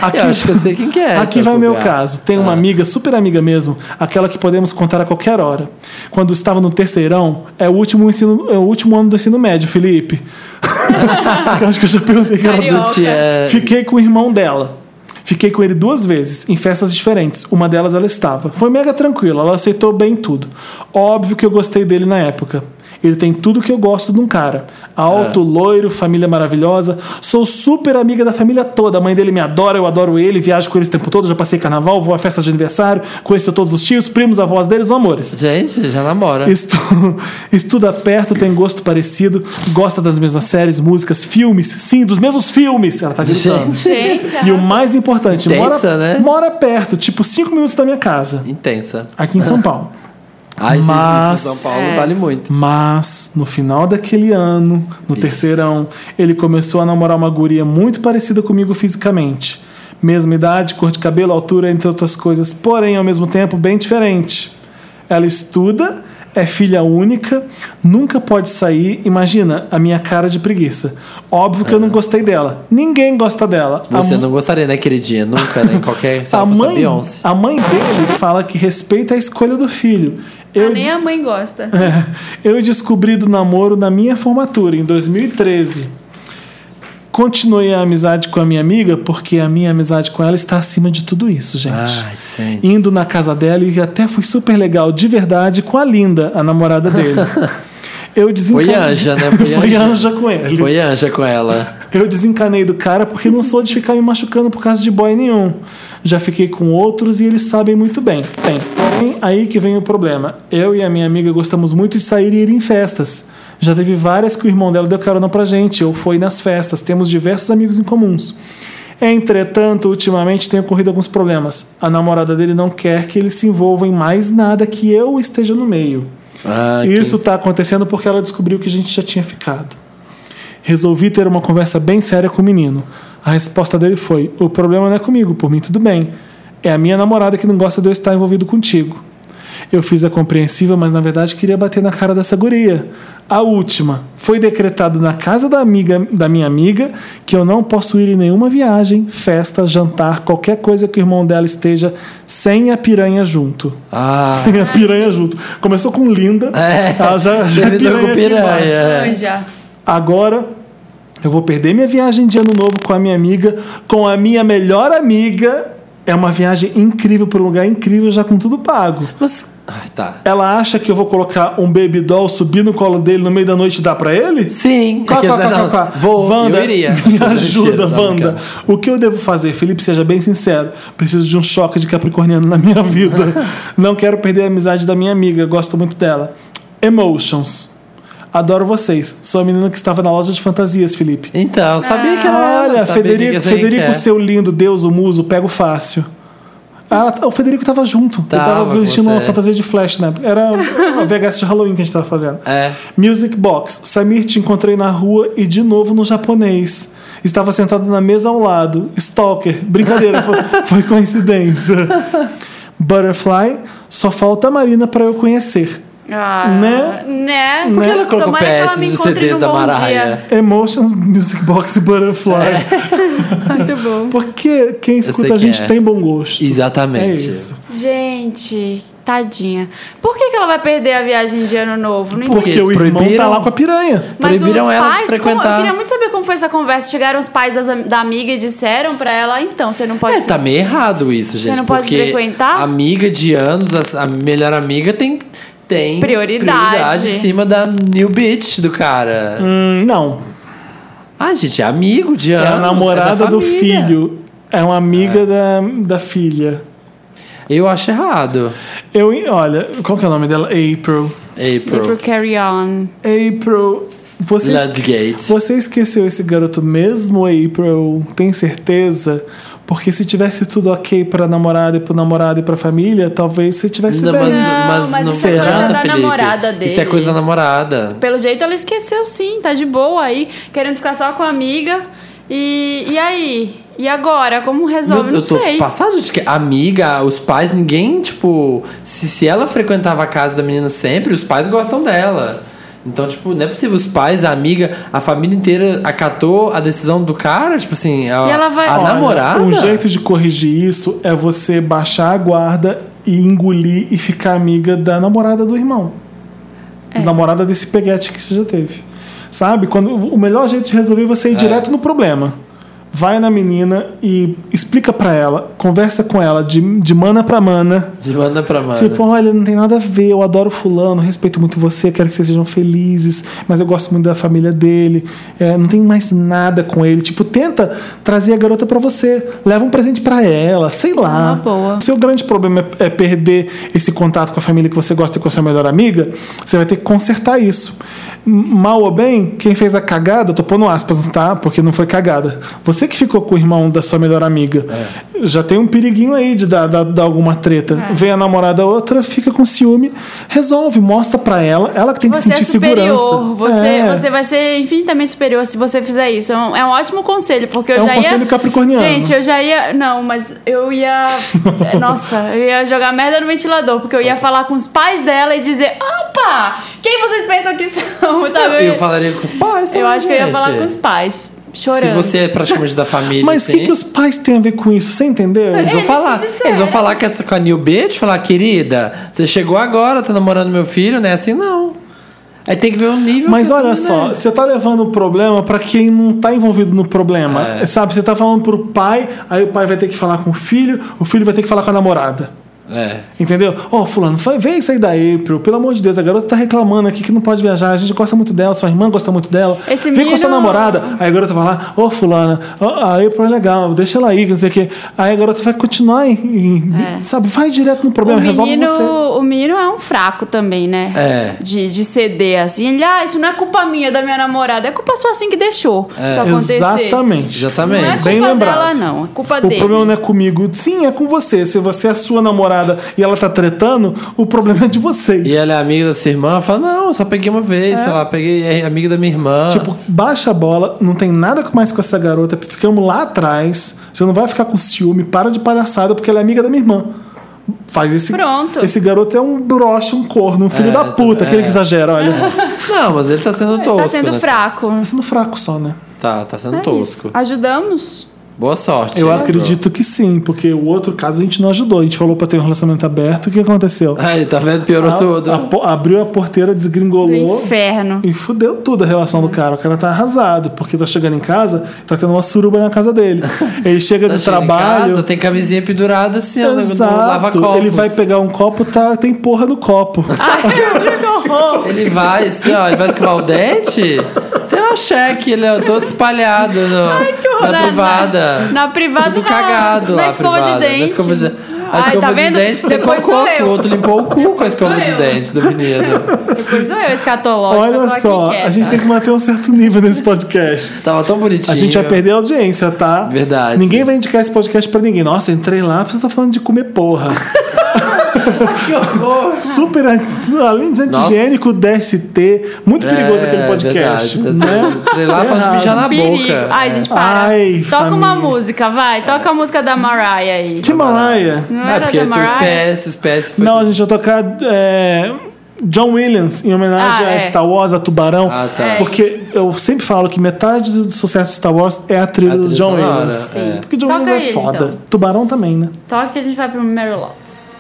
[SPEAKER 1] Aqui,
[SPEAKER 3] Eu acho que eu sei quem que é.
[SPEAKER 1] aqui
[SPEAKER 3] então,
[SPEAKER 1] vai o meu
[SPEAKER 3] lugar.
[SPEAKER 1] caso. Tem uma amiga, super amiga mesmo, aquela que podemos contar a qualquer hora. Quando estava no terceirão, é o último, ensino, é o último ano do ensino médio, Felipe. Eu acho que eu já perguntei que era do
[SPEAKER 2] Carioca.
[SPEAKER 3] Do tia-
[SPEAKER 1] Fiquei com o irmão dela. Fiquei com ele duas vezes, em festas diferentes. Uma delas ela estava. Foi mega tranquila, ela aceitou bem tudo. Óbvio que eu gostei dele na época. Ele tem tudo que eu gosto de um cara. Alto, loiro, família maravilhosa. Sou super amiga da família toda. A mãe dele me adora, eu adoro ele, viajo com eles o tempo todo, já passei carnaval, vou a festa de aniversário, conheço todos os tios, primos, avós deles, ou amores.
[SPEAKER 3] Gente, já namora.
[SPEAKER 1] Estu- Estuda perto, tem gosto parecido, gosta das mesmas séries, músicas, filmes. Sim, dos mesmos filmes. Ela tá gritando.
[SPEAKER 2] Gente,
[SPEAKER 1] E o mais importante,
[SPEAKER 3] Intensa,
[SPEAKER 1] mora,
[SPEAKER 3] né?
[SPEAKER 1] mora perto, tipo 5 minutos da minha casa,
[SPEAKER 3] Intensa.
[SPEAKER 1] aqui em São Paulo.
[SPEAKER 3] Ai, isso-
[SPEAKER 1] Mas-
[SPEAKER 3] isso, São Paulo
[SPEAKER 2] É.
[SPEAKER 3] vale muito.
[SPEAKER 1] Mas, no final daquele ano, no terceirão, ele começou a namorar uma guria muito parecida comigo fisicamente. Mesma idade, cor de cabelo, altura, entre outras coisas, porém, ao mesmo tempo, bem diferente. Ela estuda, é filha única, nunca pode sair. Imagina a minha cara de preguiça. Óbvio que eu não gostei dela. Ninguém gosta dela. A
[SPEAKER 3] É. Você
[SPEAKER 1] mu-
[SPEAKER 3] não gostaria, né, queridinha? Nunca, né? Em qualquer. Se
[SPEAKER 1] a
[SPEAKER 3] ela fosse a
[SPEAKER 1] mãe,
[SPEAKER 3] Beyoncé.
[SPEAKER 1] a mãe dele fala que respeita a escolha do filho.
[SPEAKER 2] Ah,
[SPEAKER 1] Eu
[SPEAKER 2] nem
[SPEAKER 1] di-
[SPEAKER 2] a mãe gosta.
[SPEAKER 1] eu descobri do namoro na minha formatura, em 2013. Continuei a amizade com a minha amiga, porque a minha amizade com ela está acima de tudo isso, gente.
[SPEAKER 3] Ai, gente.
[SPEAKER 1] Indo na casa dela e até fui super legal, de verdade, com a Linda, a namorada dele. Eu desencanei.
[SPEAKER 3] Foi Anja, né?
[SPEAKER 1] Foi,
[SPEAKER 3] Anja.
[SPEAKER 1] anja com ele.
[SPEAKER 3] Foi anja com ela.
[SPEAKER 1] Eu desencanei do cara porque não sou de ficar me machucando por causa de boy nenhum. Já fiquei com outros e eles sabem muito bem. Bem, porém, aí que vem o problema. Eu e a minha amiga gostamos muito de sair e ir em festas. Já teve várias que o irmão dela deu carona pra gente, ou foi nas festas. Temos diversos amigos em comuns. Entretanto, ultimamente tem ocorrido alguns problemas. A namorada dele não quer que ele se envolva em mais nada que eu esteja no meio.
[SPEAKER 3] Ah, que-
[SPEAKER 1] Isso tá acontecendo porque ela descobriu que a gente já tinha ficado. Resolvi ter uma conversa bem séria com o menino. A resposta dele foi: O problema não é comigo, por mim tudo bem. É a minha namorada que não gosta de eu estar envolvido contigo. Eu fiz a compreensível, mas na verdade queria bater na cara dessa guria. A última. Foi decretado na casa da amiga da minha amiga que eu não posso ir em nenhuma viagem, festa, jantar, qualquer coisa que o irmão dela esteja sem a piranha junto.
[SPEAKER 3] Ah.
[SPEAKER 1] Sem a piranha junto. Começou com linda.
[SPEAKER 3] É.
[SPEAKER 1] Ela já, já é
[SPEAKER 3] Terminou
[SPEAKER 1] piranha
[SPEAKER 3] com
[SPEAKER 1] aqui
[SPEAKER 3] piranha.
[SPEAKER 1] embaixo.
[SPEAKER 3] é.
[SPEAKER 2] Anja.
[SPEAKER 1] Agora eu vou perder minha viagem de ano novo com a minha amiga, com a minha melhor amiga. É uma viagem incrível para um lugar incrível, já com tudo pago.
[SPEAKER 3] Mas. Ai, tá.
[SPEAKER 1] Ela acha que eu vou colocar um baby doll, subir no colo dele no meio da noite e dar pra ele?
[SPEAKER 3] Sim,
[SPEAKER 1] Quá, quá, quá, quá, quá.
[SPEAKER 3] Vou,
[SPEAKER 1] é Wanda,
[SPEAKER 3] eu iria.
[SPEAKER 1] Me ajuda,
[SPEAKER 3] Mentira, tá
[SPEAKER 1] Wanda.
[SPEAKER 3] brincando.
[SPEAKER 1] O que eu devo fazer? Felipe, seja bem sincero. Preciso de um choque de capricorniano na minha vida. Não quero perder a amizade da minha amiga. Gosto muito dela. Emotions. Adoro vocês. Sou a menina que estava na loja de fantasias, Felipe.
[SPEAKER 3] Então, sabia que ela era,
[SPEAKER 1] Olha,
[SPEAKER 3] sabia
[SPEAKER 1] Federico,
[SPEAKER 3] que é. essa aí
[SPEAKER 1] Federico
[SPEAKER 3] quer.
[SPEAKER 1] seu lindo Deus, o muso, pego fácil. Ah, ela tá- o Federico tava junto.
[SPEAKER 3] Tava
[SPEAKER 1] Ele tava
[SPEAKER 3] com
[SPEAKER 1] vestindo uma
[SPEAKER 3] você.
[SPEAKER 1] fantasia de flash, né? Era a VHS de Halloween que a gente tava fazendo.
[SPEAKER 3] É.
[SPEAKER 1] Music Box. Samir, te encontrei na rua e de novo no japonês. Estava sentado na mesa ao lado. Stalker. Brincadeira, foi, foi coincidência. Butterfly. Só falta a Marina pra eu conhecer.
[SPEAKER 2] Ah,
[SPEAKER 1] Né?
[SPEAKER 2] Né?
[SPEAKER 1] Né?
[SPEAKER 3] Por que ela colocou
[SPEAKER 2] Tomara que ela
[SPEAKER 3] PS
[SPEAKER 2] me
[SPEAKER 3] dos
[SPEAKER 2] encontre
[SPEAKER 3] CDs
[SPEAKER 2] num
[SPEAKER 3] da
[SPEAKER 2] bom
[SPEAKER 3] Maraia?
[SPEAKER 1] Emotions, Music Box e Butterfly.
[SPEAKER 2] dia. Muito bom.
[SPEAKER 1] Porque quem
[SPEAKER 3] É. sei
[SPEAKER 1] escuta a
[SPEAKER 3] que
[SPEAKER 1] gente
[SPEAKER 3] é.
[SPEAKER 1] tem bom gosto.
[SPEAKER 3] Exatamente.
[SPEAKER 1] É isso.
[SPEAKER 2] Gente, tadinha. Por que, que ela vai perder a viagem de ano novo? Não
[SPEAKER 1] Porque
[SPEAKER 3] Porque
[SPEAKER 1] o irmão
[SPEAKER 3] proibiram-
[SPEAKER 1] tá lá com a piranha.
[SPEAKER 2] Mas
[SPEAKER 3] Proibiram
[SPEAKER 2] os
[SPEAKER 3] ela de
[SPEAKER 2] pais, Como,
[SPEAKER 3] frequentar.
[SPEAKER 2] eu queria muito saber como foi essa conversa. Chegaram os pais das am- da amiga e disseram pra ela, então, você não pode...
[SPEAKER 3] É, tá meio errado isso, gente.
[SPEAKER 2] não pode
[SPEAKER 3] porque
[SPEAKER 2] frequentar?
[SPEAKER 3] Amiga de anos, as- a melhor amiga tem. Tem
[SPEAKER 2] Prioridade.
[SPEAKER 3] prioridade em cima da new bitch do cara.
[SPEAKER 1] Hum, não.
[SPEAKER 3] Ah, gente, é amigo de
[SPEAKER 1] É
[SPEAKER 3] anos.
[SPEAKER 1] a namorada
[SPEAKER 3] da
[SPEAKER 1] do
[SPEAKER 3] família.
[SPEAKER 1] filho. É uma amiga Da, da filha.
[SPEAKER 3] Eu acho errado.
[SPEAKER 1] Eu, olha, qual que é o nome dela? April.
[SPEAKER 2] Pro
[SPEAKER 3] April.
[SPEAKER 2] carry on.
[SPEAKER 1] April. Você, esque-
[SPEAKER 3] Ludgate.
[SPEAKER 1] você esqueceu esse garoto mesmo, April? Tem certeza? Porque se tivesse tudo ok pra namorada e pro namorado e pra família, talvez você tivesse
[SPEAKER 3] Não, mas,
[SPEAKER 1] bem.
[SPEAKER 3] mas
[SPEAKER 2] mas
[SPEAKER 3] não
[SPEAKER 2] isso é
[SPEAKER 1] coisa
[SPEAKER 3] adianta,
[SPEAKER 2] da
[SPEAKER 3] Felipe.
[SPEAKER 2] namorada
[SPEAKER 3] Isso é
[SPEAKER 2] dele.
[SPEAKER 3] coisa da namorada.
[SPEAKER 2] Pelo jeito ela esqueceu sim, tá de boa aí, querendo ficar só com a amiga. E, e aí? E agora? Como resolve?
[SPEAKER 3] Meu-
[SPEAKER 2] não
[SPEAKER 3] eu tô
[SPEAKER 2] sei.
[SPEAKER 3] passado de que amiga, os pais, ninguém, tipo, se, se ela frequentava a casa da menina sempre, os pais gostam dela. Então, tipo, não é possível os pais, a amiga, a família inteira acatou a decisão do cara, tipo assim, a,
[SPEAKER 2] E ela vai-
[SPEAKER 3] a
[SPEAKER 2] Olha,
[SPEAKER 3] namorada.
[SPEAKER 1] Um jeito de corrigir isso é você baixar a guarda e engolir e ficar amiga da namorada do irmão. Namorada desse peguete que você já teve. Sabe? Quando, o melhor jeito de resolver é você ir direto no problema. Vai na menina e explica pra ela, conversa com ela de, de mana pra mana.
[SPEAKER 3] de manda pra manda.
[SPEAKER 1] Tipo, olha, não tem nada a ver, eu adoro fulano, respeito muito você, quero que vocês sejam felizes, mas eu gosto muito da família dele, é, não tem mais nada com ele. Tipo, tenta trazer a garota pra você, leva um presente pra ela, sei lá.
[SPEAKER 2] Uma boa.
[SPEAKER 1] Seu grande problema é é perder esse contato com a família que você gosta e com a sua melhor amiga, você vai ter que consertar isso. M- Mal ou bem, quem fez a cagada, tô pondo aspas, tá? Porque não foi cagada. Você você que ficou com o irmão da sua melhor amiga. Já tem um periguinho aí de dar, dar- dar alguma treta.
[SPEAKER 2] É.
[SPEAKER 1] Vem a namorada outra, fica com ciúme, resolve, mostra pra ela, ela que tem que
[SPEAKER 2] Você é
[SPEAKER 1] sentir
[SPEAKER 2] superior,
[SPEAKER 1] segurança.
[SPEAKER 2] você,
[SPEAKER 1] É.
[SPEAKER 2] você vai ser infinitamente superior se você fizer isso. É um, é um ótimo conselho, porque eu
[SPEAKER 1] É um
[SPEAKER 2] já ia.
[SPEAKER 1] conselho capricorniano.
[SPEAKER 2] Gente, eu já ia. Não, mas eu ia. Nossa, eu ia jogar merda no ventilador, porque eu
[SPEAKER 1] Ah.
[SPEAKER 2] ia falar com os pais dela e dizer: opa! Quem vocês pensam que são? Sabe?
[SPEAKER 3] Eu falaria com os pais
[SPEAKER 2] Eu
[SPEAKER 3] também,
[SPEAKER 2] acho que eu ia
[SPEAKER 3] gente.
[SPEAKER 2] falar com os pais, chorando.
[SPEAKER 3] Se você é praticamente da família,
[SPEAKER 1] Mas o
[SPEAKER 3] assim,
[SPEAKER 1] que, que os pais têm a ver com isso? Você entendeu?
[SPEAKER 3] Eles vão
[SPEAKER 2] Eles
[SPEAKER 3] falar.
[SPEAKER 2] que disseram.
[SPEAKER 3] Eles vão falar com, essa, com a New Bitch, falar, querida, você chegou agora, tá namorando meu filho, né? Assim, não. Aí tem que ver o nível.
[SPEAKER 1] Mas
[SPEAKER 3] que essa
[SPEAKER 1] olha
[SPEAKER 3] menina
[SPEAKER 1] só,
[SPEAKER 3] é.
[SPEAKER 1] você tá levando o problema pra quem não tá envolvido no problema.
[SPEAKER 3] É.
[SPEAKER 1] Sabe, você tá falando pro pai, aí o pai vai ter que falar com o filho, o filho vai ter que falar com a namorada.
[SPEAKER 3] É.
[SPEAKER 1] Entendeu? Ô, fulano, fa- vem sair da April. Pelo amor de Deus, a garota tá reclamando aqui que não pode viajar. A gente gosta muito dela, sua irmã gosta muito dela.
[SPEAKER 2] Esse
[SPEAKER 1] vem com a sua
[SPEAKER 2] menino-
[SPEAKER 1] namorada. Aí a garota vai lá, ô, fulana, ó, a April é legal, deixa ela aí, que não sei o quê. Aí a garota vai continuar, em, em- sabe? Vai direto
[SPEAKER 2] É.
[SPEAKER 1] no
[SPEAKER 2] O
[SPEAKER 1] problema, resolve
[SPEAKER 2] menino,
[SPEAKER 1] você.
[SPEAKER 2] o menino é um fraco também, né?
[SPEAKER 3] É.
[SPEAKER 2] De, de ceder, assim. Ele, ah, isso não é culpa minha, da minha namorada. É culpa sua, assim, que deixou isso acontecer.
[SPEAKER 1] É. Exatamente.
[SPEAKER 3] Exatamente.
[SPEAKER 2] Não é culpa
[SPEAKER 1] Bem lembrado.
[SPEAKER 2] dela, não. É culpa
[SPEAKER 1] o
[SPEAKER 2] dele.
[SPEAKER 1] problema não é comigo. Sim, é com você. Se você é sua namorada e ela tá tretando, o problema é de vocês.
[SPEAKER 3] E ela é amiga da sua irmã, fala, não, eu só peguei uma vez, sei lá, peguei, é amiga da minha irmã.
[SPEAKER 1] Tipo, baixa a bola, não tem nada mais com essa garota, ficamos lá atrás. Você não vai ficar com ciúme, para de palhaçada, porque ela é amiga da minha irmã. Faz esse.
[SPEAKER 2] Pronto.
[SPEAKER 1] Esse garoto é um broche, um corno, um filho
[SPEAKER 3] É,
[SPEAKER 1] da puta,
[SPEAKER 3] é.
[SPEAKER 1] aquele que exagera, olha.
[SPEAKER 3] não, mas ele tá sendo tosco.
[SPEAKER 2] Tá sendo
[SPEAKER 3] né?
[SPEAKER 2] fraco.
[SPEAKER 1] tá sendo fraco só, né?
[SPEAKER 3] Tá, tá sendo
[SPEAKER 2] É
[SPEAKER 3] tosco.
[SPEAKER 2] isso. Ajudamos?
[SPEAKER 3] Boa sorte.
[SPEAKER 1] Eu
[SPEAKER 3] hein,
[SPEAKER 1] acredito que sim, porque o outro caso a gente não ajudou. A gente falou pra ter um relacionamento aberto, o que aconteceu?
[SPEAKER 3] João. Ai, tá vendo? Piorou
[SPEAKER 1] A-
[SPEAKER 3] tudo.
[SPEAKER 1] a po- abriu a porteira,
[SPEAKER 2] Do
[SPEAKER 1] desgringolou.
[SPEAKER 2] inferno.
[SPEAKER 1] E fudeu tudo a relação
[SPEAKER 3] É.
[SPEAKER 1] do cara. O cara tá arrasado, porque tá chegando em casa, tá tendo uma suruba na casa dele. Ele chega
[SPEAKER 3] Tá chegando
[SPEAKER 1] do
[SPEAKER 3] em
[SPEAKER 1] trabalho.
[SPEAKER 3] casa, tem camisinha pendurada assim, ó, no
[SPEAKER 1] Exato.
[SPEAKER 3] lava-copos.
[SPEAKER 1] Ele vai pegar um copo, tá, tem porra no copo.
[SPEAKER 3] Ah, Ele vai, assim, ó, ele vai escovar o dente. Tem uma cheque, ele é todo espalhado no, na privada.
[SPEAKER 2] Na privada,
[SPEAKER 3] Tudo
[SPEAKER 2] na-
[SPEAKER 3] cagado
[SPEAKER 2] na
[SPEAKER 3] lá,
[SPEAKER 2] escova de
[SPEAKER 3] privada,
[SPEAKER 2] dente.
[SPEAKER 3] Na escova de, a
[SPEAKER 2] Ai,
[SPEAKER 3] escova
[SPEAKER 2] tá
[SPEAKER 3] de
[SPEAKER 2] vendo?
[SPEAKER 3] dente tem
[SPEAKER 2] Depois sou
[SPEAKER 3] cocô, que
[SPEAKER 2] eu.
[SPEAKER 3] o outro limpou o cu com a escova
[SPEAKER 2] Sou
[SPEAKER 3] de
[SPEAKER 2] eu.
[SPEAKER 3] dente do menino.
[SPEAKER 2] Depois sou eu, escatológico. eu
[SPEAKER 1] Olha
[SPEAKER 2] tô aqui
[SPEAKER 1] só,
[SPEAKER 2] quieta.
[SPEAKER 1] a gente tem que manter um certo nível nesse podcast.
[SPEAKER 3] Tava tão bonitinho.
[SPEAKER 1] A gente vai perder a audiência, tá?
[SPEAKER 3] Verdade.
[SPEAKER 1] Ninguém vai indicar esse podcast pra ninguém. Nossa, entrei lá, você tá falando de comer porra.
[SPEAKER 3] Que horror.
[SPEAKER 1] Super, anti- além de antigênico, DST. Muito perigoso aquele podcast.
[SPEAKER 3] É, verdade.
[SPEAKER 1] né?
[SPEAKER 3] Entrei lá falando de
[SPEAKER 1] Errado.
[SPEAKER 3] mijar na
[SPEAKER 2] Perigo.
[SPEAKER 3] boca.
[SPEAKER 2] Ai, gente, para.
[SPEAKER 1] Ai,
[SPEAKER 2] Toca uma
[SPEAKER 1] Samir.
[SPEAKER 2] música, vai. Toca a música da Mariah aí.
[SPEAKER 1] Que É, Mariah.
[SPEAKER 2] Não
[SPEAKER 3] Ah,
[SPEAKER 2] era
[SPEAKER 3] porque
[SPEAKER 2] da
[SPEAKER 3] tem os
[SPEAKER 2] Mariah?
[SPEAKER 3] PS, os PS foi
[SPEAKER 1] Não, a gente vai tocar é, John Williams em homenagem
[SPEAKER 2] Ah, é.
[SPEAKER 1] a Star Wars, a Tubarão.
[SPEAKER 3] Ah, tá. É
[SPEAKER 1] Porque eu sempre falo que metade do sucesso de Star Wars é a trilha
[SPEAKER 3] A
[SPEAKER 1] do
[SPEAKER 3] trilha
[SPEAKER 1] John
[SPEAKER 3] sonora,
[SPEAKER 1] Williams.
[SPEAKER 3] Sim. é.
[SPEAKER 1] Porque John
[SPEAKER 2] Toca
[SPEAKER 1] Williams é
[SPEAKER 2] ele,
[SPEAKER 1] foda.
[SPEAKER 2] então.
[SPEAKER 1] Tubarão também, né?
[SPEAKER 2] Toca que a gente vai pro Mary Lots.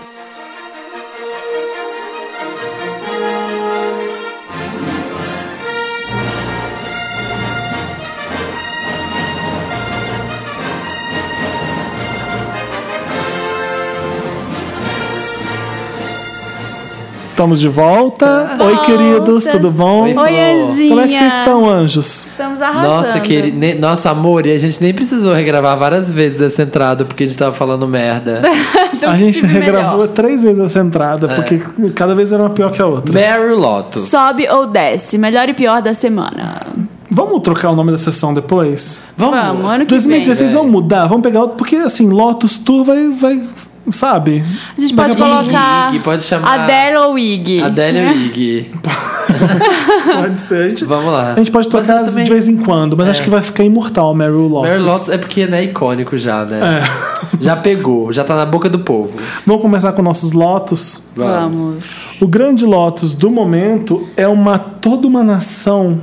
[SPEAKER 1] Estamos de volta. Oi,
[SPEAKER 2] Voltas.
[SPEAKER 1] queridos, tudo bom?
[SPEAKER 3] Oi,
[SPEAKER 2] Oi,
[SPEAKER 3] Flor.
[SPEAKER 2] Anjinha.
[SPEAKER 1] Como é que vocês estão, anjos?
[SPEAKER 2] Estamos arrasando.
[SPEAKER 3] Nossa, queri- ne- nossa, amor, e a gente nem precisou regravar várias vezes essa entrada porque a gente tava falando merda.
[SPEAKER 2] Então,
[SPEAKER 1] a gente
[SPEAKER 2] se melhor.
[SPEAKER 1] regravou três vezes essa entrada,
[SPEAKER 3] É.
[SPEAKER 1] porque cada vez era uma pior que a outra.
[SPEAKER 3] Mary Lotus.
[SPEAKER 2] Sobe ou desce, melhor e pior da semana.
[SPEAKER 1] Vamos trocar o nome da sessão depois?
[SPEAKER 3] Vamos.
[SPEAKER 2] Vamos, ano que
[SPEAKER 1] 2016
[SPEAKER 3] velho.
[SPEAKER 1] vamos mudar, vamos pegar outro, porque assim, Lotus Tour vai. vai sabe?
[SPEAKER 2] vem. A gente pode
[SPEAKER 3] Ig,
[SPEAKER 2] colocar
[SPEAKER 3] Ig, pode chamar-
[SPEAKER 2] Adele ou Ig.
[SPEAKER 3] Adélia Wig.
[SPEAKER 1] Pode ser. A gente,
[SPEAKER 3] Vamos lá.
[SPEAKER 1] a gente pode
[SPEAKER 3] Mas
[SPEAKER 1] trocar
[SPEAKER 3] eu também-
[SPEAKER 1] de vez em quando, mas acho que vai ficar imortal Mary Lotus.
[SPEAKER 3] Mary Lotus é porque né, é icônico já, né?
[SPEAKER 1] É.
[SPEAKER 3] Já pegou, já tá na boca do povo.
[SPEAKER 1] Vamos começar com nossos Lotus.
[SPEAKER 2] Vamos.
[SPEAKER 1] O grande Lotus do momento é uma toda uma nação.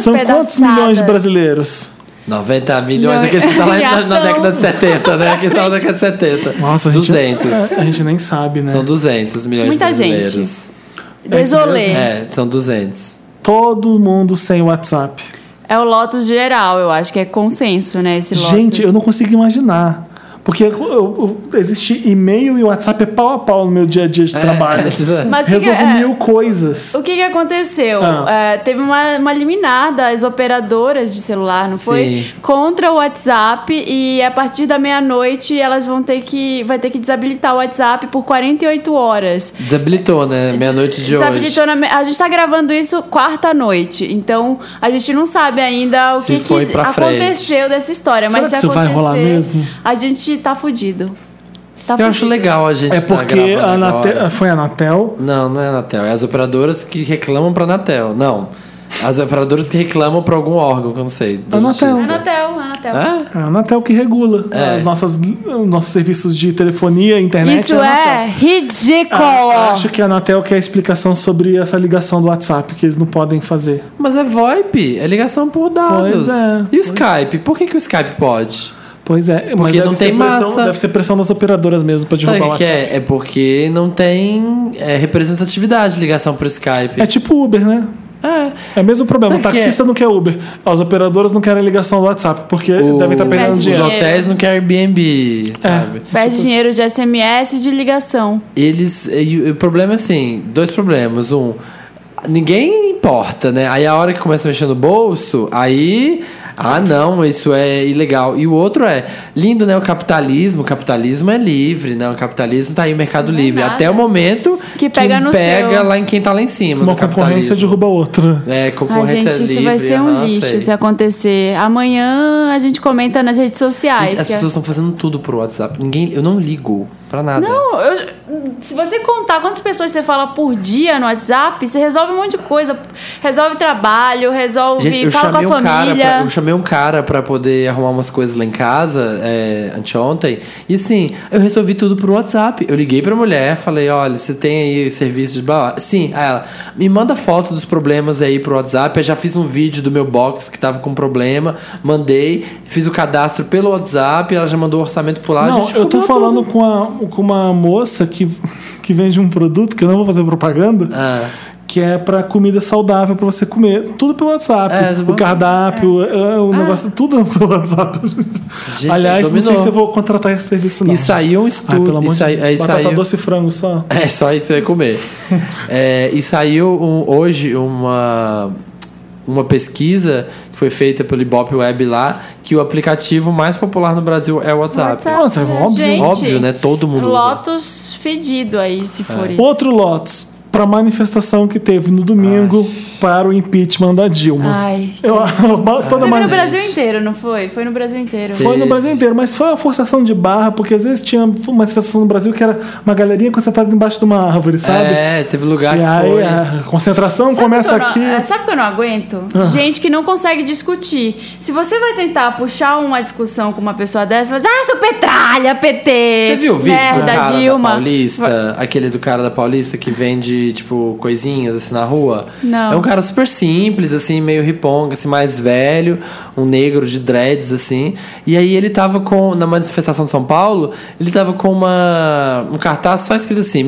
[SPEAKER 1] São quantos
[SPEAKER 2] Despedaçada.
[SPEAKER 1] milhões de brasileiros?
[SPEAKER 3] 90 milhões,
[SPEAKER 2] Não,
[SPEAKER 3] aqueles que estavam lá na- na
[SPEAKER 2] humilhação.
[SPEAKER 3] década de 70, né? Aqueles que estavam na década de 70.
[SPEAKER 1] Nossa, a gente, é-
[SPEAKER 3] 200.
[SPEAKER 1] A gente nem sabe, né?
[SPEAKER 3] São 200 milhões
[SPEAKER 2] Muita
[SPEAKER 3] de
[SPEAKER 2] gente.
[SPEAKER 3] brasileiros.
[SPEAKER 2] Desolê. É.
[SPEAKER 3] É, são 200.
[SPEAKER 1] Todo mundo sem WhatsApp.
[SPEAKER 2] o Lotus geral, eu acho que é consenso, né? Esse Lotus.
[SPEAKER 1] Gente, eu não consigo imaginar. Porque eu- eu- eu- existe e-mail e WhatsApp é pau a pau no meu dia a dia
[SPEAKER 3] É,
[SPEAKER 1] de trabalho.
[SPEAKER 2] Mas o que que
[SPEAKER 1] Resolvo
[SPEAKER 2] é-
[SPEAKER 1] mil coisas.
[SPEAKER 2] O que, que aconteceu?
[SPEAKER 1] Ah.
[SPEAKER 2] É, teve uma, uma liminar das operadoras de celular, não foi?
[SPEAKER 3] Sim.
[SPEAKER 2] Contra o WhatsApp e a partir da meia-noite elas vão ter que vai ter que desabilitar o WhatsApp por 48 horas.
[SPEAKER 3] Desabilitou, né? Meia-noite de
[SPEAKER 2] Desabilitou
[SPEAKER 3] hoje.
[SPEAKER 2] na me- A gente tá gravando isso quarta noite, então a gente não sabe ainda o
[SPEAKER 3] Se
[SPEAKER 2] que, que
[SPEAKER 3] foi pra frente.
[SPEAKER 2] aconteceu dessa história, mas se
[SPEAKER 1] Será que isso vai
[SPEAKER 2] acontecer,
[SPEAKER 1] rolar mesmo?
[SPEAKER 2] a gente tá fudido. Tá
[SPEAKER 3] Eu acho legal a gente
[SPEAKER 1] É
[SPEAKER 3] tá
[SPEAKER 1] porque
[SPEAKER 3] gravando
[SPEAKER 1] a Anate-
[SPEAKER 3] agora.
[SPEAKER 1] foi a Anatel.
[SPEAKER 3] Não, não é a Anatel. É as operadoras que reclamam pra Anatel. Não. As operadoras que reclamam pra algum órgão, que eu não sei. da
[SPEAKER 1] Anatel.
[SPEAKER 3] justiça.
[SPEAKER 2] Anatel, Anatel.
[SPEAKER 3] Hã?
[SPEAKER 1] É a Anatel que regula
[SPEAKER 3] É.
[SPEAKER 1] as nossas, os nossos serviços de telefonia, internet.
[SPEAKER 2] Isso
[SPEAKER 1] a Anatel.
[SPEAKER 2] é ridículo!
[SPEAKER 1] Ah, acho que a Anatel quer a explicação sobre essa ligação do WhatsApp que eles não podem fazer.
[SPEAKER 3] Mas é VoIP, é ligação por dados.
[SPEAKER 1] Pois é.
[SPEAKER 3] E o Skype? Por que, que o Skype pode?
[SPEAKER 1] Pois é, mas
[SPEAKER 3] Porque
[SPEAKER 1] deve
[SPEAKER 3] não
[SPEAKER 1] ser
[SPEAKER 3] tem
[SPEAKER 1] pressão,
[SPEAKER 3] massa.
[SPEAKER 1] deve ser pressão das operadoras mesmo pra
[SPEAKER 3] Sabe
[SPEAKER 1] derrubar o
[SPEAKER 3] o que que
[SPEAKER 1] WhatsApp.
[SPEAKER 3] é? É porque não tem é, representatividade ligação por Skype.
[SPEAKER 1] É? tipo Uber, né? É. É o mesmo problema. O
[SPEAKER 3] Sabe o que
[SPEAKER 1] taxista não quer Uber. As operadoras não querem ligação do WhatsApp, porque devem estar perdendo
[SPEAKER 2] Perde
[SPEAKER 3] os
[SPEAKER 1] dinheiro. É.
[SPEAKER 2] dinheiro.
[SPEAKER 3] hotéis não querem Airbnb, sabe?
[SPEAKER 2] Perde dinheiro de SMS e de ligação.
[SPEAKER 3] Eles. e o- e o problema é assim, dois problemas. Um, ninguém importa, né? Aí a hora que começa a mexer no bolso, aí. Ah, não, isso é ilegal. E o outro é, lindo, né? O capitalismo. O capitalismo é livre, né? O capitalismo tá aí, o mercado livre.
[SPEAKER 2] é nada.
[SPEAKER 3] Até o momento
[SPEAKER 2] Que pega no
[SPEAKER 3] pega
[SPEAKER 2] seu.
[SPEAKER 3] lá em quem tá lá em cima.
[SPEAKER 1] Uma
[SPEAKER 3] do
[SPEAKER 1] concorrência
[SPEAKER 3] capitalismo.
[SPEAKER 1] um- derruba outra.
[SPEAKER 3] É,
[SPEAKER 2] Ah,
[SPEAKER 3] concorrência
[SPEAKER 2] gente, isso
[SPEAKER 3] livre.
[SPEAKER 2] vai ser um
[SPEAKER 3] aham,
[SPEAKER 2] lixo
[SPEAKER 3] sei.
[SPEAKER 2] se acontecer. Amanhã a gente comenta nas redes sociais.
[SPEAKER 3] Gente, as
[SPEAKER 2] que é-
[SPEAKER 3] pessoas estão fazendo tudo pro WhatsApp. Ninguém, eu não ligo pra nada.
[SPEAKER 2] Não, eu- se você contar quantas pessoas você fala por dia no WhatsApp, você resolve um monte de coisa. Resolve trabalho, resolve.
[SPEAKER 3] Gente, eu
[SPEAKER 2] fala com a
[SPEAKER 3] chamei, um cara
[SPEAKER 2] família.
[SPEAKER 3] pra, eu chamei um cara pra poder arrumar umas coisas lá em casa é, anteontem. E assim, eu resolvi tudo por WhatsApp. Eu liguei pra mulher, falei, olha, você tem aí o serviço de blá, blá?" Sim, aí ela, me manda foto dos problemas aí pro WhatsApp. Eu já fiz um vídeo do meu box que tava com problema, mandei, fiz o cadastro pelo WhatsApp, ela já mandou o orçamento por lá. a
[SPEAKER 1] Não,
[SPEAKER 3] gente
[SPEAKER 1] eu tô
[SPEAKER 3] cobrou
[SPEAKER 1] falando
[SPEAKER 3] tudo.
[SPEAKER 1] com, a- com uma moça que, que vende um produto, que eu não vou fazer propaganda,
[SPEAKER 3] Ah.
[SPEAKER 1] que é pra comida saudável pra você comer. Tudo pelo WhatsApp.
[SPEAKER 3] É,
[SPEAKER 1] o
[SPEAKER 3] vou-
[SPEAKER 1] cardápio, é, o negócio, tudo pelo WhatsApp. Aliás, não sei
[SPEAKER 3] dominou.
[SPEAKER 1] se eu vou contratar esse serviço, não.
[SPEAKER 3] E saiu um
[SPEAKER 1] Ai,
[SPEAKER 3] estudo.
[SPEAKER 1] pelo amor
[SPEAKER 3] e sai-
[SPEAKER 1] de
[SPEAKER 3] aí
[SPEAKER 1] Deus. Batata
[SPEAKER 3] saiu-
[SPEAKER 1] doce e frango só.
[SPEAKER 3] É, só isso eu ia comer. É, e saiu um- hoje uma, uma pesquisa que foi feita pelo Ibope Web lá, que o aplicativo mais popular no Brasil é o WhatsApp.
[SPEAKER 1] Nossa,
[SPEAKER 2] né,
[SPEAKER 1] óbvio,
[SPEAKER 3] óbvio, né? Todo mundo usa. É.
[SPEAKER 2] Lotus fedido aí, se for isso.
[SPEAKER 1] Outro Lotus para manifestação que teve no domingo para o impeachment da Dilma.
[SPEAKER 2] Ai.
[SPEAKER 1] Eu, toda
[SPEAKER 2] Teve
[SPEAKER 1] mani-
[SPEAKER 2] no Brasil inteiro, não foi? Foi no Brasil inteiro.
[SPEAKER 1] Foi no Brasil inteiro, mas foi uma forçação de barra, porque às vezes tinha uma manifestação no Brasil que era uma galerinha concentrada embaixo de uma árvore, sabe?
[SPEAKER 3] É, teve lugar
[SPEAKER 1] E
[SPEAKER 3] que
[SPEAKER 1] aí é.
[SPEAKER 3] foi.
[SPEAKER 1] a concentração
[SPEAKER 2] Sabe o
[SPEAKER 1] começa
[SPEAKER 2] que eu não-
[SPEAKER 1] aqui. Ah.
[SPEAKER 2] é, sabe o que eu não aguento? Gente que não consegue discutir. Se você vai tentar puxar uma discussão com uma pessoa dessa, vai dizer, ah, seu petralha, PT.
[SPEAKER 3] Você viu o vídeo do
[SPEAKER 2] merda,
[SPEAKER 3] cara
[SPEAKER 2] É, Dilma.
[SPEAKER 3] da Paulista? Aquele do cara da Paulista que vende, tipo, coisinhas assim na rua?
[SPEAKER 2] Não.
[SPEAKER 3] É um cara super simples, assim, meio riponga, assim, mais velho, um negro de dreads, assim. E aí ele tava com, na manifestação de São Paulo, ele tava com uma, um cartaz só escrito assim,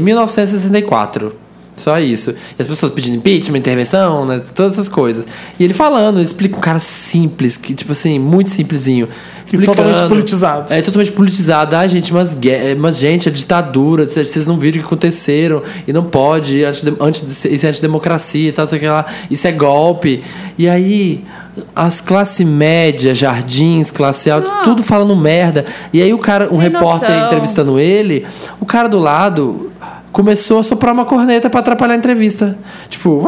[SPEAKER 3] 1964. Só isso. E as pessoas pedindo impeachment, intervenção, né? Todas essas coisas. E ele falando, ele explica um cara simples, que, tipo assim, muito simplesinho. Explicando.
[SPEAKER 1] totalmente politizado.
[SPEAKER 3] É totalmente politizado. Ah, gente, mas, gue- é, mas gente, a ditadura, vocês vocês não viram o que aconteceram e não pode, anti, anti, isso é antidemocracia e tal, não sei o que lá, isso é golpe. E aí, as classe média, jardins, classe alta, tudo falando merda. E aí o cara, um
[SPEAKER 2] Sem
[SPEAKER 3] repórter
[SPEAKER 2] noção.
[SPEAKER 3] entrevistando ele, o cara do lado começou a soprar uma corneta pra atrapalhar a entrevista. Tipo,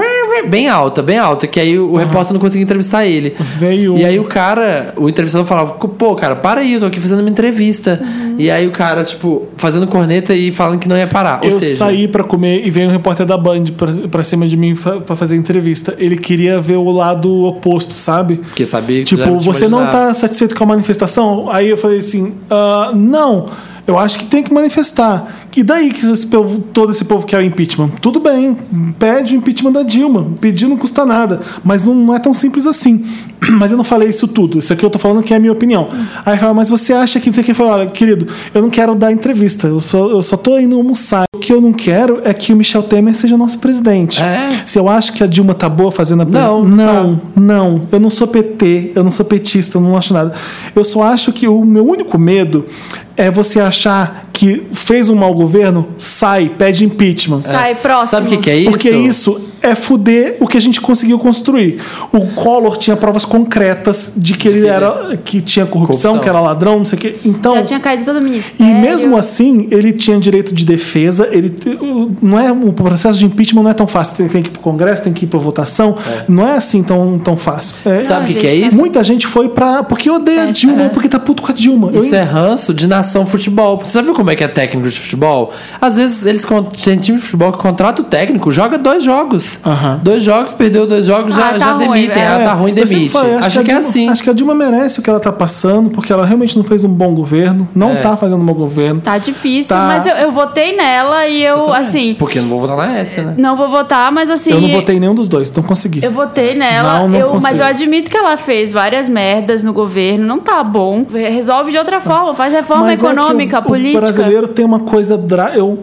[SPEAKER 3] bem alta, bem alta, que aí o repórter não conseguia entrevistar ele.
[SPEAKER 1] Veio
[SPEAKER 3] E aí o cara, o entrevistador falava, pô, cara, para aí, eu tô aqui fazendo uma entrevista. E aí o cara, tipo, fazendo corneta e falando que não ia parar. Ou
[SPEAKER 1] Eu
[SPEAKER 3] seja,
[SPEAKER 1] saí pra comer e veio um repórter da Band pra, pra cima de mim fa- pra fazer entrevista. Ele queria ver o lado oposto, sabe?
[SPEAKER 3] Porque sabia que já
[SPEAKER 1] Tipo,
[SPEAKER 3] não te
[SPEAKER 1] você não
[SPEAKER 3] imaginava.
[SPEAKER 1] tá satisfeito com a manifestação? Aí eu falei assim: "Ah, não, eu acho que tem que manifestar. E daí que esse povo- todo esse povo quer o impeachment? Tudo bem, pede o impeachment da Dilma. Pedir não custa nada. Mas não, não é tão simples assim. Mas eu não falei isso tudo. Isso aqui eu tô falando que é a minha opinião. Aí fala, mas você acha que você quer falar, olha, querido, eu não quero dar entrevista, eu só, eu só tô indo almoçar. O que eu não quero é que o Michel Temer seja nosso presidente.
[SPEAKER 3] É.
[SPEAKER 1] Se eu acho que a Dilma tá boa fazendo a presi-
[SPEAKER 3] Não, tá.
[SPEAKER 1] não, não. Eu não sou PT, eu não sou petista, eu não acho nada. Eu só acho que o meu único medo é você achar que fez um mau governo, sai, pede impeachment.
[SPEAKER 2] Sai, próximo.
[SPEAKER 3] Sabe o que, que é isso?
[SPEAKER 1] Porque isso é fuder o que a gente conseguiu construir. O Collor tinha provas concretas de que ele era que tinha corrupção,
[SPEAKER 3] Corrupção.
[SPEAKER 1] que era ladrão, não sei o quê. Então,
[SPEAKER 2] Já tinha caído todo o
[SPEAKER 1] e
[SPEAKER 2] ministério.
[SPEAKER 1] mesmo assim, ele tinha direito de defesa. Ele o- não é o processo de impeachment não é tão fácil. Tem, tem que ir pro Congresso, tem que ir para votação. Não é assim tão tão fácil. É,
[SPEAKER 3] Sabe o que,
[SPEAKER 2] Não,
[SPEAKER 3] que é
[SPEAKER 2] gente,
[SPEAKER 3] isso?
[SPEAKER 1] Muita gente foi pra. porque odeia a
[SPEAKER 2] É,
[SPEAKER 1] Dilma,
[SPEAKER 2] é.
[SPEAKER 1] porque tá puto com a Dilma.
[SPEAKER 3] Isso
[SPEAKER 1] Eu-
[SPEAKER 3] é ranço de nação futebol. Porque você já viu como é que é técnico de futebol? Às vezes eles con- tem time de futebol que contrata o técnico, joga dois jogos.
[SPEAKER 1] Aham.
[SPEAKER 3] Dois jogos, perdeu dois jogos, já,
[SPEAKER 2] Ah, tá
[SPEAKER 3] já
[SPEAKER 2] ruim,
[SPEAKER 3] demitem.
[SPEAKER 2] é.
[SPEAKER 3] Ah, tá ruim,
[SPEAKER 1] eu sempre
[SPEAKER 3] demite.
[SPEAKER 1] falei,
[SPEAKER 3] acho, que, é
[SPEAKER 1] a Dilma-
[SPEAKER 3] assim.
[SPEAKER 1] Acho que a Dilma merece o que ela tá passando, porque ela realmente não fez um bom governo, não
[SPEAKER 3] É.
[SPEAKER 1] tá fazendo um bom governo.
[SPEAKER 2] Tá difícil,
[SPEAKER 1] Tá.
[SPEAKER 2] mas eu, eu votei nela e eu, assim,
[SPEAKER 3] Porque eu não vou votar na S, né?
[SPEAKER 2] não vou votar, mas assim.
[SPEAKER 1] Eu não votei em nenhum dos dois, não consegui.
[SPEAKER 2] Eu votei nela,
[SPEAKER 1] Não, não
[SPEAKER 2] eu- mas
[SPEAKER 1] consigo.
[SPEAKER 2] eu admito que ela fez várias merdas no governo, não tá bom. Resolve de outra forma, faz reforma
[SPEAKER 1] Mas é que o-
[SPEAKER 2] econômica, política.
[SPEAKER 1] O brasileiro tem uma coisa. dra- Eu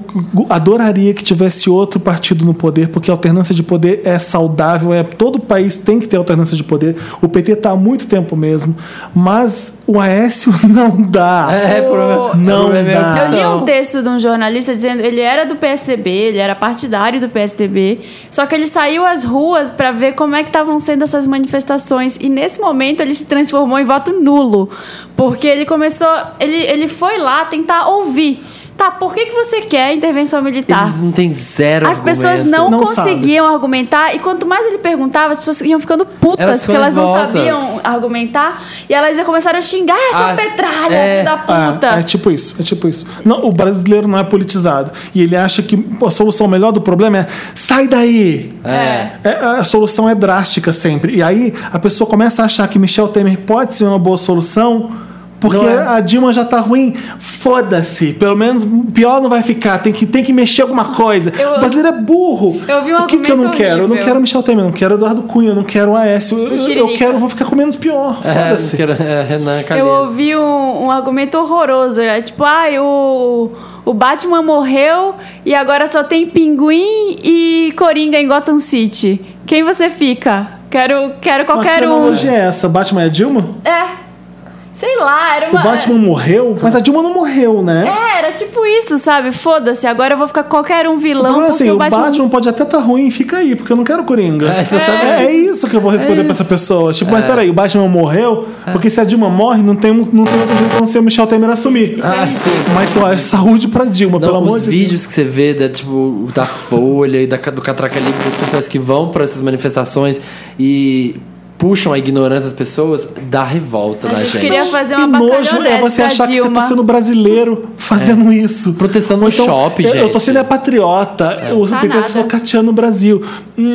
[SPEAKER 1] adoraria que tivesse outro partido no poder, porque a alternância de poder é saudável. É, todo país tem que ter alternância de poder. O PT está há muito tempo mesmo. Mas o Aécio não dá.
[SPEAKER 3] É, problema.
[SPEAKER 1] Não
[SPEAKER 3] problema é
[SPEAKER 1] dá.
[SPEAKER 2] Eu li
[SPEAKER 3] opção.
[SPEAKER 2] um texto de um jornalista dizendo ele era do PSDB, ele era partidário do PSDB, só que ele saiu às ruas pra ver como é que estavam sendo essas manifestações e nesse momento ele se transformou em voto nulo, porque ele começou, ele, ele foi lá tentar ouvir. Tá, por que, que você quer intervenção militar?
[SPEAKER 3] Eles não têm zero
[SPEAKER 2] As pessoas
[SPEAKER 3] argumento.
[SPEAKER 2] não,
[SPEAKER 1] Não
[SPEAKER 2] conseguiam argumentar, e quanto mais ele perguntava, as pessoas iam ficando putas,
[SPEAKER 3] Elas
[SPEAKER 2] porque elas não
[SPEAKER 3] nervosas.
[SPEAKER 2] sabiam argumentar, e elas começaram a xingar "Ah, essa
[SPEAKER 3] Ah,
[SPEAKER 2] petralha,
[SPEAKER 3] é,
[SPEAKER 2] filho da
[SPEAKER 1] Ah,
[SPEAKER 2] puta.
[SPEAKER 1] é tipo isso, é tipo isso. Não, o brasileiro não é politizado. E ele acha que pô, a solução melhor do problema é sai daí.
[SPEAKER 3] É.
[SPEAKER 1] É, a solução é drástica sempre. E aí a pessoa começa a achar que Michel Temer pode ser uma boa solução. Porque
[SPEAKER 3] Não é.
[SPEAKER 1] a Dilma já tá ruim. Foda-se. Pelo menos pior não vai ficar. Tem que, tem que mexer alguma coisa.
[SPEAKER 2] Eu-
[SPEAKER 1] o brasileiro é burro.
[SPEAKER 2] Eu ouvi um
[SPEAKER 1] o que, que eu não
[SPEAKER 2] argumento
[SPEAKER 1] quero? Eu não
[SPEAKER 2] horrível.
[SPEAKER 1] quero Michel Temer, eu não quero Eduardo Cunha, eu não quero Aécio. Eu, eu
[SPEAKER 2] Tiririca.
[SPEAKER 1] quero, vou ficar com menos pior.
[SPEAKER 3] É,
[SPEAKER 1] Foda-se.
[SPEAKER 3] que era- é, Renan
[SPEAKER 2] Eu
[SPEAKER 3] Calheiros.
[SPEAKER 2] ouvi um, um argumento horroroso. É tipo, ai, o, o Batman morreu e agora só tem pinguim e coringa em Gotham City. Quem você fica? Quero, quero
[SPEAKER 1] Mas
[SPEAKER 2] qualquer
[SPEAKER 1] que
[SPEAKER 2] um.
[SPEAKER 1] analogia é essa? Batman é Dilma?
[SPEAKER 2] É. Sei lá, era
[SPEAKER 1] O
[SPEAKER 2] uma.
[SPEAKER 1] Batman morreu, mas a Dilma não morreu, né?
[SPEAKER 2] É, era tipo isso, sabe? Foda-se, agora eu vou ficar qualquer um
[SPEAKER 1] O
[SPEAKER 2] vilão.
[SPEAKER 1] problema é
[SPEAKER 2] porque
[SPEAKER 1] assim, o Batman... pode até estar ruim, fica aí, porque eu não quero Coringa.
[SPEAKER 3] É, exatamente. É.
[SPEAKER 1] É, é isso que eu vou responder pra essa pessoa. Tipo, mas peraí, o Batman morreu, porque se a Dilma morre, não tem, não tem outro jeito a não ser o Michel Temer assumir.
[SPEAKER 3] Ah, sim.
[SPEAKER 1] Mas sei lá, saúde pra Dilma,
[SPEAKER 3] Não,
[SPEAKER 1] pelo amor
[SPEAKER 3] os
[SPEAKER 1] de
[SPEAKER 3] vídeos que você vê da, tipo, da Folha e da, do Catraca Livre, das pessoas que vão para essas manifestações e puxam a ignorância das pessoas, dá revolta
[SPEAKER 2] A
[SPEAKER 3] na
[SPEAKER 2] gente
[SPEAKER 3] gente.
[SPEAKER 2] queria fazer
[SPEAKER 1] Deus. Que
[SPEAKER 2] uma batalha
[SPEAKER 1] nojo é você
[SPEAKER 2] honesta,
[SPEAKER 1] achar que você
[SPEAKER 2] Dilma.
[SPEAKER 1] tá sendo brasileiro
[SPEAKER 3] É.
[SPEAKER 1] fazendo isso.
[SPEAKER 3] Protestando no shopping,
[SPEAKER 1] Então, eu,
[SPEAKER 3] gente. É.
[SPEAKER 1] Eu tô sendo a patriota. O
[SPEAKER 2] Tá
[SPEAKER 1] PT tá
[SPEAKER 2] nada.
[SPEAKER 1] socateando o Brasil.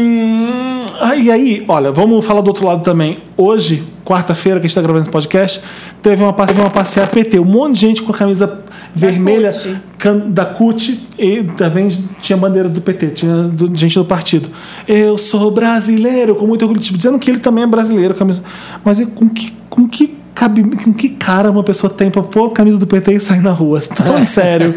[SPEAKER 1] Hum, ah, e aí, olha, vamos falar do outro lado também. Hoje, quarta-feira, que a gente tá gravando esse podcast, teve uma, passe- uma passeada PT. Um monte de gente com a camisa vermelha
[SPEAKER 2] CUT.
[SPEAKER 1] can- da CUT e também tinha bandeiras do PT, tinha do- gente do partido. Eu sou brasileiro, com muito orgulho, tipo, dizendo que ele também é brasileiro. Camisa. Mas e com que, com que cabe, com que cara uma pessoa tem pra pôr a camisa do PT e sair na rua?
[SPEAKER 3] É.
[SPEAKER 1] Tão sério.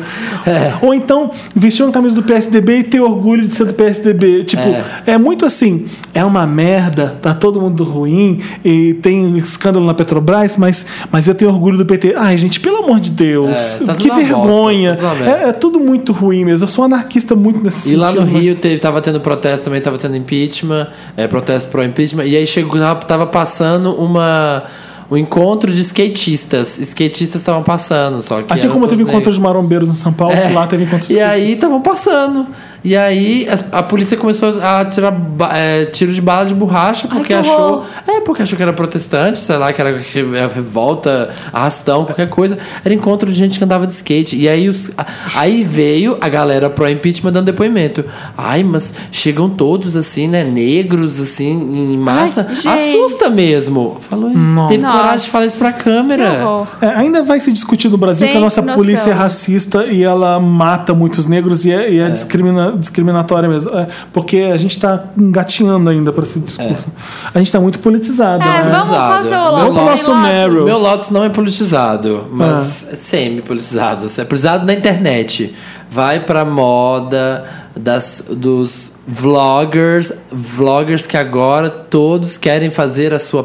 [SPEAKER 1] Ou então vestir uma camisa do PSDB e ter orgulho de ser do PSDB. Tipo, é. muito assim, é uma merda, tá todo mundo ruim e tem um escândalo na Petrobras, mas, mas eu tenho orgulho do PT. Ai, gente, pelo amor de Deus,
[SPEAKER 3] É, tá tudo
[SPEAKER 1] que
[SPEAKER 3] uma bosta,
[SPEAKER 1] vergonha.
[SPEAKER 3] tá tudo uma merda.
[SPEAKER 1] é, é tudo muito ruim mesmo. Eu sou um anarquista muito nesse
[SPEAKER 3] E
[SPEAKER 1] sentido.
[SPEAKER 3] lá no
[SPEAKER 1] mas-
[SPEAKER 3] Rio teve, tava tendo protesto também, tava tendo impeachment, é, protesto pro impeachment, e aí chegou, tava, tava passando uma. Um encontro de skatistas. Skatistas estavam passando, só que.
[SPEAKER 1] Assim
[SPEAKER 3] eram
[SPEAKER 1] como teve
[SPEAKER 3] todos
[SPEAKER 1] encontro de marombeiros em São Paulo,
[SPEAKER 3] É.
[SPEAKER 1] lá teve encontro de
[SPEAKER 3] E aí
[SPEAKER 1] skatistas.
[SPEAKER 3] estavam passando. E aí a, a polícia começou a tirar ba- é, tiro de bala de borracha porque
[SPEAKER 2] que
[SPEAKER 3] achou.
[SPEAKER 2] horror.
[SPEAKER 3] É, porque achou que era protestante, sei lá, que era re- revolta, arrastão, qualquer coisa. Era encontro de gente que andava de skate. E aí, os, a- aí veio a galera pro impeachment dando depoimento. Ai, mas chegam todos assim, né? Negros, assim, em massa.
[SPEAKER 2] gente.
[SPEAKER 3] Assusta mesmo. Falou isso.
[SPEAKER 1] Nossa.
[SPEAKER 3] Teve coragem de falar isso pra
[SPEAKER 2] Que
[SPEAKER 3] câmera.
[SPEAKER 2] horror.
[SPEAKER 1] É, ainda vai se discutir no Brasil
[SPEAKER 2] Sem
[SPEAKER 1] que a nossa
[SPEAKER 2] noção.
[SPEAKER 1] polícia é racista e ela mata muitos negros e é, e é discrimina- discriminatória mesmo. É, porque a gente tá engatinhando ainda para esse discurso.
[SPEAKER 3] É.
[SPEAKER 1] A gente tá muito politizado.
[SPEAKER 2] É,
[SPEAKER 1] né?
[SPEAKER 2] vamos, qual o seu
[SPEAKER 3] Vamos
[SPEAKER 2] Lotus?
[SPEAKER 1] falar sobre
[SPEAKER 2] Lotus?
[SPEAKER 1] Meryl.
[SPEAKER 3] Meu Lotus não é politizado,
[SPEAKER 1] Ah.
[SPEAKER 3] mas é semi-politizado. É politizado na internet. Vai pra moda, das, dos vloggers, vloggers que agora todos querem fazer a sua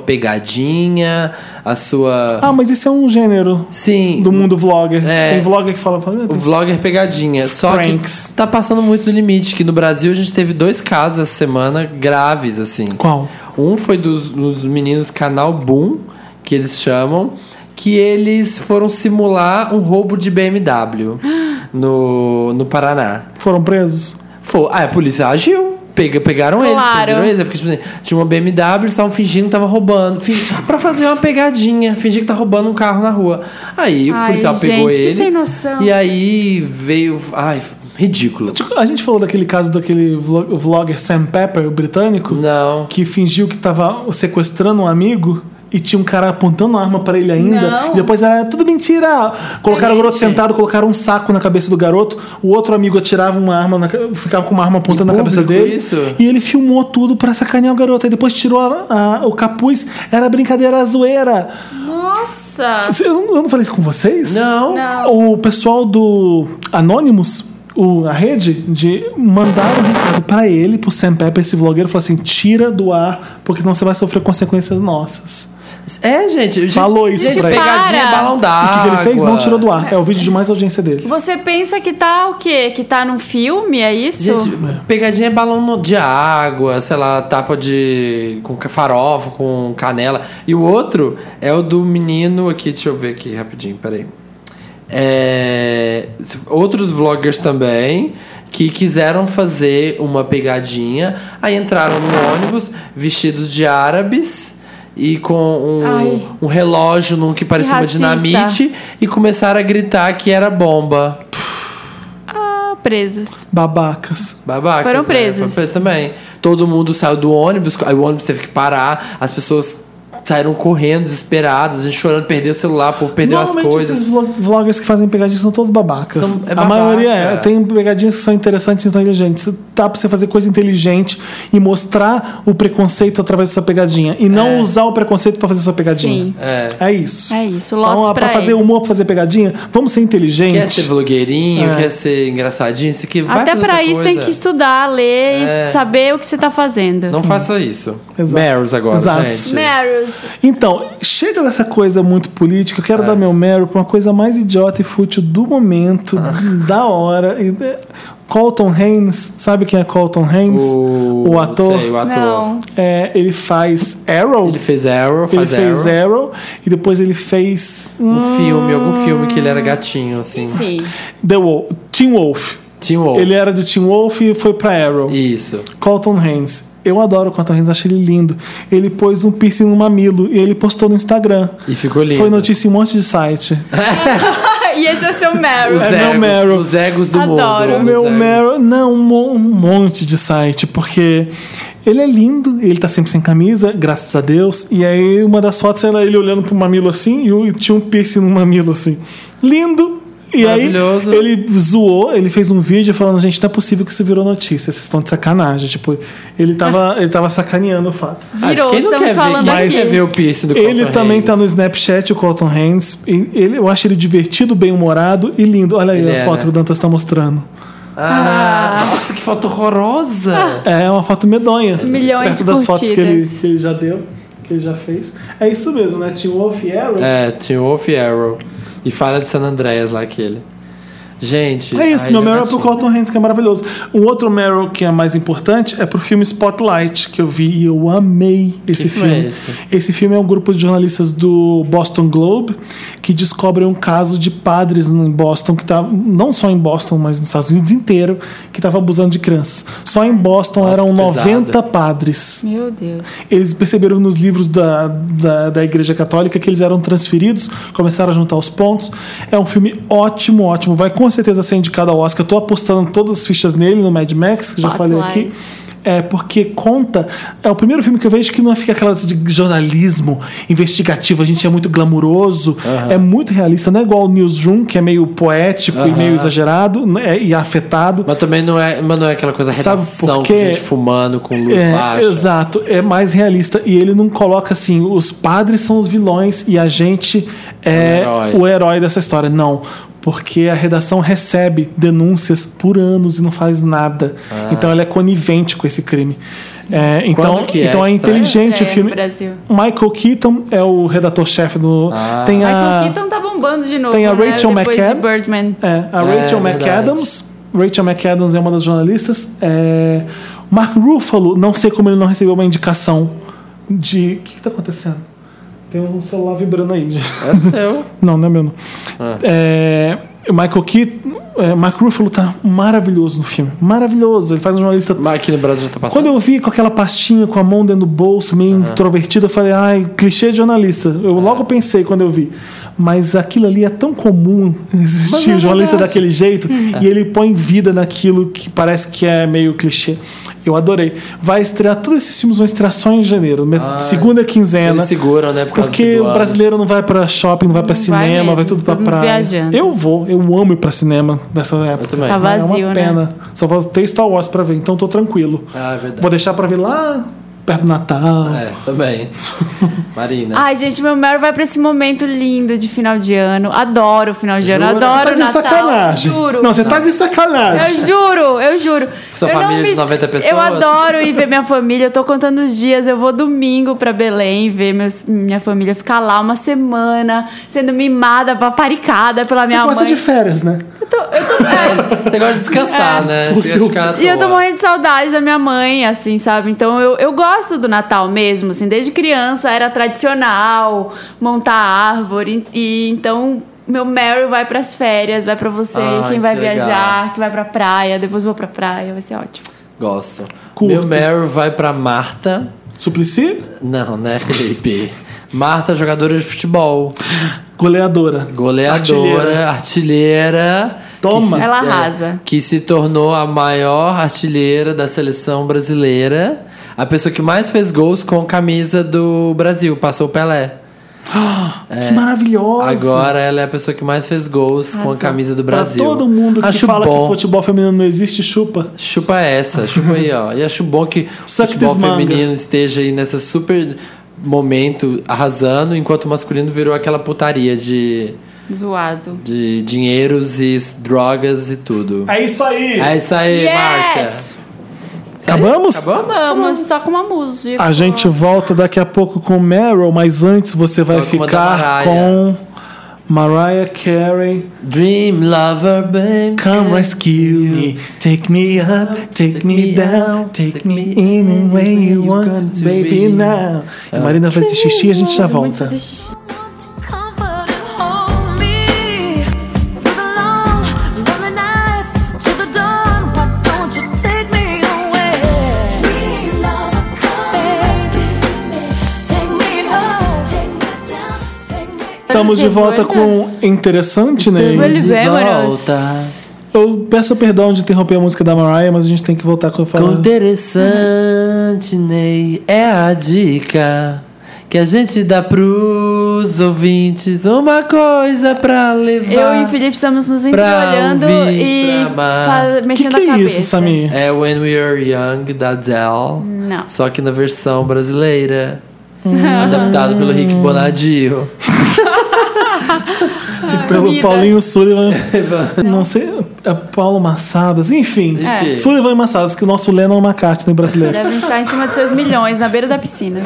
[SPEAKER 3] pegadinha, a sua.
[SPEAKER 1] Ah, mas isso é um gênero
[SPEAKER 3] Sim.
[SPEAKER 1] do mundo vlogger.
[SPEAKER 3] É.
[SPEAKER 1] Tem vlogger que fala. fala, "Ah,
[SPEAKER 3] O vlogger pegadinha. Só
[SPEAKER 1] Pranks.
[SPEAKER 3] que tá passando muito do limite, que no Brasil a gente teve dois casos essa semana graves, assim.
[SPEAKER 1] Qual?
[SPEAKER 3] Um foi dos, dos meninos Canal Boom, que eles chamam, que eles foram simular um roubo de BMW no, no Paraná.
[SPEAKER 1] Foram presos?
[SPEAKER 3] Foi, ah, a polícia agiu. Pega, pegaram eles,
[SPEAKER 2] Claro.
[SPEAKER 3] prenderam eles. É porque, tipo assim, tinha uma BMW, eles estavam fingindo que tava roubando. Fin... pra fazer uma pegadinha, fingir que tá roubando um carro na rua. Aí o
[SPEAKER 2] Ai,
[SPEAKER 3] policial
[SPEAKER 2] gente,
[SPEAKER 3] pegou
[SPEAKER 2] que
[SPEAKER 3] ele.
[SPEAKER 2] sem noção.
[SPEAKER 3] E aí veio. Ai, ridículo.
[SPEAKER 1] Tipo, A gente falou daquele caso daquele vlog- vlogger Sam Pepper, o britânico,
[SPEAKER 3] Não.
[SPEAKER 1] que fingiu que tava sequestrando um amigo. E tinha um cara apontando uma arma pra ele ainda.
[SPEAKER 2] Não.
[SPEAKER 1] E depois era tudo mentira. Colocaram o garoto
[SPEAKER 3] Gente.
[SPEAKER 1] sentado, colocaram um saco na cabeça do garoto. O outro amigo atirava uma arma, na ca- ficava com uma arma apontando
[SPEAKER 3] Em
[SPEAKER 1] na cabeça
[SPEAKER 3] público,
[SPEAKER 1] dele.
[SPEAKER 3] isso?
[SPEAKER 1] E ele filmou tudo pra sacanear o garoto. Aí depois tirou a- a- o capuz. Era brincadeira zoeira.
[SPEAKER 2] Nossa!
[SPEAKER 1] Cê- Eu não, eu não falei isso com vocês?
[SPEAKER 3] Não.
[SPEAKER 1] O pessoal do Anonymous, o, a rede, de mandar um recado pra ele, pro Sam Pepper, esse vlogueiro, falou assim: tira do ar, porque senão você vai sofrer consequências nossas.
[SPEAKER 3] É, gente. gente
[SPEAKER 1] Falou isso
[SPEAKER 3] gente,
[SPEAKER 1] pra ele.
[SPEAKER 3] pegadinha,
[SPEAKER 2] Para.
[SPEAKER 3] balão
[SPEAKER 1] O
[SPEAKER 3] d'água.
[SPEAKER 1] que, que ele fez? Não tirou do ar. É o vídeo de mais audiência dele.
[SPEAKER 2] Você pensa que tá o quê? Que tá num filme, é isso?
[SPEAKER 3] Gente, pegadinha é balão no- de água, sei lá, tapa de. com ca- farofa, com canela. E o outro é o do menino aqui, deixa eu ver aqui rapidinho, peraí. É, s- outros vloggers também que quiseram fazer uma pegadinha, aí entraram no ônibus vestidos de árabes e com
[SPEAKER 2] Ai.
[SPEAKER 3] um, um relógio num que parecia uma
[SPEAKER 2] racista.
[SPEAKER 3] dinamite e começaram a gritar que era bomba.
[SPEAKER 2] Ah, presos.
[SPEAKER 1] Babacas.
[SPEAKER 3] Babacas,
[SPEAKER 2] Foram
[SPEAKER 3] né?
[SPEAKER 2] presos.
[SPEAKER 3] Foram presos também. Todo mundo saiu do ônibus, aí o ônibus teve que parar, as pessoas saíram correndo, desesperadas, a gente chorando, perdeu o celular, o povo perdeu as
[SPEAKER 1] Normalmente assim,
[SPEAKER 3] coisas.
[SPEAKER 1] esses vlog- vloggers que fazem pegadinhas são todos babacas.
[SPEAKER 3] São- é
[SPEAKER 1] A
[SPEAKER 3] babaca.
[SPEAKER 1] maioria é. Tem pegadinhas que são interessantes e são inteligentes. Dá pra você fazer coisa inteligente e mostrar o preconceito através da sua pegadinha. E não usar o preconceito pra fazer sua pegadinha.
[SPEAKER 2] Sim.
[SPEAKER 3] É.
[SPEAKER 1] É isso.
[SPEAKER 2] É isso,
[SPEAKER 1] Então,
[SPEAKER 2] lotes
[SPEAKER 1] ó,
[SPEAKER 2] pra
[SPEAKER 1] pra, fazer
[SPEAKER 3] um-
[SPEAKER 2] eles.
[SPEAKER 1] humor, pra fazer pegadinha, vamos
[SPEAKER 3] Quer ser
[SPEAKER 1] ser inteligentes.
[SPEAKER 3] blogueirinho,
[SPEAKER 1] É.
[SPEAKER 3] quer ser engraçadinho, isso aqui vai
[SPEAKER 2] Até
[SPEAKER 3] fazer
[SPEAKER 2] pra
[SPEAKER 3] outra
[SPEAKER 2] isso
[SPEAKER 3] coisa.
[SPEAKER 2] tem que estudar, ler,
[SPEAKER 3] É.
[SPEAKER 2] e saber o que você tá fazendo.
[SPEAKER 3] Não faça isso.
[SPEAKER 1] Exato.
[SPEAKER 3] Meryls agora,
[SPEAKER 1] Exato.
[SPEAKER 3] gente.
[SPEAKER 2] Meryls.
[SPEAKER 1] Então, chega dessa coisa muito política. Eu
[SPEAKER 3] É.
[SPEAKER 1] quero dar meu mero pra uma coisa mais idiota e fútil do momento,
[SPEAKER 3] Ah.
[SPEAKER 1] da hora. E, é, Colton Haynes, sabe quem é Colton Haynes?
[SPEAKER 3] O,
[SPEAKER 1] o ator.
[SPEAKER 3] sei, o ator.
[SPEAKER 2] Não.
[SPEAKER 1] É, ele faz Arrow.
[SPEAKER 3] Ele fez Arrow,
[SPEAKER 1] Ele
[SPEAKER 3] faz
[SPEAKER 1] fez
[SPEAKER 3] Arrow.
[SPEAKER 1] Arrow e depois ele fez hum,
[SPEAKER 3] Um filme, algum filme que ele era gatinho, assim.
[SPEAKER 2] Enfim.
[SPEAKER 1] The Wolf, Teen Wolf.
[SPEAKER 3] Teen Wolf.
[SPEAKER 1] Ele é era de Teen Wolf e foi pra Arrow.
[SPEAKER 3] Isso.
[SPEAKER 1] Colton Haynes. Eu adoro o Colton Haynes, acho ele lindo. Ele pôs um piercing no mamilo e ele postou no Instagram.
[SPEAKER 3] E ficou lindo.
[SPEAKER 1] Foi notícia em um monte de site.
[SPEAKER 2] e esse é o seu Meryl.
[SPEAKER 3] Os
[SPEAKER 1] É meu
[SPEAKER 3] egos,
[SPEAKER 1] Meryl.
[SPEAKER 3] Os egos do
[SPEAKER 2] Adoro.
[SPEAKER 3] mundo.
[SPEAKER 1] O
[SPEAKER 3] os
[SPEAKER 1] meu
[SPEAKER 3] egos.
[SPEAKER 1] Meryl. Não, um mon- um monte de site, porque ele é lindo, ele tá sempre sem camisa, graças a Deus. E aí, uma das fotos era ele olhando pro mamilo assim e o- e tinha um piercing no mamilo assim. Lindo! E aí,
[SPEAKER 3] Maravilhoso.
[SPEAKER 1] ele zoou, ele fez um vídeo falando: gente, não é possível que isso virou notícia, vocês estão de sacanagem. Tipo, ele tava, ele tava sacaneando o fato.
[SPEAKER 2] Virou,
[SPEAKER 3] Acho que quem não
[SPEAKER 2] estamos
[SPEAKER 3] quer
[SPEAKER 2] falando
[SPEAKER 3] ver, quem
[SPEAKER 2] aqui.
[SPEAKER 3] quer ver o piercing do
[SPEAKER 1] Ele
[SPEAKER 3] Colton
[SPEAKER 1] também
[SPEAKER 3] Haynes?
[SPEAKER 1] tá no Snapchat, o Colton Haynes. E Ele, eu acho ele divertido, bem-humorado e lindo. Olha aí
[SPEAKER 3] Ele
[SPEAKER 1] a
[SPEAKER 3] é,
[SPEAKER 1] foto
[SPEAKER 3] né?
[SPEAKER 1] que o Dantas tá mostrando.
[SPEAKER 3] Ah, nossa, que foto horrorosa!
[SPEAKER 1] É uma foto medonha.
[SPEAKER 2] Milhões
[SPEAKER 1] Perto
[SPEAKER 2] de
[SPEAKER 1] das fotos que ele,
[SPEAKER 2] curtidas.
[SPEAKER 1] que ele já deu, que ele já fez. É isso mesmo, né? Team Wolf e Arrow. É,
[SPEAKER 3] É, Tim Wolf e Arrow. E fala de San Andreas lá, aquele. Gente.
[SPEAKER 1] isso,
[SPEAKER 3] ai,
[SPEAKER 1] meu
[SPEAKER 3] eu
[SPEAKER 1] Meryl é
[SPEAKER 3] acho-
[SPEAKER 1] pro Colton Haynes, que é maravilhoso. Um outro Meryl que é mais importante é pro filme Spotlight, que eu vi e eu amei esse
[SPEAKER 3] filme
[SPEAKER 1] filme.
[SPEAKER 3] é esse?
[SPEAKER 1] Esse filme é um grupo de jornalistas do Boston Globe que descobrem um caso de padres em Boston, que tá, não só em Boston, mas nos Estados Unidos inteiro, que estavam abusando de crianças. Só em Boston
[SPEAKER 3] Nossa,
[SPEAKER 1] eram
[SPEAKER 3] que pesado.
[SPEAKER 1] 90 padres.
[SPEAKER 2] Meu Deus.
[SPEAKER 1] Eles perceberam nos livros da, da, da Igreja Católica que eles eram transferidos, começaram a juntar os pontos. É um filme ótimo, ótimo. Vai com certeza ser indicado ao Oscar. Tô apostando todas as fichas nele no Mad Max, que já falei
[SPEAKER 2] Spotlight.
[SPEAKER 1] aqui. É porque conta. É o primeiro filme que eu vejo que não fica aquela de jornalismo investigativo. A gente é muito glamuroso, é muito realista. Não é igual o Newsroom, que é meio poético e meio exagerado né, e afetado.
[SPEAKER 3] Mas também não é, mas não é aquela coisa
[SPEAKER 1] Sabe
[SPEAKER 3] redação
[SPEAKER 1] por
[SPEAKER 3] que
[SPEAKER 1] quê?
[SPEAKER 3] gente fumando com luz
[SPEAKER 1] É,
[SPEAKER 3] baixa.
[SPEAKER 1] exato, é mais realista. E ele não coloca assim: os padres são os vilões e a gente
[SPEAKER 3] O
[SPEAKER 1] é
[SPEAKER 3] herói.
[SPEAKER 1] o herói dessa história. Não. Porque a redação recebe denúncias por anos e não faz nada. Então ela é conivente com esse crime. É, então,
[SPEAKER 3] Ah. Quando que é
[SPEAKER 1] então é
[SPEAKER 3] que estreia?
[SPEAKER 1] inteligente o
[SPEAKER 2] Estreia no
[SPEAKER 1] filme.
[SPEAKER 2] Brasil.
[SPEAKER 1] Michael Keaton é o redator-chefe do.
[SPEAKER 3] Ah.
[SPEAKER 1] Tem a,
[SPEAKER 2] Michael Keaton tá bombando de novo.
[SPEAKER 1] tem a
[SPEAKER 2] né?
[SPEAKER 1] Rachel
[SPEAKER 2] Depois
[SPEAKER 1] McAd-
[SPEAKER 2] de Birdman.
[SPEAKER 1] É, a
[SPEAKER 3] É,
[SPEAKER 1] Rachel
[SPEAKER 3] verdade.
[SPEAKER 1] McAdams. Rachel McAdams é uma das jornalistas. É, Mark Ruffalo, não sei como ele não recebeu uma indicação de. O que, que tá acontecendo? Tem um celular vibrando aí.
[SPEAKER 3] É seu. Ah.
[SPEAKER 1] Não, não é meu. Não. É, o Michael Keaton. é, Mark Ruffalo tá maravilhoso no filme. Maravilhoso. Ele faz um jornalista
[SPEAKER 3] Mas aqui no Brasil já tá passando.
[SPEAKER 1] quando eu vi com aquela pastinha com a mão dentro do bolso, meio introvertida, eu falei, ai, clichê de jornalista. Eu
[SPEAKER 3] É.
[SPEAKER 1] logo pensei quando eu vi. Mas aquilo ali é tão comum existir
[SPEAKER 3] Mas é
[SPEAKER 1] jornalista
[SPEAKER 3] verdade.
[SPEAKER 1] daquele jeito
[SPEAKER 2] Hum.
[SPEAKER 1] e ele põe vida naquilo que parece que é meio clichê. Eu adorei. Vai estrear, todos esses filmes vão estrear só em janeiro, me-
[SPEAKER 3] Ah,
[SPEAKER 1] segunda quinzena.
[SPEAKER 3] Eles seguram, né? Por causa
[SPEAKER 1] Porque
[SPEAKER 3] do
[SPEAKER 1] o
[SPEAKER 3] ano.
[SPEAKER 1] brasileiro não vai pra shopping, não vai pra
[SPEAKER 2] Não vai
[SPEAKER 1] cinema, vai,
[SPEAKER 2] mesmo,
[SPEAKER 1] tudo pra
[SPEAKER 2] todo mundo
[SPEAKER 1] praia.
[SPEAKER 2] viajando.
[SPEAKER 1] Eu vou, eu amo ir pra cinema nessa época.
[SPEAKER 3] também.
[SPEAKER 2] Tá
[SPEAKER 1] Mas é
[SPEAKER 2] vazio,
[SPEAKER 1] uma
[SPEAKER 2] né?
[SPEAKER 1] pena. Só vou ter Star Wars pra ver, então tô tranquilo.
[SPEAKER 3] Ah, é verdade.
[SPEAKER 1] Vou deixar pra ver lá perto do Natal.
[SPEAKER 3] É, também. Marina.
[SPEAKER 2] Ai, gente, meu Meryl vai pra esse momento lindo de final de ano. Adoro o final de ano,
[SPEAKER 3] Jura?
[SPEAKER 1] Você
[SPEAKER 2] adoro
[SPEAKER 1] tá
[SPEAKER 2] o
[SPEAKER 1] de
[SPEAKER 2] Natal.
[SPEAKER 1] sacanagem.
[SPEAKER 2] Juro.
[SPEAKER 1] Não, você tá de
[SPEAKER 2] Eu
[SPEAKER 1] sacanagem.
[SPEAKER 2] juro, eu juro.
[SPEAKER 3] sua
[SPEAKER 2] eu não
[SPEAKER 3] família de 90 pessoas?
[SPEAKER 2] Eu adoro ir ver minha família. Eu tô contando os dias. Eu vou domingo pra Belém ver meus- minha família ficar lá uma semana, sendo mimada, paparicada pela
[SPEAKER 1] Você
[SPEAKER 2] minha
[SPEAKER 1] gosta
[SPEAKER 2] mãe.
[SPEAKER 1] de férias, né?
[SPEAKER 2] Eu tô- eu tô-
[SPEAKER 3] Você gosta de descansar, né? Você gosta de ficar à
[SPEAKER 2] É. E eu tô
[SPEAKER 3] toa.
[SPEAKER 2] morrendo de saudade da minha mãe, assim, sabe? Então eu, eu gosto do Natal mesmo, assim, desde criança era tradicional montar árvore. E então meu Meryl vai pras férias, vai pra você,
[SPEAKER 3] Ai,
[SPEAKER 2] quem vai
[SPEAKER 3] que legal.
[SPEAKER 2] viajar, que vai pra praia, depois vou pra praia, vai ser ótimo.
[SPEAKER 3] Gosto.
[SPEAKER 1] Curto.
[SPEAKER 3] Meu Meryl vai pra Marta.
[SPEAKER 1] Suplicy?
[SPEAKER 3] Não, né, Felipe? Marta, jogadora de futebol.
[SPEAKER 1] Goleadora.
[SPEAKER 3] Goleadora,
[SPEAKER 1] Artilheira.
[SPEAKER 3] artilheira.
[SPEAKER 1] Toma.
[SPEAKER 2] Ela
[SPEAKER 3] é,
[SPEAKER 2] arrasa.
[SPEAKER 3] que se tornou a maior artilheira da seleção brasileira. A pessoa que mais fez gols com camisa do Brasil. Passou o Pelé.
[SPEAKER 1] Que maravilhosa.
[SPEAKER 3] É. Agora ela é a pessoa que mais fez gols com a
[SPEAKER 2] Arrasou.
[SPEAKER 3] camisa do
[SPEAKER 1] Pra
[SPEAKER 3] Brasil.
[SPEAKER 1] todo mundo que
[SPEAKER 3] Acho
[SPEAKER 1] fala
[SPEAKER 3] bom.
[SPEAKER 1] que futebol feminino não existe, chupa.
[SPEAKER 3] Chupa essa, chupa aí, ó. E acho bom que o
[SPEAKER 1] Suck
[SPEAKER 3] futebol
[SPEAKER 1] this manga.
[SPEAKER 3] feminino esteja aí nessa super momento arrasando, enquanto o masculino virou aquela putaria de,
[SPEAKER 2] Zoado.
[SPEAKER 3] de dinheiros e drogas e tudo.
[SPEAKER 1] É isso aí.
[SPEAKER 3] É isso aí,
[SPEAKER 2] yes!
[SPEAKER 3] Márcia.
[SPEAKER 1] Acabamos?
[SPEAKER 3] Acabamos?
[SPEAKER 2] Vamos, toca uma música.
[SPEAKER 1] A gente volta daqui a pouco com Meryl, mas antes você vai
[SPEAKER 3] Toca uma da
[SPEAKER 1] ficar
[SPEAKER 3] Mariah.
[SPEAKER 1] com Mariah Carey.
[SPEAKER 3] Dream Lover, baby.
[SPEAKER 1] Come rescue me, take me up, take me down, take me in and way you want, to, Ah. baby now. E Marina vai fazer xixi e a gente já volta. Estamos de volta com Interessante,
[SPEAKER 2] Depois-
[SPEAKER 1] né?
[SPEAKER 2] Ele vem, amoroso.
[SPEAKER 3] volta.
[SPEAKER 1] Eu peço perdão de interromper a música da Mariah, mas a gente tem que voltar com a
[SPEAKER 3] Quão
[SPEAKER 1] fala.
[SPEAKER 3] interessante, Ney, é a dica que a gente dá pros ouvintes. Uma coisa pra levar.
[SPEAKER 2] Eu e Felipe estamos nos encolhando
[SPEAKER 3] ouvir, pra
[SPEAKER 2] e
[SPEAKER 3] amar.
[SPEAKER 2] fa-
[SPEAKER 1] O que,
[SPEAKER 2] mexendo
[SPEAKER 1] que é
[SPEAKER 2] a cabeça.
[SPEAKER 1] isso, Samir?
[SPEAKER 3] É When We Are Young, da Adele.
[SPEAKER 2] Não.
[SPEAKER 3] Só que na versão brasileira.
[SPEAKER 2] Uhum.
[SPEAKER 3] Adaptado pelo Rick
[SPEAKER 1] Uhum.
[SPEAKER 3] Bonadio.
[SPEAKER 1] Pelo
[SPEAKER 2] Unidas.
[SPEAKER 1] Paulinho Sullivan. Não sei. É Paulo Massadas, enfim.
[SPEAKER 3] É.
[SPEAKER 1] Sullivan e Massadas, que o nosso Lennon McCartney brasileiro.
[SPEAKER 2] Deve estar em cima dos seus milhões, na beira da piscina.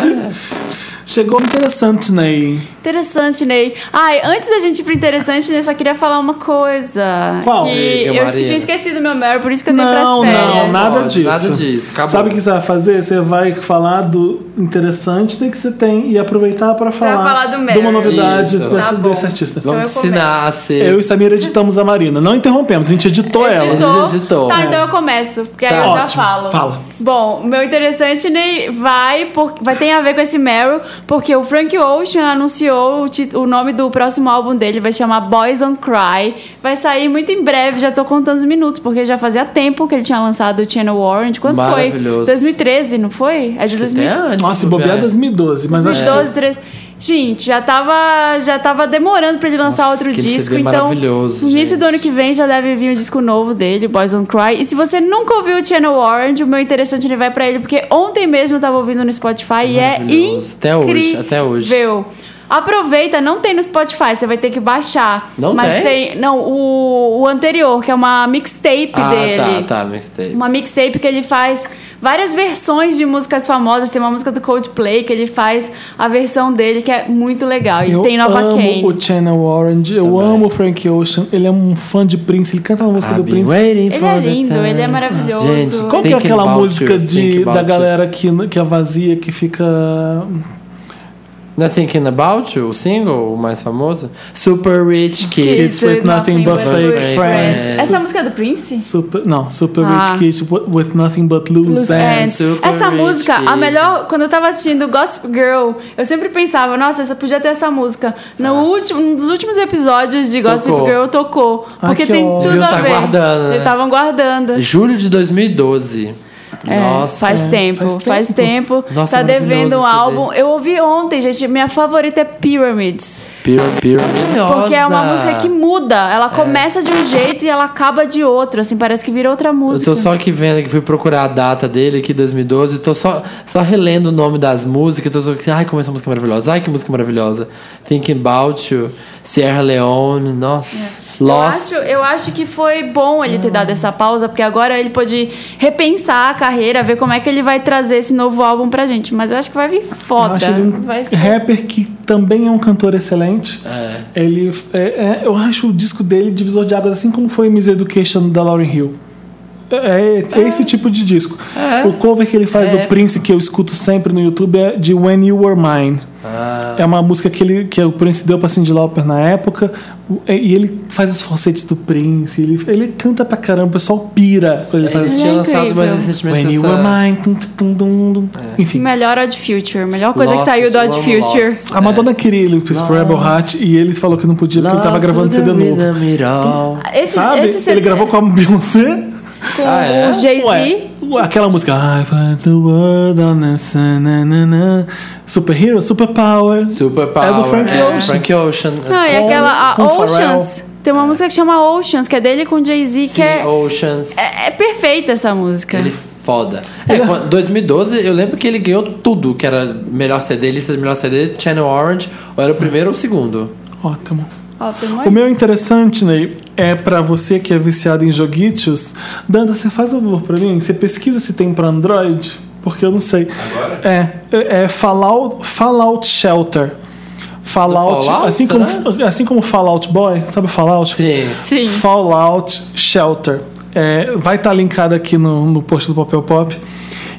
[SPEAKER 1] Chegou interessante, Ney.
[SPEAKER 2] Interessante, Ney. Ai, antes da gente ir pro interessante, Ney, só queria falar uma coisa.
[SPEAKER 1] Qual?
[SPEAKER 2] Que
[SPEAKER 3] Diga,
[SPEAKER 2] eu
[SPEAKER 3] Marina.
[SPEAKER 2] tinha esquecido meu Meryl, por isso que eu dei pras
[SPEAKER 1] Não,
[SPEAKER 2] férias.
[SPEAKER 1] não, nada
[SPEAKER 3] Pode,
[SPEAKER 1] disso.
[SPEAKER 3] nada disso, acabou.
[SPEAKER 1] Sabe o que você vai fazer? Você vai falar do interessante do que você tem e aproveitar para falar,
[SPEAKER 2] falar do
[SPEAKER 1] de
[SPEAKER 2] Meryl.
[SPEAKER 1] uma novidade
[SPEAKER 3] Isso.
[SPEAKER 1] dessa-
[SPEAKER 2] Tá bom.
[SPEAKER 1] desse artista.
[SPEAKER 3] Vamos
[SPEAKER 2] eu
[SPEAKER 3] te ensinar a ser.
[SPEAKER 1] Eu e Samir editamos a Marina. Não interrompemos, a gente editou ela.
[SPEAKER 3] Editou. A gente editou.
[SPEAKER 2] Tá,
[SPEAKER 3] É.
[SPEAKER 2] então eu começo, porque
[SPEAKER 1] Tá.
[SPEAKER 2] aí eu já
[SPEAKER 1] Ótimo.
[SPEAKER 2] falo.
[SPEAKER 1] Fala.
[SPEAKER 2] Bom, o meu interessante Ney, vai, por, vai ter a ver com esse Meryl, porque o Frank Ocean anunciou o, ti- o nome do próximo álbum dele, vai chamar Boys Don't Cry. Vai sair muito em breve, já tô contando os minutos, porque já fazia tempo que ele tinha lançado o Channel Orange. Quando
[SPEAKER 3] Maravilhoso.
[SPEAKER 2] foi? 2013, não foi? É de 2013.
[SPEAKER 3] Até antes,
[SPEAKER 1] Nossa,
[SPEAKER 3] se
[SPEAKER 1] e bobear
[SPEAKER 3] bobear.
[SPEAKER 1] 2012, mas acho
[SPEAKER 2] 2012, 13. Gente, já tava, já tava demorando pra ele lançar
[SPEAKER 3] Nossa,
[SPEAKER 2] outro
[SPEAKER 3] que
[SPEAKER 2] disco,
[SPEAKER 3] CD
[SPEAKER 2] então
[SPEAKER 3] é maravilhoso,
[SPEAKER 2] no início do
[SPEAKER 3] gente.
[SPEAKER 2] ano que vem já deve vir um disco novo dele, Boys Don't Cry. E se você nunca ouviu o Channel Orange, o meu interessante ele vai pra ele, porque ontem mesmo eu tava ouvindo no Spotify e é
[SPEAKER 3] Maravilhoso. Até hoje, até hoje.
[SPEAKER 2] incrível. Aproveita, não tem no Spotify, você vai ter que baixar.
[SPEAKER 3] Não
[SPEAKER 2] Mas
[SPEAKER 3] tem?
[SPEAKER 2] Não, o, o anterior, que é uma mixtape
[SPEAKER 3] Ah,
[SPEAKER 2] dele.
[SPEAKER 3] tá, tá, mixtape.
[SPEAKER 2] Uma mixtape que ele faz várias versões de músicas famosas. Tem uma música do Coldplay que ele faz a versão dele, que é muito legal. E
[SPEAKER 1] Eu
[SPEAKER 2] tem Nova
[SPEAKER 1] amo
[SPEAKER 2] Kane.
[SPEAKER 1] o Channel Orange, eu
[SPEAKER 3] Também. Ah,
[SPEAKER 1] amo o Frank Ocean, ele é um fã de Prince, ele canta a música do Prince.
[SPEAKER 2] Ele é lindo, ele é maravilhoso.
[SPEAKER 3] Gente,
[SPEAKER 1] Qual que é
[SPEAKER 3] thinking
[SPEAKER 1] aquela
[SPEAKER 3] about
[SPEAKER 1] música
[SPEAKER 3] you, thinking
[SPEAKER 1] de,
[SPEAKER 3] about
[SPEAKER 1] da
[SPEAKER 3] you.
[SPEAKER 1] galera que, que é vazia, que fica.
[SPEAKER 3] Não é Thinking About You, o single, o mais famoso? Super Rich Kid.
[SPEAKER 1] Kids with nothing but fake friends.
[SPEAKER 2] Essa música é do Prince?
[SPEAKER 1] Super, não, Super
[SPEAKER 2] Ah.
[SPEAKER 1] Rich Kids with Nothing But Loose
[SPEAKER 2] Blues
[SPEAKER 1] Ends.
[SPEAKER 2] Ends.
[SPEAKER 3] Super
[SPEAKER 2] É. Essa
[SPEAKER 3] Rich
[SPEAKER 2] música, a
[SPEAKER 3] Kids.
[SPEAKER 2] melhor. Quando eu tava assistindo Gossip Girl, eu sempre pensava, nossa, essa podia ter essa música. No último, um dos últimos episódios de Gossip
[SPEAKER 3] Ah. Tocou.
[SPEAKER 2] Girl tocou.
[SPEAKER 1] Ah,
[SPEAKER 2] Porque
[SPEAKER 1] que
[SPEAKER 2] tem tudo
[SPEAKER 1] ótimo.
[SPEAKER 3] Deviam
[SPEAKER 2] a
[SPEAKER 3] tá
[SPEAKER 2] ver.
[SPEAKER 3] guardando, né?
[SPEAKER 2] Eles estavam guardando.
[SPEAKER 3] Julho de 2012.
[SPEAKER 2] É,
[SPEAKER 3] Nossa.
[SPEAKER 2] faz tempo,
[SPEAKER 1] faz
[SPEAKER 2] faz
[SPEAKER 1] tempo.
[SPEAKER 2] tempo.
[SPEAKER 3] Nossa,
[SPEAKER 2] tá
[SPEAKER 3] maravilhoso
[SPEAKER 2] devendo um
[SPEAKER 3] esse
[SPEAKER 2] álbum. Eu ouvi ontem, gente. Minha favorita é Pyramids.
[SPEAKER 3] Pyra- Pyramids.
[SPEAKER 2] Porque é uma música que muda. Ela começa de um jeito e ela acaba de outro. Assim, parece que vira outra
[SPEAKER 3] Eu
[SPEAKER 2] música.
[SPEAKER 3] tô só aqui vendo que fui procurar a data dele aqui, 2012. Tô só, só relendo o nome das músicas. Tô só aqui, ai, como essa música é maravilhosa. Ai, que música maravilhosa. Thinking About You, Sierra Leone, nossa.
[SPEAKER 2] É. Eu
[SPEAKER 3] Lost.
[SPEAKER 2] acho, eu acho que foi bom ele ter dado essa pausa, porque agora ele pode repensar a carreira, ver como é que ele vai trazer esse novo álbum pra gente. Mas eu acho que vai vir
[SPEAKER 1] Eu
[SPEAKER 2] foda.
[SPEAKER 1] acho ele um
[SPEAKER 2] Vai ser.
[SPEAKER 1] rapper que também é um cantor excelente. Ele, é- é- eu acho o disco dele divisor de águas, assim como foi Miss Education da Lauryn Hill. É, é esse tipo de disco.
[SPEAKER 2] É.
[SPEAKER 1] O cover que ele faz do Prince, que eu escuto sempre no YouTube, é de When You Were Mine. É uma música que, ele, que o Prince deu pra Cyndi Lauper na época. o- é, E ele faz os falsetes do Prince. Ele, ele canta pra caramba, o pessoal pira quando ele faz
[SPEAKER 3] Eles
[SPEAKER 1] esse
[SPEAKER 2] é
[SPEAKER 3] tinham lançado
[SPEAKER 2] incrível.
[SPEAKER 3] mais recentemente
[SPEAKER 1] When You Were
[SPEAKER 3] essa...
[SPEAKER 1] Mine. tum, tum, tum, tum. Enfim.
[SPEAKER 2] Melhor Odd Future, melhor coisa
[SPEAKER 3] Lost,
[SPEAKER 2] que saiu do
[SPEAKER 3] eu
[SPEAKER 2] Odd
[SPEAKER 3] amo
[SPEAKER 2] Future.
[SPEAKER 3] Lost.
[SPEAKER 1] A Madonna queria ele pro Rebel Heart e ele falou que não podia Ah, porque ele tava gravando CD novo.
[SPEAKER 2] Esse,
[SPEAKER 1] Sabe?
[SPEAKER 2] esse
[SPEAKER 1] ele
[SPEAKER 2] CD
[SPEAKER 1] gravou com a Beyoncé.
[SPEAKER 2] com
[SPEAKER 3] Ah, é?
[SPEAKER 2] o Jay-Z.
[SPEAKER 1] Ué, ué, aquela música I find the world on a sun, na, na, na. Superhero, Superpower.
[SPEAKER 3] Super Power.
[SPEAKER 1] É do Frank
[SPEAKER 3] é,
[SPEAKER 1] Ocean.
[SPEAKER 3] Frank Ocean.
[SPEAKER 2] Não, é e
[SPEAKER 1] Com-
[SPEAKER 2] aquela a
[SPEAKER 1] com Pharrell.
[SPEAKER 2] Oceans. Tem uma música que chama Oceans, que é dele com Jay-Z, que
[SPEAKER 3] É. Sim,
[SPEAKER 2] é,
[SPEAKER 3] Oceans.
[SPEAKER 2] é, é perfeita essa música.
[SPEAKER 3] Ele é foda. É, quando- 2012, eu lembro que ele ganhou tudo, que era melhor CD, lista de melhor CD, Channel Orange, ou era o primeiro ou o segundo.
[SPEAKER 1] Ótimo.
[SPEAKER 2] Ó, tem mais?
[SPEAKER 1] O meu interessante, Ney, é pra você que é viciado em joguitos. Danda, você faz um favor pra mim? Você pesquisa se tem pra Android? Porque eu não sei. Agora? É, é é Fallout, Fallout Shelter. Fallout,
[SPEAKER 3] Fallout,
[SPEAKER 1] assim, como,
[SPEAKER 3] será?
[SPEAKER 1] assim como Fallout Boy, sabe o Fallout?
[SPEAKER 3] Sim.
[SPEAKER 2] Sim.
[SPEAKER 1] Fallout Shelter. É, vai estar linkado aqui no, no post do Papel Pop.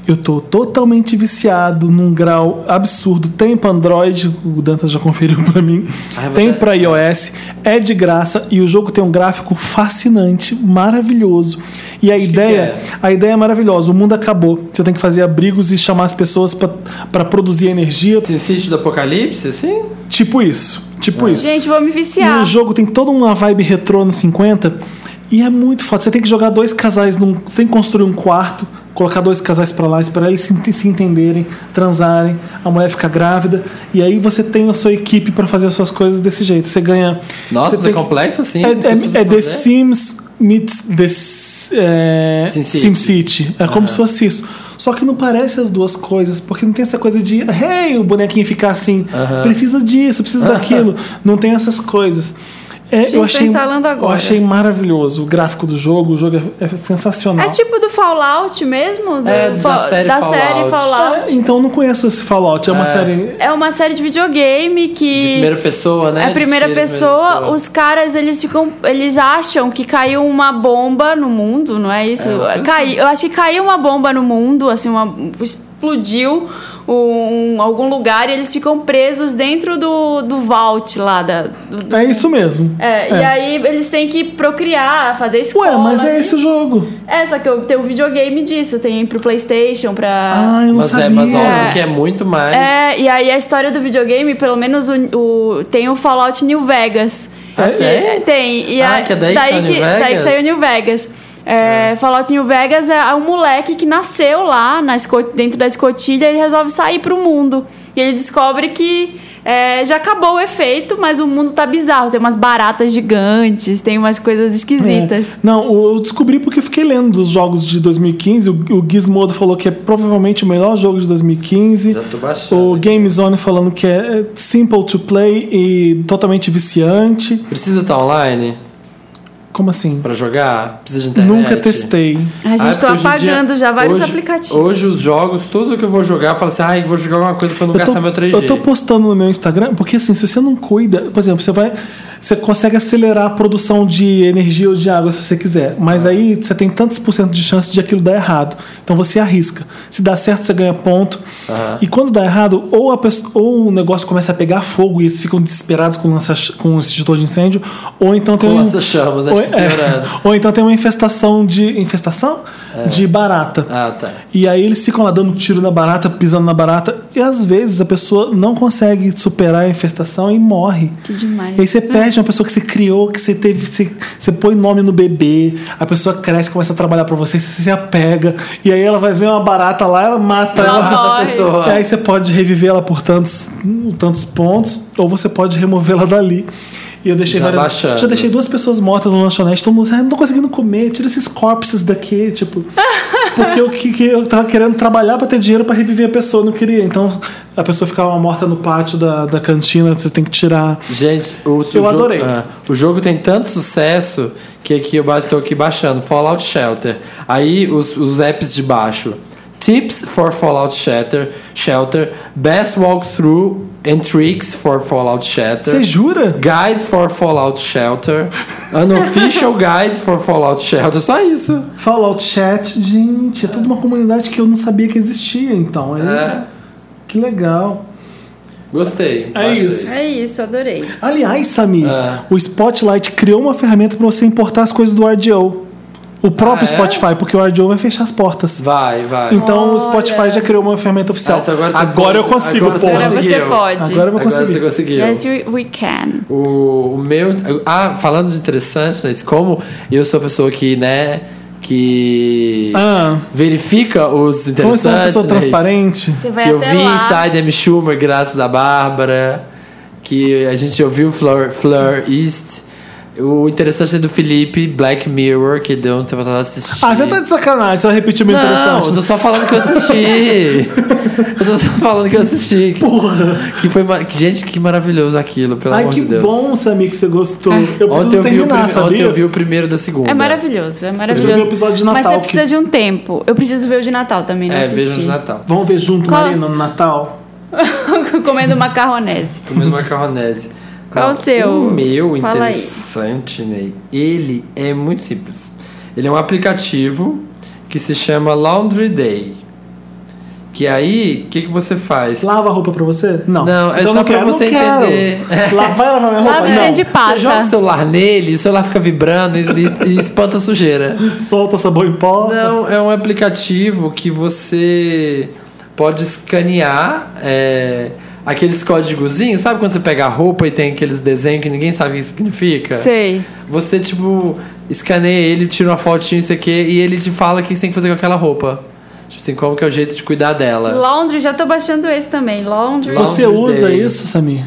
[SPEAKER 1] Eu tô totalmente viciado num grau absurdo. Tem para Android, o Dantas já conferiu para mim.
[SPEAKER 3] Ah, eu vou
[SPEAKER 1] tem
[SPEAKER 3] dar-
[SPEAKER 1] para iOS, é de graça e o jogo tem um gráfico fascinante, maravilhoso. E a ideia, a ideia é maravilhosa. O mundo acabou. Você tem que fazer abrigos e chamar as pessoas para produzir energia,
[SPEAKER 3] Sim, É. Sítio do Apocalipse, assim?
[SPEAKER 1] tipo isso, tipo isso.
[SPEAKER 2] Gente, vou me
[SPEAKER 1] E
[SPEAKER 2] viciar.
[SPEAKER 1] o jogo tem toda uma vibe retrô nos 50. E é muito foda. Você tem que jogar dois casais num. Tem que construir um quarto, colocar dois casais pra lá, esperar eles se, ent- se entenderem, transarem, a mulher fica grávida. E aí você tem a sua equipe pra fazer as suas coisas desse jeito. Você ganha.
[SPEAKER 3] Nossa,
[SPEAKER 1] você
[SPEAKER 3] mas é
[SPEAKER 1] tem que-
[SPEAKER 3] complexo assim.
[SPEAKER 1] É,
[SPEAKER 3] Isso tudo
[SPEAKER 1] é, é
[SPEAKER 3] fazer?
[SPEAKER 1] The Sims meets The S- é,
[SPEAKER 3] SimCity.
[SPEAKER 1] SimCity. É como se fosse isso. Só que não parece as duas coisas, porque não tem essa coisa de, hey, o bonequinho ficar assim, precisa disso, precisa daquilo. Não tem essas coisas. É,
[SPEAKER 2] Gente,
[SPEAKER 1] eu
[SPEAKER 2] tô
[SPEAKER 1] achei,
[SPEAKER 2] instalando agora.
[SPEAKER 1] eu achei maravilhoso o gráfico do jogo, o jogo é, é sensacional.
[SPEAKER 2] É tipo do Fallout mesmo? Do
[SPEAKER 3] É, da
[SPEAKER 2] Fa-
[SPEAKER 3] série
[SPEAKER 2] da
[SPEAKER 3] Fallout.
[SPEAKER 2] série
[SPEAKER 1] É,
[SPEAKER 2] Fallout.
[SPEAKER 1] então não conheço esse Fallout, é uma série.
[SPEAKER 2] É uma série de videogame que.
[SPEAKER 3] De primeira pessoa, né?
[SPEAKER 2] É a
[SPEAKER 3] De
[SPEAKER 2] primeira
[SPEAKER 3] tiro,
[SPEAKER 2] pessoa,
[SPEAKER 1] é
[SPEAKER 2] os caras eles ficam. Eles acham que caiu uma bomba no mundo, não é isso?
[SPEAKER 3] uma coisa
[SPEAKER 2] Cai, eu acho que caiu uma bomba no mundo, assim, uma, explodiu um, algum lugar e eles ficam presos dentro do, do vault lá da. do- do-
[SPEAKER 1] É isso mesmo.
[SPEAKER 2] É, E aí eles têm que procriar, fazer escola.
[SPEAKER 1] Ué, mas é
[SPEAKER 2] né?
[SPEAKER 1] esse o jogo.
[SPEAKER 2] É, só que eu tenho um videogame disso, tem pro Playstation, pra.
[SPEAKER 1] Ah, eu não
[SPEAKER 3] Mas
[SPEAKER 1] sabia.
[SPEAKER 3] é, mas
[SPEAKER 2] É.
[SPEAKER 3] óbvio que é muito mais.
[SPEAKER 2] É, e aí a história do videogame, pelo menos o, o- tem o Fallout New Vegas.
[SPEAKER 1] Ah,
[SPEAKER 2] que-
[SPEAKER 3] é?
[SPEAKER 2] Tem. E
[SPEAKER 3] Ah,
[SPEAKER 2] a-
[SPEAKER 3] que é daí que saiu New
[SPEAKER 2] daí que
[SPEAKER 3] Vegas?
[SPEAKER 2] saiu New Vegas. É, Fallout New Vegas é um moleque que nasceu lá na esco- dentro da escotilha e ele resolve sair pro mundo. E ele descobre que É, já acabou o efeito, mas o mundo tá bizarro. Tem umas baratas gigantes, tem umas coisas esquisitas.
[SPEAKER 1] É. Não, o- eu descobri porque eu fiquei lendo dos jogos de 2015. O, o Gizmodo falou que é provavelmente o melhor jogo de 2015.
[SPEAKER 3] Já tô baixando
[SPEAKER 1] O
[SPEAKER 3] aqui.
[SPEAKER 1] Game Zone falando que é simple to play e totalmente viciante.
[SPEAKER 3] Precisa estar online
[SPEAKER 1] Como assim?
[SPEAKER 3] pra jogar? Precisa de internet?
[SPEAKER 1] Nunca testei.
[SPEAKER 2] A gente
[SPEAKER 3] Ah,
[SPEAKER 2] tá
[SPEAKER 3] porque hoje em dia-
[SPEAKER 2] apagando já vários
[SPEAKER 3] hoje-
[SPEAKER 2] aplicativos.
[SPEAKER 3] Hoje os jogos, tudo que eu vou jogar, eu falo assim, ai, vou jogar alguma coisa pra não
[SPEAKER 1] Eu
[SPEAKER 3] gastar
[SPEAKER 1] tô,
[SPEAKER 3] meu 3G.
[SPEAKER 1] eu tô postando no meu Instagram, porque assim, se você não cuida, por exemplo, você vai. Você consegue acelerar a produção de energia ou de água se você quiser.
[SPEAKER 3] Ah.
[SPEAKER 1] Mas aí você tem tantos por cento de chance de aquilo dar errado. Então você arrisca. Se dá certo, você ganha ponto. E quando dá errado, ou, a pessoa- ou o negócio começa a pegar fogo e eles ficam desesperados com, lança, com o extintor de incêndio, ou então tem
[SPEAKER 3] Com
[SPEAKER 1] um-
[SPEAKER 3] lança-chamas, né?
[SPEAKER 1] ou,
[SPEAKER 3] Tipo,
[SPEAKER 1] é,
[SPEAKER 3] piorando. É.
[SPEAKER 1] ou então tem uma infestação de. Infestação? De barata.
[SPEAKER 3] Ah, tá.
[SPEAKER 1] E aí eles ficam lá dando tiro na barata, pisando na barata, e às vezes a pessoa não consegue superar a infestação e morre.
[SPEAKER 2] Que demais.
[SPEAKER 1] E aí você
[SPEAKER 2] Isso.
[SPEAKER 1] perde uma pessoa que você criou, que você teve. Você, você põe nome no bebê, a pessoa cresce, começa a trabalhar pra você, você se apega, e aí ela vai ver uma barata lá, ela mata
[SPEAKER 2] Ela
[SPEAKER 1] ela.
[SPEAKER 2] morre.
[SPEAKER 3] Outra pessoa.
[SPEAKER 1] E aí você pode reviver ela por tantos, hum, tantos pontos, ou você pode removê-la dali. E eu deixei
[SPEAKER 3] Já
[SPEAKER 1] várias-
[SPEAKER 3] baixando.
[SPEAKER 1] já deixei duas pessoas mortas no lanchonete, todo mundo, "Ah, não tô conseguindo comer, tira esses corpses daqui, tipo. Porque eu, que, que eu tava querendo trabalhar pra ter dinheiro pra reviver a pessoa, eu não queria. Então a pessoa ficava morta no pátio da, da cantina, você tem que tirar.
[SPEAKER 3] Gente, o, o jogo,
[SPEAKER 1] adorei.
[SPEAKER 3] ah, o jogo tem tanto sucesso que aqui eu ba- tô aqui baixando Fallout Shelter. Aí os, os apps de baixo. Tips for Fallout Shelter, Shelter, Best Walkthrough and Tricks for Fallout Shelter.
[SPEAKER 1] Você jura?
[SPEAKER 3] Guide for Fallout Shelter. Unofficial Guide for Fallout Shelter. Só isso.
[SPEAKER 1] Fallout Chat, gente, é toda uma comunidade que eu não sabia que existia, então. Aí,
[SPEAKER 3] É.
[SPEAKER 1] Que legal.
[SPEAKER 3] Gostei.
[SPEAKER 1] É
[SPEAKER 3] baixei.
[SPEAKER 1] isso.
[SPEAKER 2] É isso, adorei.
[SPEAKER 1] Aliás, Samir,
[SPEAKER 3] É.
[SPEAKER 1] o Spotlight criou uma ferramenta para você importar as coisas do RDO. O próprio
[SPEAKER 3] Ah, é?
[SPEAKER 1] Spotify, porque o RDO vai fechar as portas.
[SPEAKER 3] Vai, vai.
[SPEAKER 1] Então o Spotify já criou uma ferramenta oficial.
[SPEAKER 3] Ah, então agora você
[SPEAKER 1] eu
[SPEAKER 3] pode-
[SPEAKER 1] consigo,
[SPEAKER 3] agora você
[SPEAKER 1] porra.
[SPEAKER 2] Agora você
[SPEAKER 3] Conseguiu.
[SPEAKER 2] pode.
[SPEAKER 1] Agora eu
[SPEAKER 3] Agora
[SPEAKER 1] vou
[SPEAKER 3] você
[SPEAKER 1] conseguir.
[SPEAKER 3] conseguiu.
[SPEAKER 2] Yes, we, we can.
[SPEAKER 3] O, o meu. Ah, falando de interessante, né? isso, Como eu sou a pessoa que, né? Que
[SPEAKER 1] Ah,
[SPEAKER 3] verifica os interessantes.
[SPEAKER 1] como eu sou uma pessoa
[SPEAKER 3] né?
[SPEAKER 1] transparente.
[SPEAKER 2] Você vai
[SPEAKER 3] Que eu
[SPEAKER 2] até
[SPEAKER 3] vi
[SPEAKER 2] lá.
[SPEAKER 3] Inside M. Schumer, graças a Bárbara. Que a gente ouviu Fleur, Fleur East. O interessante é do Felipe, Black Mirror, que deu um tempo atrás assistir.
[SPEAKER 1] Ah, você tá de sacanagem, só repetir meu
[SPEAKER 3] Não,
[SPEAKER 1] interessante.
[SPEAKER 3] eu tô só falando que eu assisti. eu tô só falando que eu assisti. Que, Porra! Que foi. ma- que- Gente, que maravilhoso aquilo, pelo
[SPEAKER 1] Ai,
[SPEAKER 3] amor
[SPEAKER 1] que
[SPEAKER 3] de Deus.
[SPEAKER 1] bom, Samir, que você gostou. Eu
[SPEAKER 3] Ontem
[SPEAKER 1] preciso
[SPEAKER 3] eu, vi o
[SPEAKER 1] terminar,
[SPEAKER 3] prime- ontem
[SPEAKER 1] sabia?
[SPEAKER 3] eu vi o primeiro da segunda.
[SPEAKER 2] É maravilhoso, é
[SPEAKER 1] preciso
[SPEAKER 2] maravilhoso.
[SPEAKER 1] ver o episódio de Natal
[SPEAKER 2] Mas você
[SPEAKER 1] que-
[SPEAKER 2] precisa de um tempo. Eu preciso ver o de Natal também, não
[SPEAKER 3] É,
[SPEAKER 2] assisti.
[SPEAKER 3] vejam de Natal.
[SPEAKER 1] Vamos ver junto,
[SPEAKER 2] Qual-
[SPEAKER 1] Marina, no Natal?
[SPEAKER 2] Comendo macarronese.
[SPEAKER 3] Comendo macarronese.
[SPEAKER 2] Qual
[SPEAKER 3] Ah,
[SPEAKER 2] o seu?
[SPEAKER 3] O meu
[SPEAKER 2] Fala aí.
[SPEAKER 3] interessante, Ney. Ele é muito simples. Ele é um aplicativo que se chama Laundry Day. Que aí, o que, que você faz?
[SPEAKER 1] Lava a roupa pra você? Não.
[SPEAKER 3] Não, é
[SPEAKER 1] então
[SPEAKER 3] só
[SPEAKER 1] não
[SPEAKER 3] pra
[SPEAKER 1] quero,
[SPEAKER 3] você
[SPEAKER 1] não quero.
[SPEAKER 3] entender.
[SPEAKER 1] Lá, vai lavar minha roupa?
[SPEAKER 2] Lava e
[SPEAKER 1] não.
[SPEAKER 2] vende passa.
[SPEAKER 3] Você joga o celular nele, o celular fica vibrando e, e- e espanta a sujeira.
[SPEAKER 1] Solta sabão em pó.
[SPEAKER 3] Não, é um aplicativo que você pode escanear é, aqueles códigozinhos. Sabe quando você pega a roupa e tem aqueles desenhos que ninguém sabe o que significa?
[SPEAKER 2] Sei.
[SPEAKER 3] Você, tipo, escaneia ele, tira uma fotinha, isso aqui, e ele te fala o que você tem que fazer com aquela roupa. Tipo assim, como que é o jeito de cuidar dela.
[SPEAKER 2] Laundry, já tô baixando esse também. Laundry.
[SPEAKER 3] Laun-
[SPEAKER 1] Você
[SPEAKER 3] Laundry
[SPEAKER 1] usa
[SPEAKER 3] Day.
[SPEAKER 1] isso, Samir?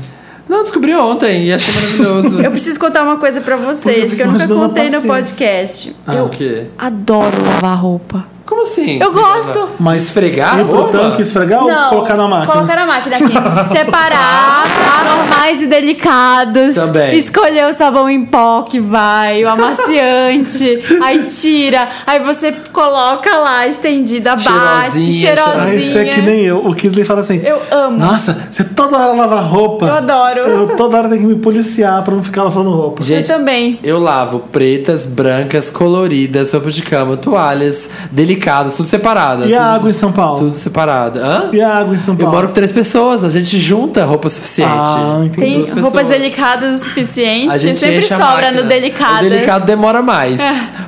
[SPEAKER 3] Não, descobri ontem e achei maravilhoso.
[SPEAKER 2] Eu preciso contar uma coisa pra vocês
[SPEAKER 1] Porque
[SPEAKER 2] que eu nunca
[SPEAKER 1] nós dando a
[SPEAKER 2] contei no
[SPEAKER 1] paciência.
[SPEAKER 2] podcast.
[SPEAKER 3] Eu Ah, o quê?
[SPEAKER 2] Adoro lavar roupa.
[SPEAKER 3] Como assim?
[SPEAKER 2] Eu
[SPEAKER 3] Você
[SPEAKER 2] gosto.
[SPEAKER 3] gosta?
[SPEAKER 1] Mas
[SPEAKER 3] esfregar a
[SPEAKER 1] ir pro
[SPEAKER 3] roupa?
[SPEAKER 1] tanque esfregar ou
[SPEAKER 2] Não,
[SPEAKER 1] colocar na máquina?
[SPEAKER 2] Colocar na máquina, assim. separar normais e delicados.
[SPEAKER 3] Também.
[SPEAKER 2] Escolher o sabão em pó que vai, o amaciante. aí tira. Aí você coloca lá, estendida, bate,
[SPEAKER 3] Cheirosinha,
[SPEAKER 2] cheirosinha.
[SPEAKER 1] Ah, isso é que nem eu. O Kisley fala assim.
[SPEAKER 2] Eu amo.
[SPEAKER 1] Nossa, você toda hora lava roupa.
[SPEAKER 2] Eu adoro.
[SPEAKER 1] Eu toda hora tenho que me policiar pra não ficar lavando roupa.
[SPEAKER 2] Eu também.
[SPEAKER 3] Eu lavo pretas, brancas, coloridas, roupas de cama, toalhas, delicadas, tudo separada.
[SPEAKER 1] E a
[SPEAKER 3] Tudo-
[SPEAKER 1] água em São Paulo?
[SPEAKER 3] Tudo separada. Hã?
[SPEAKER 1] E é a água em São
[SPEAKER 3] Eu
[SPEAKER 1] Paulo?
[SPEAKER 3] moro com três pessoas, a gente junta roupa suficiente.
[SPEAKER 1] Ah, entendi.
[SPEAKER 2] Tem
[SPEAKER 3] duas
[SPEAKER 2] roupas
[SPEAKER 3] pessoas.
[SPEAKER 2] delicadas o suficiente.
[SPEAKER 3] A gente
[SPEAKER 2] sempre
[SPEAKER 3] enche a
[SPEAKER 2] sobra É.
[SPEAKER 3] máquina.
[SPEAKER 2] no delicadas.
[SPEAKER 3] O delicado demora mais.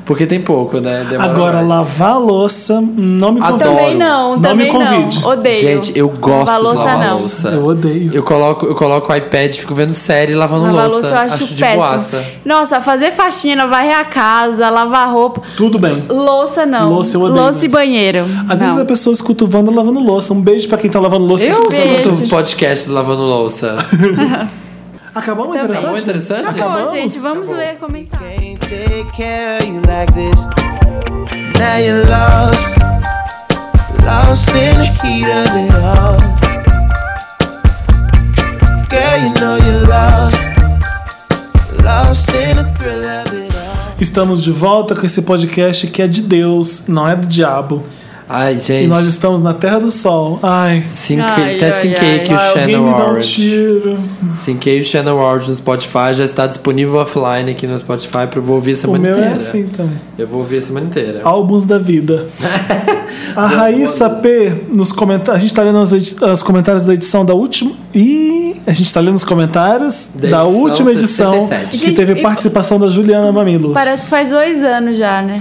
[SPEAKER 3] Porque tem pouco, né? Demora
[SPEAKER 1] Agora,
[SPEAKER 3] mais.
[SPEAKER 1] lavar a louça, não me convide.
[SPEAKER 3] Adoro.
[SPEAKER 2] Também não,
[SPEAKER 1] Não me
[SPEAKER 2] também não.
[SPEAKER 1] convide.
[SPEAKER 2] Odeio.
[SPEAKER 3] Gente, eu gosto
[SPEAKER 2] Lavar
[SPEAKER 3] de
[SPEAKER 2] louça,
[SPEAKER 3] lavar
[SPEAKER 2] não.
[SPEAKER 3] louça.
[SPEAKER 1] Eu odeio.
[SPEAKER 3] Eu coloco, eu coloco o iPad, fico vendo série lavando
[SPEAKER 2] Lavar
[SPEAKER 3] louça.
[SPEAKER 2] louça eu acho,
[SPEAKER 3] de boaça.
[SPEAKER 2] péssimo. Nossa, fazer faxina, varrer a casa, lavar roupa.
[SPEAKER 1] Tudo bem.
[SPEAKER 2] Louça não.
[SPEAKER 1] Louça eu odeio
[SPEAKER 2] Louça e
[SPEAKER 1] mesmo.
[SPEAKER 2] banheiro.
[SPEAKER 1] Às
[SPEAKER 2] não.
[SPEAKER 1] vezes a pessoa escuta o Wanda lavando louça. Um beijo pra quem tá lavando louça.
[SPEAKER 3] Eu
[SPEAKER 2] Beijo.
[SPEAKER 3] escuto podcasts lavando louça.
[SPEAKER 1] Acabou o
[SPEAKER 2] Também.
[SPEAKER 3] Acabou
[SPEAKER 1] interessante?
[SPEAKER 3] interessante?
[SPEAKER 2] Acabou,
[SPEAKER 1] Acabamos?
[SPEAKER 2] Tá gente. Vamos ler comentários.
[SPEAKER 6] Can't take care of you like this. Now you're lost, lost in the heat of it all. Girl, you know you're lost, lost in the thrill of it all.
[SPEAKER 1] Estamos de volta com esse podcast que é de Deus, não é do diabo.
[SPEAKER 3] Ai, gente.
[SPEAKER 1] E nós estamos na Terra do Sol. Ai.
[SPEAKER 3] Cinque,
[SPEAKER 2] Ai,
[SPEAKER 3] até
[SPEAKER 2] ai,
[SPEAKER 3] 5K
[SPEAKER 2] ai.
[SPEAKER 3] que o
[SPEAKER 1] Ai, alguém
[SPEAKER 3] Channel
[SPEAKER 1] me dá um
[SPEAKER 3] Orange.
[SPEAKER 1] tiro.
[SPEAKER 3] 5K o Channel Orange no Spotify já está disponível offline aqui no Spotify pra eu vou ouvir a
[SPEAKER 1] O
[SPEAKER 3] semana
[SPEAKER 1] meu é
[SPEAKER 3] inteira.
[SPEAKER 1] assim Ah. também.
[SPEAKER 3] Eu vou ouvir a semana inteira.
[SPEAKER 1] Álbuns da vida. A Raíssa P, nos comentários. A gente tá lendo os, edi- os comentários da edição da última. E a gente tá lendo os comentários da,
[SPEAKER 3] Da edição
[SPEAKER 1] última edição
[SPEAKER 3] 67.
[SPEAKER 1] que
[SPEAKER 2] Gente,
[SPEAKER 1] teve
[SPEAKER 2] e-
[SPEAKER 1] participação da Juliana Mamilos.
[SPEAKER 2] Parece que faz dois anos já, né?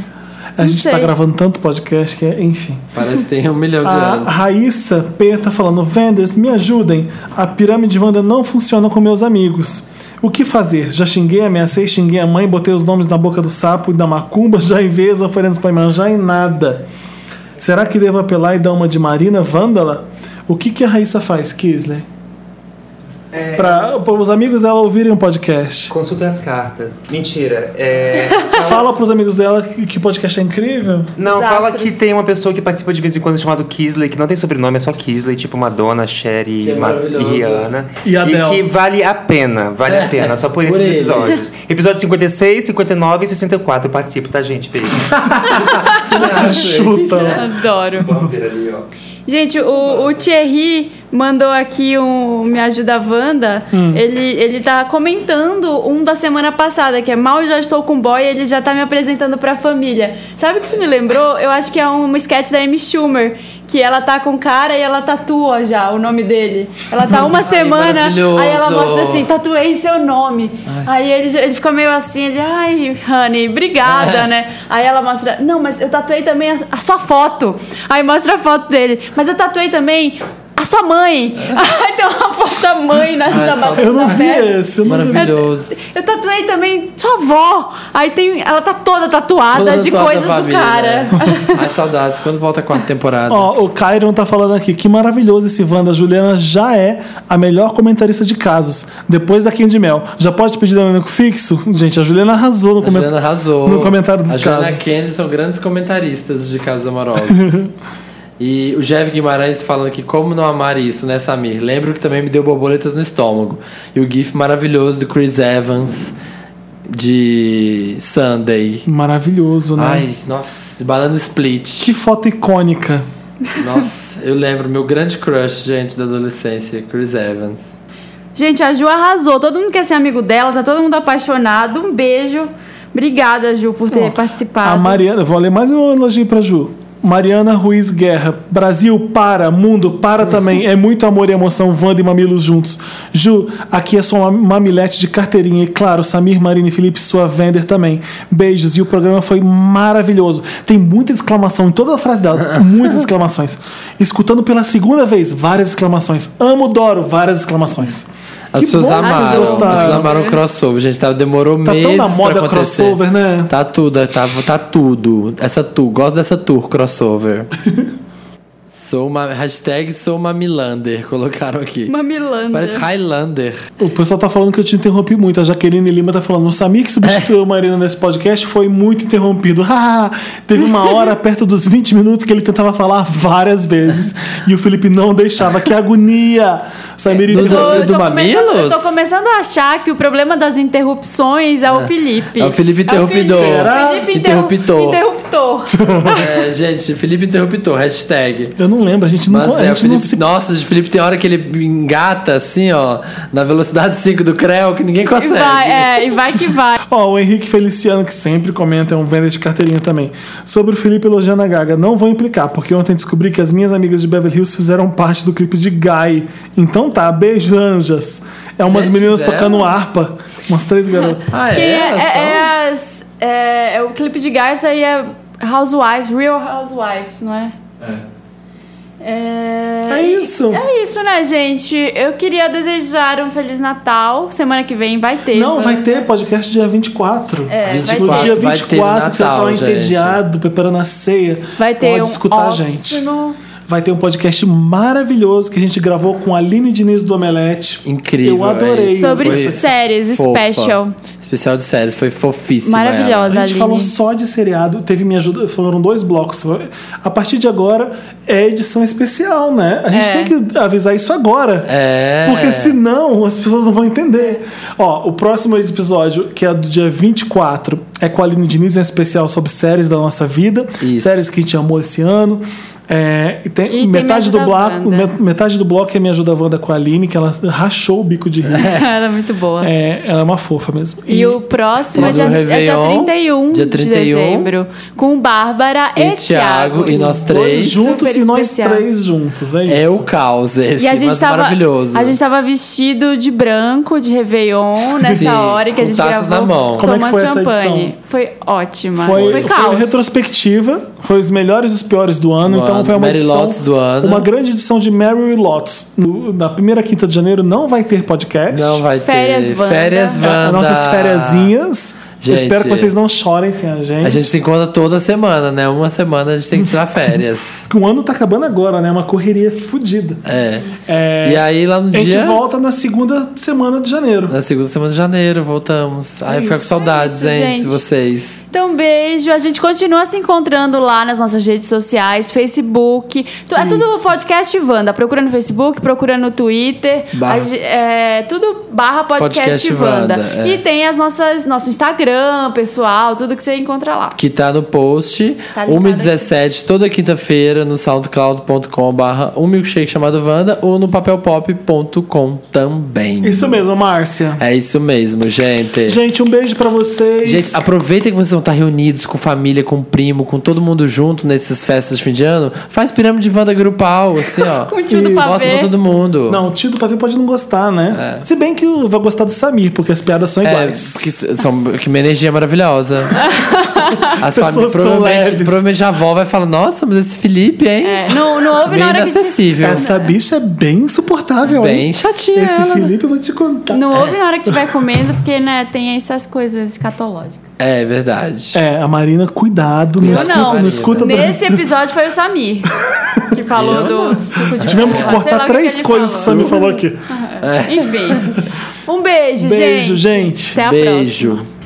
[SPEAKER 1] a gente tá
[SPEAKER 2] sei.
[SPEAKER 1] gravando tanto podcast que é, enfim.
[SPEAKER 3] Parece que tem um milhão de
[SPEAKER 1] A
[SPEAKER 3] anos.
[SPEAKER 1] Raíssa P tá falando: Vendors, me ajudem. A pirâmide Wanda não funciona com meus amigos. O que fazer? Já xinguei, ameacei, xinguei a mãe, botei os nomes na boca do sapo e da macumba, já enviei as oferendas pra Imanjá e nada. Será que devo apelar e dar uma de Marina Vândala? O que, que a Raíssa faz, Kisley? Para os amigos dela ouvirem o podcast.
[SPEAKER 4] Consulta as cartas. Mentira. É...
[SPEAKER 1] Fala pros amigos dela que que o podcast é incrível.
[SPEAKER 4] Não,
[SPEAKER 2] Desastres.
[SPEAKER 4] fala que tem uma pessoa que participa de vez em quando chamado Kisley, que não tem sobrenome, é só Kisley, tipo Madonna, Sherry
[SPEAKER 3] Que é
[SPEAKER 4] Ma-
[SPEAKER 3] maravilhoso. É,
[SPEAKER 4] e Rihanna.
[SPEAKER 1] E Adele.
[SPEAKER 4] que vale a pena, vale a pena, só por,
[SPEAKER 3] por
[SPEAKER 4] esses
[SPEAKER 3] ele.
[SPEAKER 4] episódios. Episódio 56, 59 e 64, participo, tá, gente? Beijo.
[SPEAKER 1] Chuta.
[SPEAKER 2] Adoro.
[SPEAKER 4] Vamos ver ali, ó.
[SPEAKER 2] Gente, o, o Thierry mandou aqui um Me Ajuda Wanda.
[SPEAKER 1] Hum.
[SPEAKER 2] Ele, ele tá comentando um da semana passada, que é Mal Já Estou com Boy, ele já tá me apresentando pra família. Sabe o que se me lembrou? Eu acho que é um sketch da Amy Schumer, que ela tá com o cara e ela tatua já o nome dele. Ela tá uma semana,
[SPEAKER 3] maravilhoso.
[SPEAKER 2] aí ela mostra assim, tatuei seu nome. Aí ele, já- ele fica meio assim, ele, ai, honey, obrigada, né? Aí ela mostra, não, mas eu tatuei também a, a sua foto. Aí mostra a foto dele, mas eu tatuei também a sua mãe. Aí tem uma foto da mãe na, na
[SPEAKER 3] só-
[SPEAKER 2] bagunça
[SPEAKER 1] Eu não
[SPEAKER 2] da
[SPEAKER 1] vi
[SPEAKER 2] festa.
[SPEAKER 1] esse, eu não vi.
[SPEAKER 3] Maravilhoso.
[SPEAKER 2] Eu tatuei também sua avó. Aí tem, ela tá toda tatuada
[SPEAKER 3] Toda
[SPEAKER 2] de
[SPEAKER 3] tatuada
[SPEAKER 2] coisas
[SPEAKER 3] da
[SPEAKER 2] do
[SPEAKER 3] família. né?
[SPEAKER 2] cara.
[SPEAKER 3] Ai, saudades. Quando volta a quarta temporada?
[SPEAKER 1] Ó, o Kyron tá falando aqui, que maravilhoso esse Wanda. Juliana já é a melhor comentarista de casos, depois da Candy Mel. Já pode pedir dinâmico fixo? Gente, a Juliana arrasou no
[SPEAKER 3] a Juliana
[SPEAKER 1] comentário.
[SPEAKER 3] arrasou.
[SPEAKER 1] no comentário dos
[SPEAKER 3] A Juliana
[SPEAKER 1] casos.
[SPEAKER 3] Kennedy são grandes comentaristas de casos amorosos. E o Jeff Guimarães falando que como não amar isso, né, Samir? Lembro que também me deu borboletas no estômago. E o gif maravilhoso do Chris Evans de Sunday.
[SPEAKER 1] Maravilhoso, né?
[SPEAKER 3] Ai, nossa, banana split.
[SPEAKER 1] Que foto icônica.
[SPEAKER 3] Nossa, eu lembro, meu grande crush, gente, da adolescência, Chris Evans.
[SPEAKER 2] Gente, a Ju arrasou. Todo mundo quer ser amigo dela, tá todo mundo apaixonado. Um beijo. Obrigada, Ju, por ter participado.
[SPEAKER 1] Então, A Mariana, vou ler mais um elogio pra Ju. Mariana Ruiz Guerra. Brasil, para. Mundo, para também. É muito amor e emoção, Wanda e Mamilos juntos. Ju, aqui é só uma mamilete de carteirinha. E claro, Samir, Marina e Felipe, sua vender também. Beijos. E o programa foi maravilhoso. Tem muita exclamação em toda a frase dela. Muitas exclamações. Escutando pela segunda vez, várias exclamações. Amo, Doro, várias exclamações.
[SPEAKER 3] As
[SPEAKER 1] Que
[SPEAKER 3] pessoas
[SPEAKER 1] bom que vocês
[SPEAKER 3] amaram, as
[SPEAKER 1] gostaram.
[SPEAKER 3] pessoas amaram o crossover, gente, tá, demorou
[SPEAKER 1] Tá
[SPEAKER 3] meses
[SPEAKER 1] tão na
[SPEAKER 3] pra
[SPEAKER 1] moda
[SPEAKER 3] acontecer.
[SPEAKER 1] crossover, né?
[SPEAKER 3] Tá tudo, tá, tá tudo. Essa tour, gosto dessa tour crossover. sou uma, hashtag sou uma Milander, colocaram aqui.
[SPEAKER 2] Mamilanda.
[SPEAKER 3] Parece Highlander.
[SPEAKER 1] O pessoal tá falando que eu te interrompi muito. A Jaqueline Lima tá falando. O Samir que substituiu a Marina nesse podcast foi muito interrompido. Ah, Teve uma hora perto dos 20 minutos que ele tentava falar várias vezes. e o Felipe não deixava. Que agonia! Samir
[SPEAKER 3] Do-
[SPEAKER 2] Eu tô-
[SPEAKER 1] interrompeu.
[SPEAKER 2] eu tô
[SPEAKER 3] do
[SPEAKER 2] começando-
[SPEAKER 3] Mamilos?
[SPEAKER 2] Eu tô começando a achar que o problema das interrupções é o Felipe.
[SPEAKER 3] É o Felipe interruptor.
[SPEAKER 2] É o Felipe interru-
[SPEAKER 3] Interruptor.
[SPEAKER 2] interruptor.
[SPEAKER 3] é, gente, Felipe Interruptor, hashtag.
[SPEAKER 1] Eu não lembro, a gente não,
[SPEAKER 3] Mas
[SPEAKER 1] a
[SPEAKER 3] é, o
[SPEAKER 1] gente não
[SPEAKER 3] Felipe.
[SPEAKER 1] se.
[SPEAKER 3] Nossa, o Felipe tem hora que ele engata assim, ó, na velocidade 5 do Creu, que ninguém
[SPEAKER 2] E
[SPEAKER 3] consegue.
[SPEAKER 2] vai, é, e vai que vai.
[SPEAKER 1] Ó, o Henrique Feliciano, que sempre comenta, é um venda de carteirinha também. Sobre o Felipe elogiando a Gaga, não vou implicar, porque ontem descobri que as minhas amigas de Beverly Hills fizeram parte do clipe de Guy. Então tá, beijo, anjas. É umas
[SPEAKER 3] Gente,
[SPEAKER 1] meninas
[SPEAKER 3] fizeram?
[SPEAKER 1] tocando harpa. Umas três garotas.
[SPEAKER 3] Ah, é?
[SPEAKER 2] Quem é,
[SPEAKER 3] Elas
[SPEAKER 2] é-
[SPEAKER 3] são?
[SPEAKER 2] é as É, é o clipe de Guys aí é Housewives, Real Housewives, não é? É...
[SPEAKER 1] É isso.
[SPEAKER 2] É isso, né, gente? Eu queria desejar um Feliz Natal. Semana que vem vai ter.
[SPEAKER 1] Não,
[SPEAKER 2] né?
[SPEAKER 1] vai ter podcast dia 24.
[SPEAKER 2] É, vai
[SPEAKER 1] No
[SPEAKER 3] 24,
[SPEAKER 1] dia
[SPEAKER 3] vai ter
[SPEAKER 1] 24, você
[SPEAKER 3] Natal,
[SPEAKER 1] tá
[SPEAKER 3] gente.
[SPEAKER 1] entediado, preparando a ceia.
[SPEAKER 2] Vai ter
[SPEAKER 1] Pode
[SPEAKER 2] um
[SPEAKER 1] escutar, a
[SPEAKER 2] ótimo...
[SPEAKER 1] gente. Vai ter um podcast maravilhoso que a gente gravou com a Aline Diniz do Omelete.
[SPEAKER 3] Incrível.
[SPEAKER 1] Eu adorei.
[SPEAKER 3] é.
[SPEAKER 2] Sobre
[SPEAKER 3] Foi
[SPEAKER 2] séries,
[SPEAKER 3] fofa.
[SPEAKER 2] special.
[SPEAKER 3] Especial de séries, foi fofíssimo.
[SPEAKER 2] Maravilhosa.
[SPEAKER 1] A gente
[SPEAKER 2] Aline.
[SPEAKER 1] falou só de seriado, teve minha ajuda, foram dois blocos. A partir de agora é edição especial, né? A gente
[SPEAKER 2] É.
[SPEAKER 1] tem que avisar isso agora.
[SPEAKER 3] É.
[SPEAKER 1] Porque senão as pessoas não vão entender. Ó, o próximo episódio, que é do dia 24, é com a Aline Diniz, um especial sobre séries da nossa vida,
[SPEAKER 3] Isso.
[SPEAKER 1] séries que a gente amou esse ano. É, e tem,
[SPEAKER 2] E tem Me
[SPEAKER 1] metade, do
[SPEAKER 2] Ajuda
[SPEAKER 1] bloco,
[SPEAKER 2] Wanda.
[SPEAKER 1] me- metade do bloco é Me Ajuda Wanda com a Aline, que ela rachou o bico de rir.
[SPEAKER 2] Ela é muito boa.
[SPEAKER 1] É, ela é uma fofa mesmo.
[SPEAKER 2] E, o próximo é
[SPEAKER 3] Mas
[SPEAKER 2] dia,
[SPEAKER 3] o
[SPEAKER 2] é dia
[SPEAKER 3] Réveillon,
[SPEAKER 2] 31,
[SPEAKER 3] dia
[SPEAKER 2] de
[SPEAKER 3] 31,
[SPEAKER 2] dezembro. Com Bárbara e,
[SPEAKER 3] e Thiago,
[SPEAKER 2] Thiago.
[SPEAKER 3] e nós
[SPEAKER 1] Os
[SPEAKER 3] três.
[SPEAKER 1] dois juntos
[SPEAKER 2] Super
[SPEAKER 1] e nós
[SPEAKER 2] especial.
[SPEAKER 1] três juntos, é isso.
[SPEAKER 3] É o caos esse,
[SPEAKER 2] E a gente,
[SPEAKER 3] mas
[SPEAKER 2] tava,
[SPEAKER 3] maravilhoso.
[SPEAKER 2] a gente tava vestido de branco, de Réveillon, nessa
[SPEAKER 3] Sim,
[SPEAKER 2] hora que a
[SPEAKER 3] com
[SPEAKER 2] gente
[SPEAKER 3] taças
[SPEAKER 2] gravou.
[SPEAKER 3] na mão.
[SPEAKER 1] Como é que
[SPEAKER 2] Tomando
[SPEAKER 1] foi essa
[SPEAKER 2] champanhe.
[SPEAKER 1] edição?
[SPEAKER 2] Foi ótima.
[SPEAKER 1] Foi, foi,
[SPEAKER 2] caos.
[SPEAKER 1] retrospectiva, foi os melhores e os piores do ano,
[SPEAKER 3] Do
[SPEAKER 1] então
[SPEAKER 3] ano,
[SPEAKER 1] foi uma
[SPEAKER 3] Mary
[SPEAKER 1] edição,
[SPEAKER 3] Lots do ano.
[SPEAKER 1] uma grande edição de Mary Lots. No- na primeira quinta de janeiro não vai ter podcast.
[SPEAKER 3] Não vai
[SPEAKER 2] Férias
[SPEAKER 3] ter.
[SPEAKER 2] Wanda.
[SPEAKER 3] Férias
[SPEAKER 2] É,
[SPEAKER 1] É,
[SPEAKER 3] Wanda.
[SPEAKER 1] as nossas fériasinhas. Eu
[SPEAKER 3] Gente.
[SPEAKER 1] espero que vocês não chorem sem a gente.
[SPEAKER 3] A gente se encontra toda semana, né? Uma semana a gente tem que tirar férias.
[SPEAKER 1] Porque o ano tá acabando agora, né? Uma correria fodida.
[SPEAKER 3] É.
[SPEAKER 1] É,
[SPEAKER 3] E aí lá no
[SPEAKER 1] a gente
[SPEAKER 3] dia.
[SPEAKER 1] volta na segunda semana de janeiro.
[SPEAKER 3] Na segunda semana de janeiro, voltamos. Ai, eu fico com
[SPEAKER 1] isso.
[SPEAKER 3] saudade,
[SPEAKER 2] É isso,
[SPEAKER 3] gente,
[SPEAKER 2] gente.
[SPEAKER 3] de vocês.
[SPEAKER 2] Então, beijo. A gente continua se encontrando lá nas nossas redes sociais, Facebook. Tu- É tudo podcast Wanda. Procura no Facebook, procura no Twitter.
[SPEAKER 3] Barra.
[SPEAKER 2] A ge- é, tudo barra podcast,
[SPEAKER 3] Podcast
[SPEAKER 2] Wanda.
[SPEAKER 3] Wanda, é.
[SPEAKER 2] E tem as nossas, nosso Instagram, pessoal, tudo que você encontra lá.
[SPEAKER 3] Que tá no post,
[SPEAKER 2] Tá ligado
[SPEAKER 3] 1h17, toda quinta-feira, no soundcloud.com.br, um milkshake chamado Wanda ou no papelpop.com também.
[SPEAKER 1] Isso mesmo, Márcia.
[SPEAKER 3] É isso mesmo, gente.
[SPEAKER 1] Gente, um beijo pra vocês.
[SPEAKER 3] É. Gente, aproveitem que vocês vão estar reunidos com família, com primo, com todo mundo junto nessas festas de fim de ano. Faz pirâmide de Wanda grupal, assim, ó.
[SPEAKER 2] Com o tio do
[SPEAKER 1] Isso.
[SPEAKER 2] pavê.
[SPEAKER 3] Mostra pra todo mundo.
[SPEAKER 1] Não, o tio do pavê pode não gostar, né? Se bem que eu vou gostar do Samir, porque as piadas são
[SPEAKER 3] É,
[SPEAKER 1] iguais.
[SPEAKER 3] que, s- são, que uma energia é maravilhosa. As
[SPEAKER 1] Pessoas
[SPEAKER 3] famílias,
[SPEAKER 1] são
[SPEAKER 3] provavelmente,
[SPEAKER 1] leves.
[SPEAKER 3] provavelmente a avó vai falar: Nossa, mas esse Felipe, hein?
[SPEAKER 2] É, não, não houve
[SPEAKER 3] Bem
[SPEAKER 2] na hora que te,
[SPEAKER 3] inacessível.
[SPEAKER 1] Essa bicha é bem insuportável,
[SPEAKER 3] Bem
[SPEAKER 1] hein?
[SPEAKER 3] chatinha.
[SPEAKER 1] Esse
[SPEAKER 3] ela. né?
[SPEAKER 1] Felipe eu vou te contar.
[SPEAKER 2] Não
[SPEAKER 3] É.
[SPEAKER 2] ouve na hora que estiver comendo, porque né, tem essas coisas escatológicas.
[SPEAKER 3] É verdade.
[SPEAKER 1] É, a Marina, cuidado, não
[SPEAKER 2] Eu
[SPEAKER 1] escuta,
[SPEAKER 2] não.
[SPEAKER 1] não escuta pra-
[SPEAKER 2] Nesse episódio foi o Samir que falou
[SPEAKER 3] Eu
[SPEAKER 2] do
[SPEAKER 3] não.
[SPEAKER 2] suco de
[SPEAKER 1] Tivemos que
[SPEAKER 2] coco, sei lá o
[SPEAKER 1] cortar
[SPEAKER 2] que que
[SPEAKER 1] três
[SPEAKER 2] ele
[SPEAKER 1] coisas que o
[SPEAKER 2] falou.
[SPEAKER 1] Samir falou aqui.
[SPEAKER 2] Enfim. Um beijo,
[SPEAKER 1] Beijo,
[SPEAKER 2] gente.
[SPEAKER 1] gente.
[SPEAKER 2] Até É a próxima.
[SPEAKER 3] Beijo.